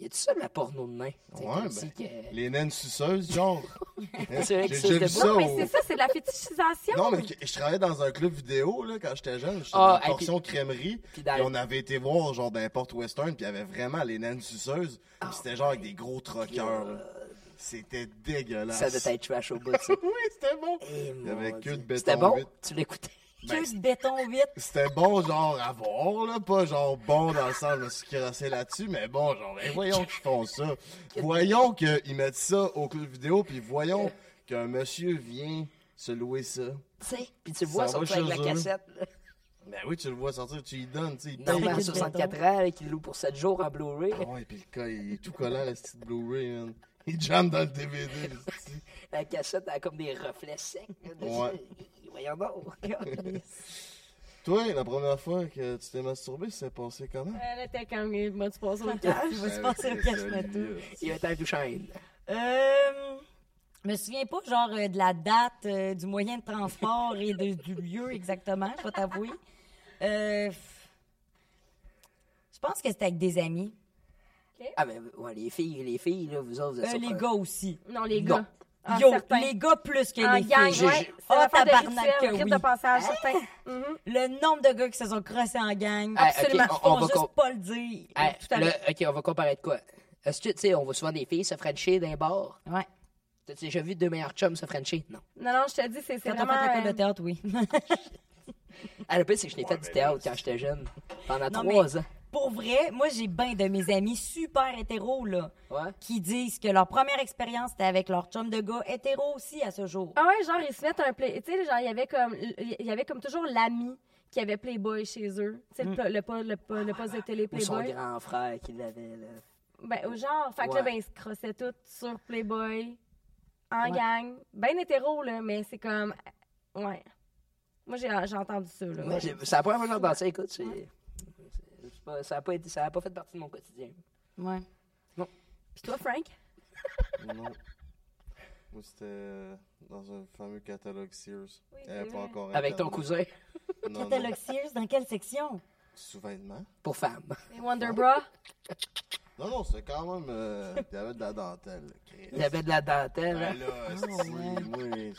Speaker 2: y a-tu ça de la porno de nain? Tu sais,
Speaker 3: Ouais,
Speaker 2: comme
Speaker 3: ben,
Speaker 2: si que-
Speaker 3: Les naines suceuses, genre.
Speaker 2: C'est vrai que
Speaker 3: J'ai
Speaker 2: ça,
Speaker 3: déjà
Speaker 2: c'était
Speaker 3: vu ça
Speaker 5: Non, mais
Speaker 3: au-
Speaker 5: c'est ça, c'est de la fétichisation.
Speaker 3: Non, mais que- je travaillais dans un club vidéo là, quand j'étais jeune. J'étais
Speaker 2: Ah,
Speaker 3: dans
Speaker 2: hey,
Speaker 3: une portion crèmerie.
Speaker 2: puis
Speaker 3: Puis
Speaker 2: dans-
Speaker 3: on avait été voir genre dans porte western. Puis il y avait vraiment les naines suceuses. Puis c'était genre avec des gros troqueurs. là. C'était dégueulasse.
Speaker 2: Ah. Ça devait être trash au bout de ça.
Speaker 3: oui, c'était bon.
Speaker 2: Eh,
Speaker 3: Il y avait
Speaker 2: mon
Speaker 3: que de
Speaker 2: Dieu.
Speaker 3: béton
Speaker 2: C'était bon?
Speaker 3: vite.
Speaker 2: Tu l'écoutais?
Speaker 3: Ben,
Speaker 1: Queue de béton 8.
Speaker 3: C'était bon, genre, à voir, là. Pas genre bon dans le sens, je me suis crassé là-dessus, mais bon, genre, ben, voyons qu'ils font ça. Voyons qu'ils mettent ça au club vidéo, puis voyons qu'un monsieur vient se louer ça.
Speaker 2: Tu sais, puis tu le
Speaker 3: Ça
Speaker 2: vois
Speaker 3: va
Speaker 2: surtout
Speaker 3: chez
Speaker 2: avec la
Speaker 3: eux.
Speaker 2: cassette. là.
Speaker 3: Ben oui, tu le vois sortir, tu lui donnes, tu sais, il paye.
Speaker 2: Normal,
Speaker 1: que de
Speaker 2: 64 ans, là, qui le loue pour 7 jours en Blu-ray.
Speaker 3: Ah ouais, puis le gars, il est tout collant, la petite Blu-ray, man. Il jambe dans le DVD, le petit.
Speaker 2: La cassette, elle a comme des reflets secs. là, dessus.
Speaker 3: Ouais.
Speaker 2: Eh, Voyons donc.
Speaker 3: Toi, la première fois que tu t'es masturbé, ça s'est passé comment? Ben,
Speaker 5: Euh, là, t'es comme, euh, moi, tu passes au
Speaker 1: Je vais se passer au cache matou.
Speaker 2: Il y a un tout chaîne.
Speaker 1: Euh. Je me souviens pas, genre, euh, de la date, euh, du moyen de transport et de- du lieu exactement, je vais t'avouer. Euh, f- je pense que c'était avec des amis.
Speaker 2: Ah, mais ouais, les filles, les filles, là, vous autres, vous
Speaker 1: Euh,
Speaker 2: êtes
Speaker 1: les
Speaker 2: surprenantes.
Speaker 1: gars aussi.
Speaker 5: Non, les
Speaker 2: Non.
Speaker 5: gars. Ah,
Speaker 1: Yo,
Speaker 5: certain.
Speaker 1: les gars plus que
Speaker 5: En
Speaker 1: les
Speaker 5: gang,
Speaker 1: filles.
Speaker 5: ouais. C'est
Speaker 1: Oh,
Speaker 5: l'affaire de
Speaker 1: tabarnak,
Speaker 5: rituel,
Speaker 1: que
Speaker 5: rite
Speaker 1: oui. Hein?
Speaker 5: de passage, certain. Mhm.
Speaker 1: Le nombre de gars qui se sont crossés en gang.
Speaker 2: Ah, ok,
Speaker 1: absolument.
Speaker 2: on- on
Speaker 1: faut
Speaker 2: va
Speaker 1: juste
Speaker 2: con-
Speaker 1: pas le dire.
Speaker 2: Eh,
Speaker 1: Tout à
Speaker 2: là,
Speaker 1: l'heure.
Speaker 2: OK, on va comparer de quoi? Est-ce que, tu sais, on voit souvent des filles se frencher d'un bar.
Speaker 1: Ouais.
Speaker 2: T'as-tu déjà vu deux meilleurs chums se frencher? Non.
Speaker 5: Non, non, je te dis, c'est c'est
Speaker 1: Quand
Speaker 5: vraiment...
Speaker 1: on fait l'école
Speaker 5: euh,
Speaker 1: de théâtre, oui.
Speaker 2: Ah, le pire, c'est que je l'ai fait du théâtre quand j'étais jeune. Pendant
Speaker 1: Non,
Speaker 2: trois ans.
Speaker 1: pour vrai, moi, j'ai bien de mes amis super hétéros, là,
Speaker 2: Ouais.
Speaker 1: qui disent que leur première expérience, c'était avec leur chum de gars hétéro aussi à ce jour.
Speaker 5: Ah ouais, genre, ils se mettent un play. Tu sais, genre, il y avait comme, il y avait comme toujours l'ami qui avait Playboy chez eux. Tu sais,
Speaker 1: Mm.
Speaker 5: le, po- le, po- le, po- le poste de télé
Speaker 2: Ou son
Speaker 5: Playboy.
Speaker 2: grand frère qui l'avait, là.
Speaker 5: Ben, au genre, fait que
Speaker 2: Ouais.
Speaker 5: là, ben, ils se crossaient tous sur Playboy, en
Speaker 1: Ouais.
Speaker 5: gang. Ben hétéro, là, mais c'est comme. Ouais. Moi, j'ai j'ai entendu ça, là.
Speaker 2: Moi, j'ai- c'est la première fois que j'entends ça, écoute, c'est... c'est pas- ça n'a pas, été- ça a pas fait partie de mon quotidien.
Speaker 1: Ouais.
Speaker 5: Puis toi, Frank?
Speaker 3: Non. Moi, c'était euh, dans un fameux catalogue Sears. Euh,
Speaker 5: c'est
Speaker 3: pas
Speaker 5: vrai.
Speaker 3: encore
Speaker 2: Avec ton
Speaker 3: Internet.
Speaker 2: cousin,
Speaker 3: Non, non.
Speaker 1: Catalogue Sears, dans quelle section?
Speaker 3: Sous-vêtements?
Speaker 2: pour femme.
Speaker 5: Les Wonder Bra?
Speaker 3: Non, non, c'est quand même. euh, Il y avait de la dentelle, là, Chris.
Speaker 2: Il avait de la dentelle. hein.
Speaker 3: Ben là, si,
Speaker 5: Oh,
Speaker 3: oui.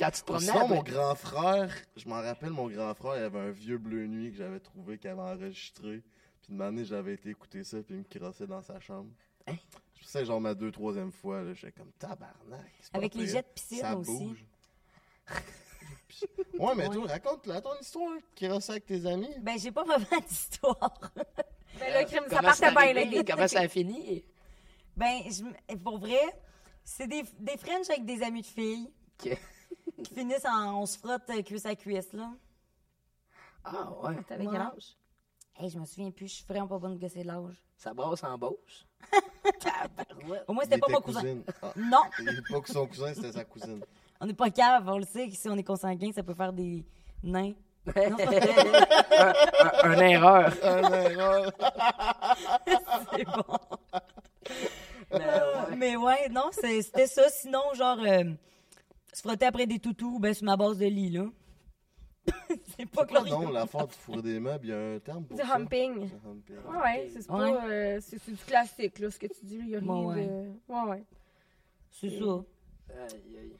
Speaker 2: Quand tu te promenais...
Speaker 3: Sinon,
Speaker 2: après-
Speaker 3: mon grand frère, je m'en rappelle, mon grand frère, il avait un vieux bleu nuit que j'avais trouvé, qu'il avait enregistré. Puis une année, j'avais été écouter ça, puis il me crossait dans sa chambre.
Speaker 2: Hein?
Speaker 3: Je sais, genre ma deux, troisième fois, là, j'étais comme tabarnak. c'est pas
Speaker 1: Avec les
Speaker 3: pire.
Speaker 1: jets de piscine
Speaker 3: ça
Speaker 1: aussi.
Speaker 3: Bouge. ouais, mais toi, raconte-la ton histoire, qui crossait avec tes amis.
Speaker 1: Ben, j'ai pas vraiment d'histoire.
Speaker 5: Ben là, crime, ça
Speaker 2: Comment c'est
Speaker 5: partait bien, là.
Speaker 2: arrivé? Comment ça a fini?
Speaker 1: Ben, je m- pour vrai, c'est des, des French avec des amis de filles
Speaker 2: Ok.
Speaker 1: qui finissent en on se frotte euh, cuisse à cuisse, là.
Speaker 2: Ah ouais,
Speaker 5: T'avais
Speaker 1: Ouais.
Speaker 5: quel âge?
Speaker 1: Hey, je me souviens plus, je suis vraiment pas bonne de gosser de l'âge.
Speaker 2: ça brasse en Beauce. Tabarouette.
Speaker 1: Au moins,
Speaker 3: Il
Speaker 1: c'était pas
Speaker 3: était
Speaker 1: mon cousin.
Speaker 3: cousine. Ah,
Speaker 1: Non,
Speaker 3: il était pas que son cousin, c'était sa cousine.
Speaker 1: on n'est pas cave, on le sait que si on est consanguin, ça peut faire des nains.
Speaker 2: un, un erreur.
Speaker 3: Ah, mais non.
Speaker 1: C'est bon.
Speaker 2: Mais ouais.
Speaker 1: Mais ouais, non, c'est- c'était ça. Sinon, genre, euh, se frotter après des toutous, ben, sur ma base de lit, là. c'est pas glorieux.
Speaker 3: Non, la force du fourrer des meubles, il y a un terme pour
Speaker 5: Du
Speaker 3: ça.
Speaker 5: humping.
Speaker 3: Du humping.
Speaker 5: Ouais, ouais, c'est pas.
Speaker 1: Ouais.
Speaker 5: euh, c'est c'est du classique, là, ce que tu dis, il y a rien
Speaker 1: Ouais, ouais.
Speaker 5: de. Ouais, ouais.
Speaker 1: C'est ça.
Speaker 2: Aïe, aïe.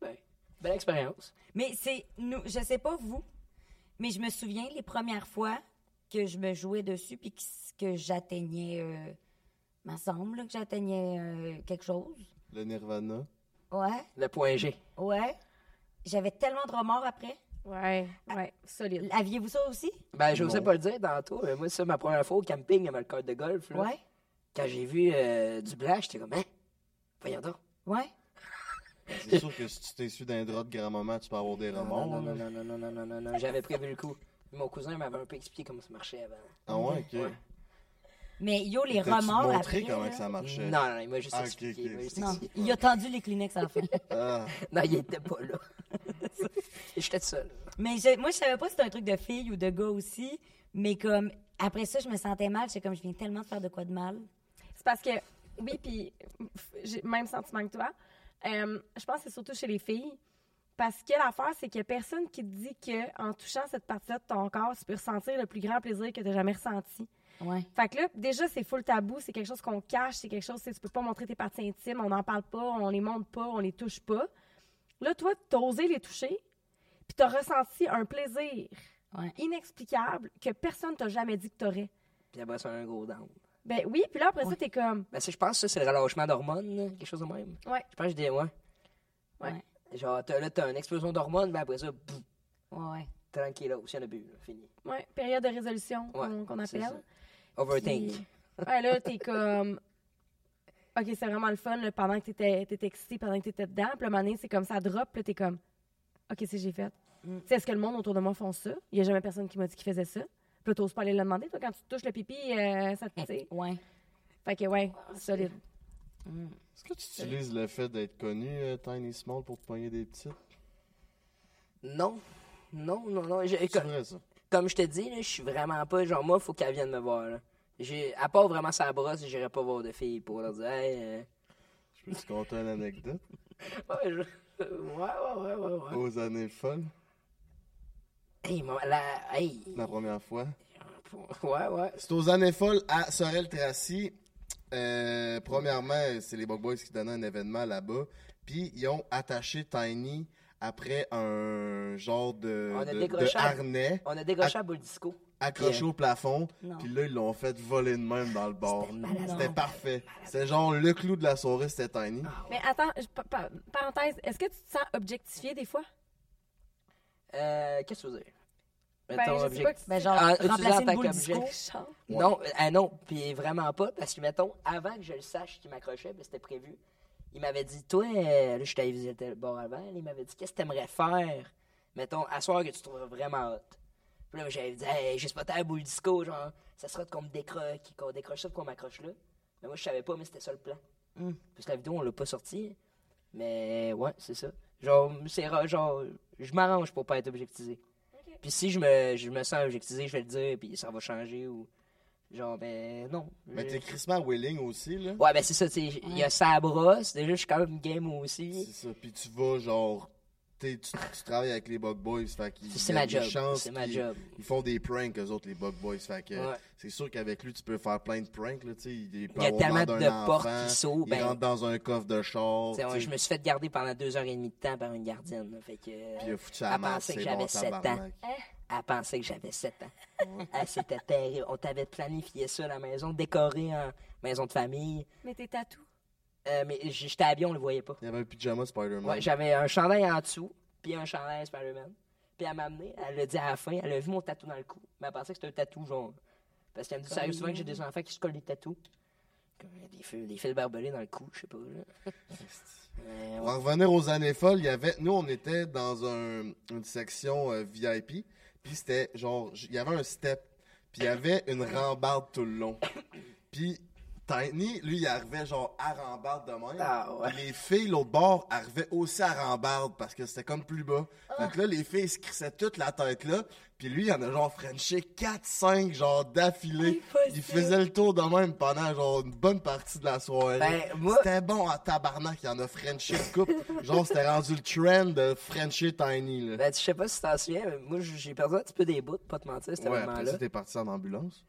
Speaker 2: Ben, belle expérience.
Speaker 1: Mais c'est, nous, je sais pas vous, mais je me souviens les premières fois que je me jouais dessus puis que, que j'atteignais, euh, me semble là, que j'atteignais euh, quelque chose.
Speaker 3: Le nirvana.
Speaker 1: Ouais,
Speaker 2: Le point G.
Speaker 1: ouais. J'avais tellement de remords après.
Speaker 5: Ouais, ouais, solide.
Speaker 1: Aviez-vous ça aussi?
Speaker 2: Ben, j'osais
Speaker 3: Non.
Speaker 2: pas le dire tantôt, mais moi, c'est ça, ma première fois au camping avec le cœur de golf. là.
Speaker 1: Ouais,
Speaker 2: Quand j'ai vu euh, du blanc, j'étais comme, hein? Voyons donc.
Speaker 1: ouais.
Speaker 3: C'est sûr que si tu t'es su d'un drap de grand-maman, tu peux avoir des remords.
Speaker 2: non, non, non,
Speaker 3: là.
Speaker 2: non, non, non, non, non, non, j'avais prévu le coup. Mon cousin m'avait un peu expliqué comment ça marchait avant.
Speaker 3: Ah ouais, ok.
Speaker 2: Ouais.
Speaker 1: Mais yo, les
Speaker 3: T'as-tu
Speaker 1: remords
Speaker 3: montré
Speaker 1: après.
Speaker 3: comment
Speaker 1: là.
Speaker 3: que ça marchait.
Speaker 2: Non, non, il m'a juste
Speaker 3: Ah, ok,
Speaker 2: expliqué.
Speaker 3: ok.
Speaker 2: il m'a juste
Speaker 1: Non,
Speaker 2: expliqué.
Speaker 1: il a tendu les Kleenex à la fin.
Speaker 3: Ah,
Speaker 2: Non, il était pas là. J'étais seul.
Speaker 1: Mais je- moi, je savais pas si c'était un truc de fille ou de gars aussi, mais comme après ça, je me sentais mal. J'étais comme, je viens tellement de faire de quoi de mal.
Speaker 5: C'est parce que, oui, puis f- j'ai le même sentiment que toi. Euh, je pense que c'est surtout chez les filles. Parce que l'affaire, c'est qu'il n'y a personne qui te dit que en touchant cette partie-là de ton corps, tu peux ressentir le plus grand plaisir que tu jamais ressenti.
Speaker 1: Ouais.
Speaker 5: Fait que là, déjà, c'est full tabou, c'est quelque chose qu'on cache, c'est quelque chose, tu sais, tu peux pas montrer tes parties intimes, on n'en parle pas, on les montre pas, on les touche pas. Là, toi, t'as osé les toucher, puis t'as ressenti un plaisir
Speaker 1: Ouais.
Speaker 5: inexplicable que personne t'a jamais dit que t'aurais.
Speaker 2: Puis après, c'est un gros down.
Speaker 5: Ben oui, puis là, après ça, t'es comme,
Speaker 2: Ben, c'est- je pense que ça, c'est le relâchement d'hormones, là, quelque chose de même.
Speaker 5: Ouais.
Speaker 2: Je pense que je dis, ouais.
Speaker 1: Ouais.
Speaker 2: Genre, t'as, là, t'as une explosion d'hormones, mais après ça, bouf,
Speaker 1: Ouais, ouais.
Speaker 2: tranquille, là, aussi, on a bu, là, fini.
Speaker 5: ouais, période de résolution qu'on
Speaker 2: Ouais,
Speaker 5: qu'on
Speaker 2: c'est
Speaker 5: appelle.
Speaker 2: ça. Overthink.
Speaker 5: Puis- Ouais, là, t'es comme. Ok, c'est vraiment le fun, là, pendant que t'étais étais excité, pendant que t'étais dedans. Puis, à un moment donné, c'est comme ça drop, puis là, t'es comme. Ok, c'est que j'ai fait.
Speaker 1: Mm.
Speaker 5: Tu sais, est-ce que le monde autour de moi font ça? Il y a jamais personne qui m'a dit qu'il faisait ça. Puis, là, t'oses pas aller le demander, toi, quand tu te touches le pipi, euh,
Speaker 2: Eh.
Speaker 5: ça te. tu
Speaker 2: Mm.
Speaker 5: sais.
Speaker 1: Ouais.
Speaker 5: Fait que, ouais, solide.
Speaker 3: est-ce que tu utilises le fait d'être connu, euh, Tiny Small, pour te pogner des petites?
Speaker 2: Non. Non, non, non. je-
Speaker 3: C'est
Speaker 2: comme,
Speaker 3: vrai, ça.
Speaker 2: comme je te dis, là, je suis vraiment pas, genre, moi, faut qu'elle vienne me voir, là. J'ai, à part vraiment sa brosse, j'irai pas voir de filles pour leur dire, hey, euh,
Speaker 3: Je peux te conter une anecdote?
Speaker 2: ouais, je- ouais, ouais, ouais, ouais, ouais.
Speaker 3: Aux années folles,
Speaker 2: Hey, maman, la, hey.
Speaker 3: la première fois.
Speaker 2: Ouais, ouais.
Speaker 3: C'est aux années folles à Sorel-Tracy. Euh, premièrement, c'est les Bug Boys qui donnaient un événement là-bas. Puis ils ont attaché Tiny après un genre de,
Speaker 2: On a
Speaker 3: de- de
Speaker 2: décroché à-
Speaker 3: harnais
Speaker 2: On a décroché à boule disco.
Speaker 3: accroché
Speaker 2: Yeah.
Speaker 3: au plafond.
Speaker 1: Non.
Speaker 3: Puis là, ils l'ont fait voler de même dans le bar.
Speaker 2: malade. Ah,
Speaker 3: C'était parfait. C'était genre le clou de la soirée, c'était Tiny.
Speaker 5: Mais attends, je- pa- pa- parenthèse, est-ce que tu te sens objectifié des fois?
Speaker 2: Euh, qu'est-ce que tu veux dire?
Speaker 5: Ben,
Speaker 2: Mettons,
Speaker 5: je sais pas.
Speaker 2: objectif.
Speaker 5: que c'est-
Speaker 1: Ben, genre,
Speaker 2: Ah, utilisant
Speaker 1: remplacer
Speaker 2: ta
Speaker 1: une boule
Speaker 2: comme
Speaker 1: disco.
Speaker 2: jet.
Speaker 5: Chante.
Speaker 2: Non, ah non, puis vraiment pas, parce que, mettons, avant que je le sache qu'il m'accrochait, ben, c'était prévu, il m'avait dit, toi, euh, là, je t'avais visité le bord avant, là, il m'avait dit, qu'est-ce que t'aimerais faire, mettons, à soir que tu trouverais vraiment hot. Puis là, j'avais dit, hey, j'ai spoté la boule disco, genre, ça sera qu'on me décroche, qu'on décroche ça, qu'on m'accroche là. Mais moi, je savais pas, mais c'était ça le plan.
Speaker 1: Mm.
Speaker 2: Parce que la vidéo, on l'a pas sortie, mais ouais, c'est ça. Genre, c'est ra- genre, je m'arrange pour pas être objectisé. Puis si je me, je me sens objectisé, je vais le dire, puis ça va changer ou. Genre, ben non.
Speaker 3: Mais
Speaker 2: Je-
Speaker 3: t'es crissement willing aussi, là.
Speaker 2: Ouais, ben c'est ça, tu sais. Il y a ça à brosse. Déjà, je suis quand même game aussi.
Speaker 3: C'est ça. Puis tu vas, genre, t'es- tu, tu travailles avec les Bug Boys, fait qu'ils
Speaker 2: C'est ma
Speaker 3: donnent des
Speaker 2: job.
Speaker 3: chances,
Speaker 2: C'est ma
Speaker 3: puis
Speaker 2: job.
Speaker 3: Ils font des pranks, eux autres, les Bug Boys, fait que
Speaker 2: Ouais.
Speaker 3: c'est sûr qu'avec lui, tu peux faire plein de pranks, là, tu sais. Il, peut
Speaker 2: Il y a
Speaker 3: avoir
Speaker 2: tellement
Speaker 3: demandé
Speaker 2: de
Speaker 3: un
Speaker 2: portes
Speaker 3: enfant,
Speaker 2: qui s'ouvrent,
Speaker 3: Il
Speaker 2: ben-
Speaker 3: rentre dans un coffre de char,
Speaker 2: Tu sais, ouais,
Speaker 3: tu sais,
Speaker 2: je me suis fait garder pendant deux heures et demie de temps par une gardienne. là, fait que.
Speaker 3: puis il a foutu à la
Speaker 2: Elle
Speaker 3: masse,
Speaker 2: pensait que
Speaker 3: c'est bon,
Speaker 2: j'avais sept ans.
Speaker 3: tabarnak.
Speaker 2: Elle pensait que j'avais 7 ans. Ah, C'était terrible. On t'avait planifié ça, la maison, décorée en maison de famille.
Speaker 5: Mais tes tatous.
Speaker 2: Euh, mais j- j'étais habillé, on le voyait pas.
Speaker 3: Il y avait un pyjama Spider-Man.
Speaker 2: Ouais, j'avais un chandail en dessous, puis un chandail Spider-Man. Puis elle m'a amené, elle l'a dit à la fin, elle a vu mon tatou dans le cou. Mais elle pensait que c'était un tatou, genre. Parce qu'elle me dit, ça arrive souvent que j'ai des enfants qui se collent des tatous. Comme des fils, des fils barbelés dans le cou, je sais pas. Là. Euh,
Speaker 3: Pour
Speaker 2: ouais.
Speaker 3: en revenir aux années folles, il y avait, nous, on était dans un- une section euh, VIP, puis c'était genre, j- il y avait un step, puis il y avait une rambarde tout le long. Puis Tiny, lui, il arrivait genre à rambarde de même.
Speaker 2: Ah ouais.
Speaker 3: Les filles, l'autre bord, arrivaient aussi à rambarde parce que c'était comme plus bas.
Speaker 2: Ah.
Speaker 3: Donc là, les filles se crissaient toute la tête là, puis lui, il y en a genre Frenché 4-5 genre d'affilée. Il faisait le tour de même pendant genre une bonne partie de la soirée.
Speaker 2: Ben, moi-
Speaker 3: C'était bon en tabarnak, il y en a Frenché de couple. Genre, c'était rendu le trend de Frenché Tiny, là.
Speaker 2: Ben, je sais pas si t'en souviens, mais moi, j- j'ai perdu un petit peu des bouts, pas te mentir, c'était
Speaker 3: ouais,
Speaker 2: vraiment
Speaker 3: après
Speaker 2: là.
Speaker 3: ça, t'es parti en ambulance.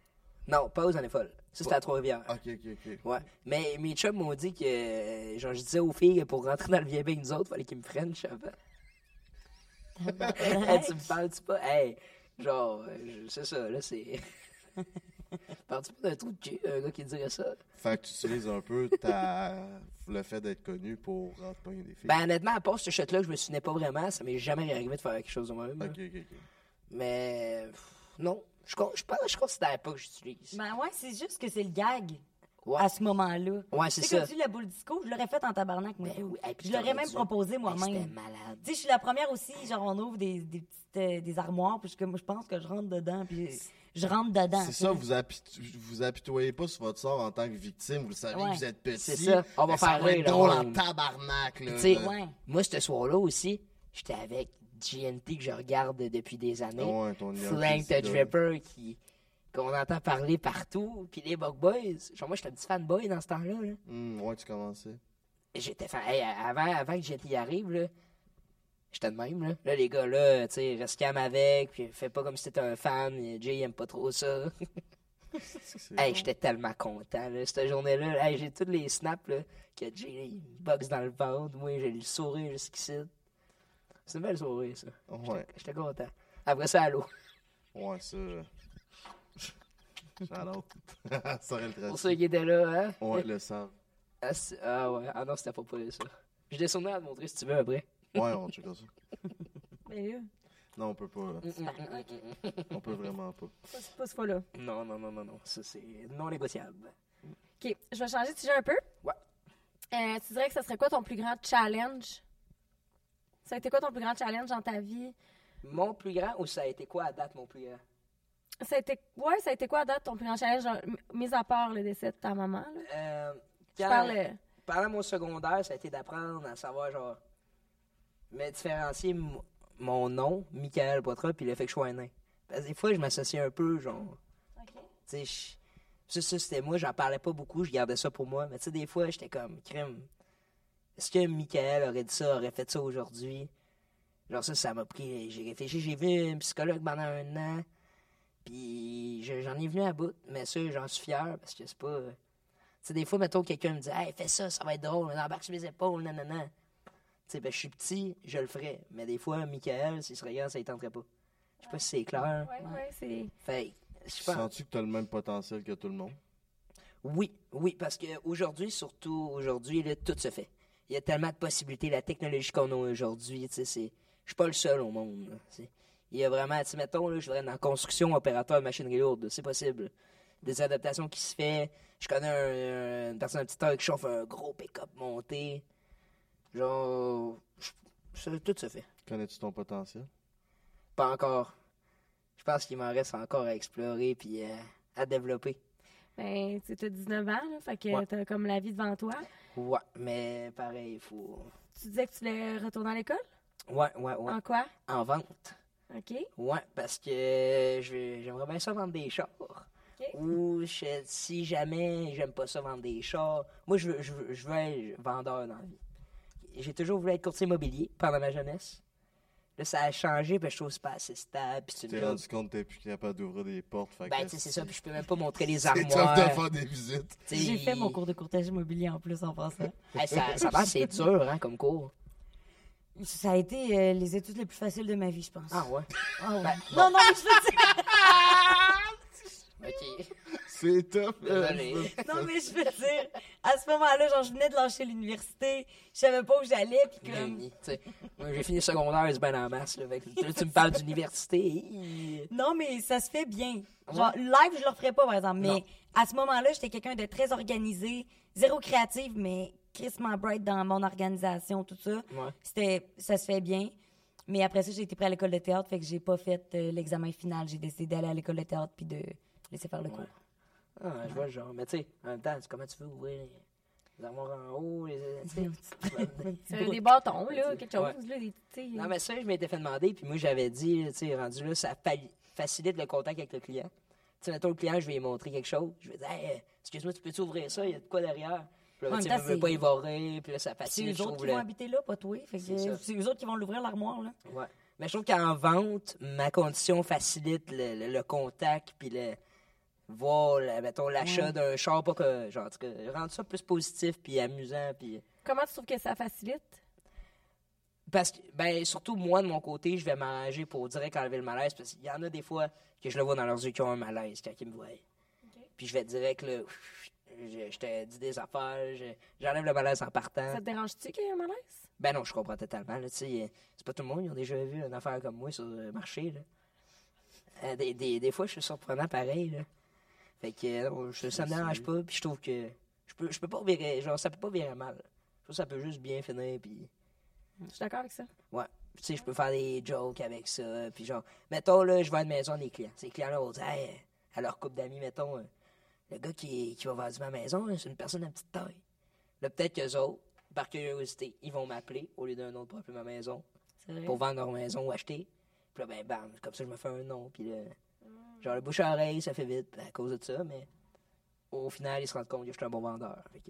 Speaker 2: Non, pas aux années folles. Ça, c'était à Trois-Rivières.
Speaker 3: Ok, ok, ok.
Speaker 2: Ouais. Mais mes chums m'ont dit que, euh, genre, je disais aux filles que pour rentrer dans le vieil bain nous autres, fallait qu'ils me freinent, je savais. Hey, tu me parles-tu pas? Hey, genre, euh, je- c'est ça, là, c'est. Parles-tu pas d'un trou de cul, un gars qui dirait ça?
Speaker 3: Fait que tu utilises un peu ta... le fait d'être connu pour rentrer des filles.
Speaker 2: Ben, honnêtement, à part ce shot-là, je me souvenais pas vraiment, ça m'est jamais arrivé de faire quelque chose de moi-même. là.
Speaker 3: Ok, ok, ok.
Speaker 2: Mais, pff, non, je, con- je, pense- je considère pas que j'utilise.
Speaker 1: Ben ouais, c'est juste que c'est le gag
Speaker 2: Ouais,
Speaker 1: à ce moment-là.
Speaker 2: ouais
Speaker 1: Tu
Speaker 2: c'est
Speaker 1: sais,
Speaker 2: ça.
Speaker 1: comme tu dis, la boule disco, je l'aurais faite en tabarnak, moi.
Speaker 2: Ben oui, hey, puis
Speaker 1: je l'aurais
Speaker 2: t'aurais
Speaker 1: même
Speaker 2: dû.
Speaker 1: proposé
Speaker 2: Hey, C'était
Speaker 1: moi-même.
Speaker 2: malade.
Speaker 1: Tu sais, je suis la première aussi, genre, on ouvre des, des petites euh, des armoires, puis je, suis comme, je pense que je rentre dedans, puis je rentre dedans.
Speaker 2: ben,
Speaker 3: C'est ça, vous apitu- vous apitoyez pas sur votre sort en tant que victime. Vous savez
Speaker 1: Ouais.
Speaker 3: que vous êtes petit.
Speaker 2: C'est ça. On va
Speaker 3: mais ça
Speaker 2: faire
Speaker 3: va être
Speaker 2: rire le
Speaker 3: drôle en
Speaker 2: monde.
Speaker 3: tabarnak, là.
Speaker 2: Tu sais,
Speaker 3: Ouais,
Speaker 1: Ouais.
Speaker 2: Moi, ce soir-là aussi, j'étais avec GNT que je regarde depuis des années.
Speaker 3: Ouais, ton
Speaker 2: Frank
Speaker 3: idole.
Speaker 2: the Dripper qui qu'on entend parler partout, puis les Bug Boys. Genre moi j'étais un petit fanboy dans ce temps-là. là.
Speaker 3: Hum, ouais, tu commençais.
Speaker 2: J'étais fan. hey, avant, avant que j'y arrive, là, j'étais de même. Là. là, les gars, là, tu sais, reste calme avec, puis fais pas comme si t'étais un fan. Jay il aime pas trop ça.
Speaker 3: C'est
Speaker 2: Hey,
Speaker 3: bon.
Speaker 2: j'étais tellement content, là, cette journée-là. Hey, j'ai tous les snaps, là, que Jay, là, il me boxe dans le ventre. Moi, j'ai le sourire jusqu'ici. C'est une belle soirée, ça.
Speaker 3: Ouais,
Speaker 2: J'étais content. Après ça, allô.
Speaker 3: ouais, ça. euh, J'adore. ça aurait le
Speaker 2: Pour
Speaker 3: traduit.
Speaker 2: ceux qui étaient là, hein?
Speaker 3: Ouais, le savent.
Speaker 2: Ah, c'est- ah ouais, ah non, c'était pas pour ça. Je descendais à te montrer si tu veux après.
Speaker 3: Ouais, on check ça.
Speaker 5: Mais Ben, là,
Speaker 3: Non, on peut pas. là. On peut vraiment pas.
Speaker 5: pas, pas ce fois-là.
Speaker 2: Non, non, non, non, non. Ça, c'est non négociable.
Speaker 5: OK, je vais changer de sujet un peu.
Speaker 2: Ouais.
Speaker 5: Euh, tu dirais que ce serait quoi ton plus grand challenge? Ça a été quoi ton plus grand challenge dans ta vie?
Speaker 2: Mon plus grand, ou ça a été quoi à date, mon plus grand?
Speaker 5: Ça a été, ouais, ça a été quoi à date ton plus grand challenge, genre, m- mis à part le décès de ta maman? Là?
Speaker 2: Euh,
Speaker 5: Tu
Speaker 2: quand-
Speaker 5: parles, euh,
Speaker 2: Pendant mon secondaire, ça a été d'apprendre à savoir, genre, me différencier m- mon nom, Michael Potra, puis le fait que je sois un nain. Parce que des fois, je m'associais un peu, genre. Tu sais, je- ça, ça, c'était moi, j'en parlais pas beaucoup, je gardais ça pour moi. Mais tu sais, des fois, j'étais comme, crime. Est-ce que Michael aurait dit ça, aurait fait ça aujourd'hui? Genre, ça, ça m'a pris. J'ai réfléchi, j'ai vu un psychologue pendant un an. Puis, je- j'en ai venu à bout. Mais ça, j'en suis fier parce que c'est pas. euh, Tu sais, des fois, mettons, quelqu'un me dit, hey, fais ça, ça va être drôle, on embarque sur mes épaules, nanana. Tu sais, ben, je suis petit, je le ferais. Mais des fois, Michael, s'il se regarde, ça ne tenterait pas. Je sais pas si c'est clair.
Speaker 5: Ouais, ouais, c'est.
Speaker 2: Fait, que, je
Speaker 3: Tu
Speaker 2: pense.
Speaker 3: Sens-tu que t'as le même potentiel que tout le monde?
Speaker 2: Oui, oui, parce qu'aujourd'hui, surtout aujourd'hui, là, tout se fait. Il y a tellement de possibilités, la technologie qu'on a aujourd'hui, tu sais, c'est... Je suis pas le seul au monde. là, tu sais. Il y a vraiment, tu sais, mettons, là, je voudrais dans construction, opérateur, machinerie lourde, c'est possible. Des adaptations qui se fait. Je connais un- un- une personne, un petit heure qui chauffe un gros pick-up monté. Genre, je- ça- tout se fait.
Speaker 3: Connais-tu ton potentiel?
Speaker 2: Pas encore. Je pense qu'il m'en reste encore à explorer puis euh, à développer.
Speaker 5: Ben, tu sais, t'as 19 ans, là, fait que
Speaker 2: Ouais.
Speaker 5: t'as comme la vie devant toi.
Speaker 2: Ouais, mais pareil, il faut.
Speaker 5: Tu disais que tu voulais retourner à l'école?
Speaker 2: Ouais, ouais, ouais.
Speaker 5: En quoi?
Speaker 2: En vente.
Speaker 5: OK. Euh,
Speaker 2: Ouais, parce que je vais- j'aimerais bien ça vendre des chars. Ou je- si jamais j'aime pas ça vendre des chars, moi je veux, je veux, je veux être vendeur dans la vie. J'ai toujours voulu être courtier immobilier pendant ma jeunesse. Là, ça a changé, puis je trouve que c'est pas assez stable. Puis c'est
Speaker 3: Tu
Speaker 2: une
Speaker 3: t'es
Speaker 2: job-
Speaker 3: rendu compte que t'es plus capable d'ouvrir des portes. Fait
Speaker 2: Ben,
Speaker 3: que
Speaker 2: tu sais, c'est ça, puis je peux même pas montrer les
Speaker 3: C'est tough de
Speaker 2: armoires.
Speaker 3: faire des visites.
Speaker 2: Tu sais,
Speaker 1: J'ai fait
Speaker 2: il-
Speaker 1: mon cours de courtage immobilier en plus en passant.
Speaker 2: Hey, ça, ça va, c'est dur, hein, comme cours.
Speaker 1: Ça a été euh, les études les plus faciles de ma vie, je pense.
Speaker 2: Ah ouais?
Speaker 1: Ah ouais.
Speaker 2: Ben,
Speaker 1: Non, non, mais je veux dire.
Speaker 2: Ok.
Speaker 3: C'est tough. euh,
Speaker 2: Désolé.
Speaker 1: Non, mais je veux dire, à ce moment-là, genre, je venais de lâcher l'université, je savais pas où j'allais, puis comme.
Speaker 2: Réuni, tu sais. Moi, j'ai fini le secondaire, c'est ben en masse. Là, Fait que là, tu me parles d'université. hi.
Speaker 1: Non, mais ça se fait bien. Genre, live, je le referais pas, par exemple. Mais
Speaker 2: Non.
Speaker 1: à ce moment-là, j'étais quelqu'un de très organisé, zéro créative, mais crissement bright dans mon organisation, tout ça.
Speaker 2: Ouais.
Speaker 1: C'était, ça se fait bien. Mais après ça, j'ai été prêt à l'école de théâtre, fait que j'ai pas fait euh, l'examen final. J'ai décidé d'aller à l'école de théâtre puis de laisser faire le cours.
Speaker 2: Ah, je vois le genre. Mais tu sais, en même temps, c'est comment tu veux ouvrir les, les armoires en haut, les. tu sais, tu vas-
Speaker 5: Euh, des bâtons, là, quelque chose,
Speaker 2: Ouais.
Speaker 5: là, des petits.
Speaker 2: non, mais ça, je m'étais fait demander, puis moi, j'avais dit, tu sais, rendu là, ça fa- facilite le contact avec le client. Tu sais, mettons, le client, je vais lui montrer quelque chose. Je vais dire, hey, euh, excuse-moi, tu peux-tu ouvrir ça? Il y a de quoi derrière? Puis
Speaker 1: En
Speaker 2: là, tu sais,
Speaker 1: même
Speaker 2: je
Speaker 1: temps,
Speaker 2: veux pas
Speaker 1: c'est-
Speaker 2: évorer, puis là, ça
Speaker 1: C'est
Speaker 2: facilite,
Speaker 1: eux
Speaker 2: je
Speaker 1: autres
Speaker 2: trouve.
Speaker 1: qui vont
Speaker 2: le-
Speaker 1: habiter là, pas toi. Fait que
Speaker 2: C'est ça.
Speaker 1: c'est eux autres qui vont l'ouvrir l'armoire, là.
Speaker 2: Ouais. Mais je trouve qu'en vente, ma condition facilite le, le- le contact, puis le voir, la- mettons, l'achat d'un char, pas que, genre, en tout cas, rendre ça plus positif, puis amusant, puis...
Speaker 5: Comment tu trouves que ça facilite?
Speaker 2: Parce que, ben, surtout moi, de mon côté, je vais m'arranger pour direct enlever le malaise, parce qu'il y en a des fois que je le vois dans leurs yeux qui ont un malaise quand ils me voient. Puis je vais direct, là, pff, je, je te dis des affaires, je- j'enlève le malaise en partant.
Speaker 5: Ça te dérange-tu qu'il y ait un malaise?
Speaker 2: Ben non, je comprends totalement. Là, tu sais, euh, c'est pas tout le monde qui a déjà vu une affaire comme moi sur le marché. Là. Euh, des, des, des fois, je suis surprenant pareil. Là. Fait que euh, non, je, ça me dérange pas, puis je trouve que je peux, je peux pas virer, genre, ça peut pas virer mal. Je trouve que ça peut juste bien finir, puis
Speaker 5: Je suis d'accord avec ça.
Speaker 2: ouais. Puis, Tu sais, je peux faire des jokes avec ça, puis genre, mettons, là, je vais à une maison des clients. Ces clients-là vont dire, Hey, euh, à leur couple d'amis, mettons, euh, le gars qui, qui va vendre ma maison, là, c'est une personne à petite taille. Là, peut-être qu'eux autres, par curiosité, ils vont m'appeler au lieu d'un autre pour appeler ma maison
Speaker 1: C'est vrai.
Speaker 2: pour vendre leur maison ou acheter. Puis là, ben, bam, comme ça, je me fais un nom. Puis là,
Speaker 1: Mm.
Speaker 2: genre, le bouche à oreille, ça fait vite à cause de ça, mais au final, ils se rendent compte que je suis un bon vendeur. Fait que-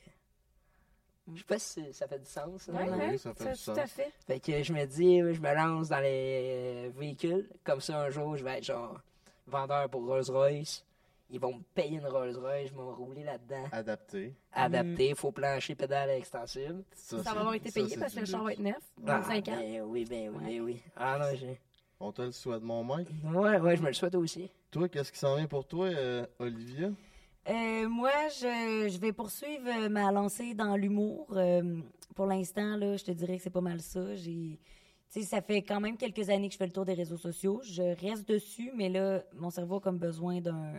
Speaker 1: Mm.
Speaker 2: Je sais pas si ça fait du sens. là.
Speaker 5: Ouais,
Speaker 3: oui,
Speaker 5: ouais,
Speaker 3: ça fait du
Speaker 5: tout à
Speaker 3: sens.
Speaker 5: fait.
Speaker 2: Fait que je me dis, je me lance dans les véhicules. Comme ça, un jour, je vais être genre vendeur pour Rolls-Royce. Ils vont me payer une Rolls-Royce, je vais me rouler
Speaker 5: Mm.
Speaker 2: là-dedans.
Speaker 3: Adapté.
Speaker 2: Adapté, faux plancher, pédale extensible.
Speaker 3: Ça,
Speaker 5: Ça
Speaker 3: c'est-
Speaker 5: va avoir été
Speaker 3: ça,
Speaker 5: payé
Speaker 3: c'est
Speaker 5: parce que
Speaker 3: du
Speaker 5: le char va
Speaker 3: luxe.
Speaker 5: être neuf,
Speaker 2: Ah,
Speaker 5: 25 ans.
Speaker 2: ben oui, ben oui, ben oui. Ah non, j'ai...
Speaker 3: On te le souhaite, mon mec.
Speaker 2: Ouais, ouais, je me le souhaite aussi.
Speaker 3: Toi, qu'est-ce qui s'en vient pour toi, euh, Olivia?
Speaker 1: Euh, moi, je, je vais poursuivre euh, ma lancée dans l'humour. Euh, pour l'instant, là, je te dirais que c'est pas mal ça. J'ai, tu sais, ça fait quand même quelques années que je fais le tour des réseaux sociaux. Je reste dessus, mais là, mon cerveau a comme besoin d'un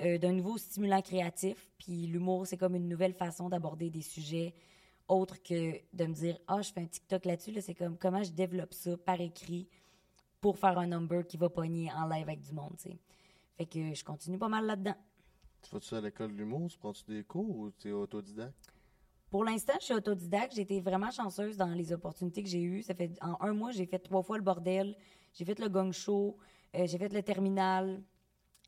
Speaker 1: euh, d'un nouveau stimulant créatif. Puis l'humour, c'est comme une nouvelle façon d'aborder des sujets autres que de me dire ah je fais un TikTok là-dessus. Là, c'est comme comment je développe ça par écrit pour faire un number qui va pogner en live avec du monde. tu sais. Fait que je continue pas mal là-dedans.
Speaker 3: Tu vas-tu à l'école de l'humour? Tu prends-tu des cours ou t'es autodidacte?
Speaker 1: Pour l'instant, je suis autodidacte. J'ai été vraiment chanceuse dans les opportunités que j'ai eues. Ça fait en un mois, j'ai fait trois fois le bordel. J'ai fait le gong show. euh, j'ai fait le terminal.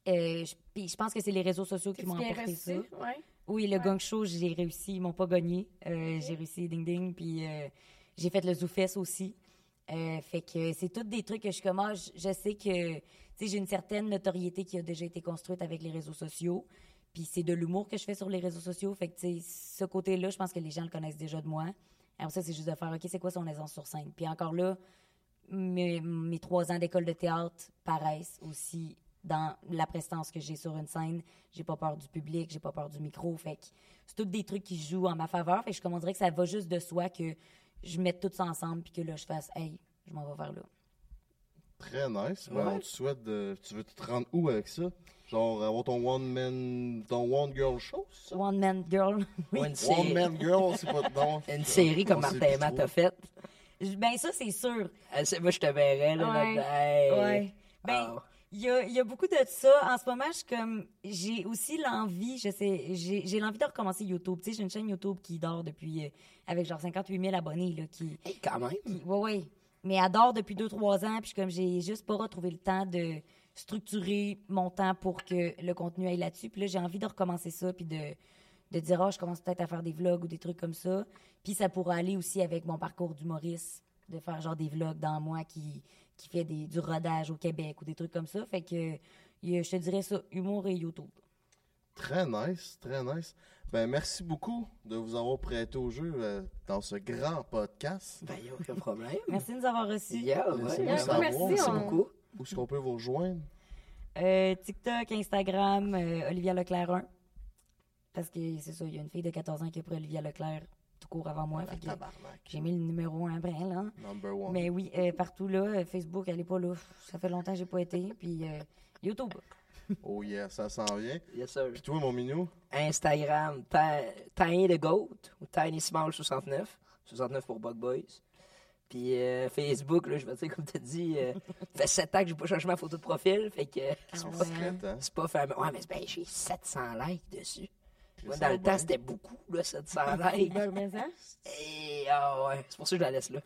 Speaker 1: Euh, je, puis je pense que c'est les réseaux sociaux qui
Speaker 5: T'es-tu
Speaker 1: m'ont
Speaker 5: bien
Speaker 1: apporté ça.
Speaker 5: reçu? Ouais.
Speaker 1: Oui, le gong show, j'ai réussi. Ils m'ont pas gagné. Euh, J'ai réussi, ding ding. Puis euh, j'ai fait le zoufest aussi. Euh, fait que c'est tous des trucs que je suis comme, ah, je, je sais que, tu sais, j'ai une certaine notoriété qui a déjà été construite avec les réseaux sociaux. Puis c'est de l'humour que je fais sur les réseaux sociaux. Fait que, tu sais, ce côté-là, je pense que les gens le connaissent déjà de moi. Alors ça, c'est juste de faire, OK, c'est quoi son aisance sur scène? Puis encore là, mes, mes trois ans d'école de théâtre paraissent aussi dans la prestance que j'ai sur une scène. J'ai pas peur du public, j'ai pas peur du micro. Fait que c'est tous des trucs qui jouent en ma faveur. Fait que je comme on dirait que ça va juste de soi que je mette tout ça ensemble puis que là, je fasse, hey, je m'en vais vers là.
Speaker 3: Très nice. Ben, on te souhaite de- Tu veux te rendre où avec ça? Genre avoir ton one man ton one girl show? ça?
Speaker 1: One Man Girl.
Speaker 2: Ou une
Speaker 3: One
Speaker 2: série,
Speaker 3: oh, man girl, c'est pas non.
Speaker 2: une série comme
Speaker 3: on sait
Speaker 2: Martin et
Speaker 3: plus
Speaker 2: Matt
Speaker 3: trop.
Speaker 2: a faite.
Speaker 1: Je- Ben, ça, c'est sûr.
Speaker 2: Euh, c'est- Moi, je te verrais, là,
Speaker 5: Ouais.
Speaker 2: là-dedans. Hey.
Speaker 1: Ouais. Ben,
Speaker 2: Ah.
Speaker 1: il y a, il y a beaucoup de ça. En ce moment, je suis comme, j'ai aussi l'envie, je sais, j'ai j'ai l'envie de recommencer YouTube. Tu sais, j'ai une chaîne YouTube qui dort depuis, euh, avec genre 58 000 abonnés, là, qui,
Speaker 2: Hey, quand même.
Speaker 1: Oui, ouais, ouais. Mais elle dort depuis 2-3 ans, puis je suis comme j'ai juste pas retrouvé le temps de structurer mon temps pour que le contenu aille là-dessus. Puis là, j'ai envie de recommencer ça, puis de, de dire, oh, je commence peut-être à faire des vlogs ou des trucs comme ça. Puis ça pourra aller aussi avec mon parcours d'humoriste, de faire genre des vlogs dans moi qui, qui fait des, du rodage au Québec ou des trucs comme ça. Fait que il y a- je te dirais ça, humour et YouTube.
Speaker 3: Très nice, très nice. Ben merci beaucoup de vous avoir prêté au jeu euh, dans ce grand podcast.
Speaker 2: Ben, y'a aucun problème.
Speaker 1: Merci de nous avoir reçus.
Speaker 2: Yeah, ouais.
Speaker 3: Laissez-moi
Speaker 2: Merci
Speaker 3: savoir.
Speaker 5: Merci, on-
Speaker 2: beaucoup.
Speaker 3: Où est-ce qu'on peut vous rejoindre?
Speaker 1: Euh, TikTok, Instagram, euh, Olivia Leclerc 1. Parce que c'est ça, il y a une fille de 14 ans qui a pris Olivia Leclerc tout court avant moi. fait que
Speaker 3: Tabarnak.
Speaker 1: j'ai mis le numéro 1 après, là.
Speaker 3: Number one.
Speaker 1: Mais oui, euh, partout là, euh, Facebook, elle est pas là. Ça fait longtemps que j'ai pas été. Puis euh, YouTube.
Speaker 3: Oh yeah, ça s'en vient.
Speaker 2: Yes, sir.
Speaker 3: Puis toi, mon minou?
Speaker 2: Instagram, Ti- Tiny the Goat ou Tiny Small 69. 69 pour Bug Boys. Puis euh, Facebook, là, je vais te dire, comme tu dit, euh, fait 7 ans que j'ai pas changé ma photo de profil. Fait que euh,
Speaker 1: Ah
Speaker 2: c'est
Speaker 1: ouais.
Speaker 2: pas-
Speaker 3: Secret, hein?
Speaker 2: c'est pas fameux. Ouais, mais ben, j'ai 700 likes dessus. Moi,
Speaker 3: C'est
Speaker 2: dans le
Speaker 3: bien.
Speaker 2: temps, c'était beaucoup, là, 700 likes. Et ah ouais, c'est pour ça que je la laisse là.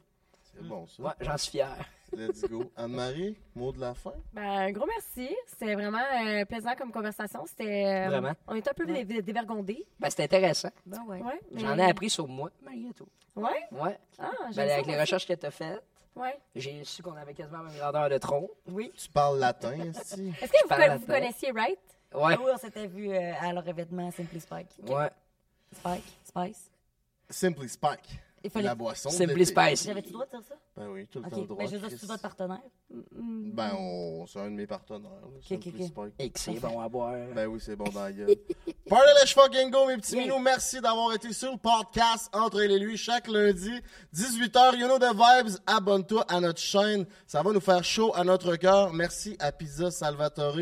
Speaker 3: C'est bon ça.
Speaker 2: Ouais, j'en suis fier.
Speaker 3: Let's go. Anne-Marie, mot de la fin?
Speaker 5: Ben, un gros merci. C'était vraiment euh, plaisant comme conversation. C'était. euh,
Speaker 2: Vraiment.
Speaker 5: On est un peu dé- dévergondés.
Speaker 2: Ben, c'est intéressant.
Speaker 1: Ben ouais.
Speaker 5: Ouais, mais-
Speaker 2: J'en ai appris sur moi, malgré tout.
Speaker 5: Ouais.
Speaker 2: Ouais.
Speaker 5: Ah, j'ai
Speaker 2: Ben,
Speaker 5: ça,
Speaker 2: avec les
Speaker 5: moi.
Speaker 2: recherches que t'as faites,
Speaker 5: Ouais.
Speaker 2: j'ai su qu'on avait quasiment la même grandeur de tronc.
Speaker 1: Oui.
Speaker 3: Tu parles latin, si?
Speaker 5: Est-ce que vous,
Speaker 2: parle
Speaker 5: conna-
Speaker 2: latin.
Speaker 5: vous connaissiez Wright?
Speaker 2: Ouais.
Speaker 1: Ah oui, on s'était vu euh, à leur événement Simply Spike.
Speaker 2: Ouais.
Speaker 1: Spike, Spice.
Speaker 3: Simply Spike.
Speaker 1: Il fallait.
Speaker 3: La boisson. de
Speaker 2: Simply
Speaker 3: l'été.
Speaker 2: Spicy.
Speaker 1: J'avais-tu le droit de dire ça?
Speaker 3: Ben oui, tout le temps le
Speaker 1: Ok.
Speaker 3: droit.
Speaker 1: Ben, je veux dire,
Speaker 3: Chris.
Speaker 1: c'est votre partenaire.
Speaker 3: Ben, on... c'est un de mes partenaires. là, Simply
Speaker 1: ok, ok.
Speaker 3: Spike.
Speaker 2: Et que c'est bon à boire.
Speaker 3: Ben oui, c'est bon dans la gueule. Party Let's Fucking Go, mes petits minous. Merci d'avoir été sur le podcast Entre les lui chaque lundi, 18h. You know the vibes. Abonne-toi à notre chaîne. Ça va nous faire chaud à notre cœur. Merci à Pizza Salvatore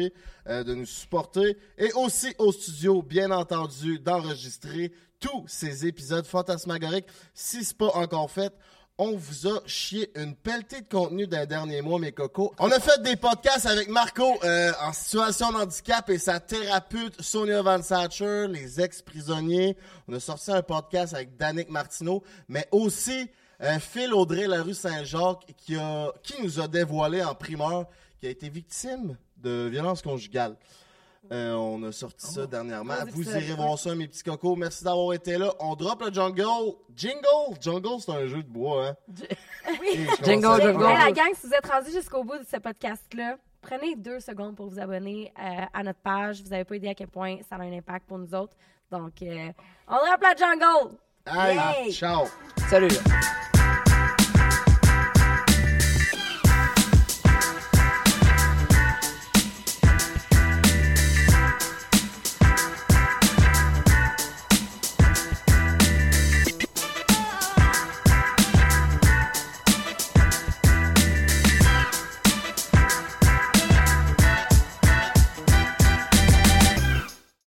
Speaker 3: euh, de nous supporter. Et aussi au studio, bien entendu, d'enregistrer tous ces épisodes fantasmagoriques. Si c'est pas encore fait, on vous a chié une pelletée de contenu d'un dernier mois, mes cocos. On a fait des podcasts avec Marco euh, en situation de handicap et sa thérapeute Sonia Van Satcher, les ex-prisonniers. On a sorti un podcast avec Danick Martineau, mais aussi euh, Phil Audrey, la rue Saint-Jacques, qui, a- qui nous a dévoilé en primeur qui a été victime de violences conjugales. Euh, on a sorti ça dernièrement.
Speaker 5: Gros
Speaker 3: Vous
Speaker 5: épisode,
Speaker 3: irez voir ça, mes petits cocos. Merci d'avoir été là. On drop le jungle. Jingle! Jungle, c'est un jeu de bois, hein? Oui.
Speaker 2: Jingle,
Speaker 5: Fait que,
Speaker 2: Go.
Speaker 5: la gang, si vous êtes rendus jusqu'au bout de ce podcast-là, prenez deux secondes pour vous abonner euh, à notre page. Vous n'avez pas idée à quel point ça a un impact pour nous autres. Donc, euh, on rappelle la jungle!
Speaker 3: Allez,
Speaker 1: Yay.
Speaker 3: ciao!
Speaker 2: Salut. là.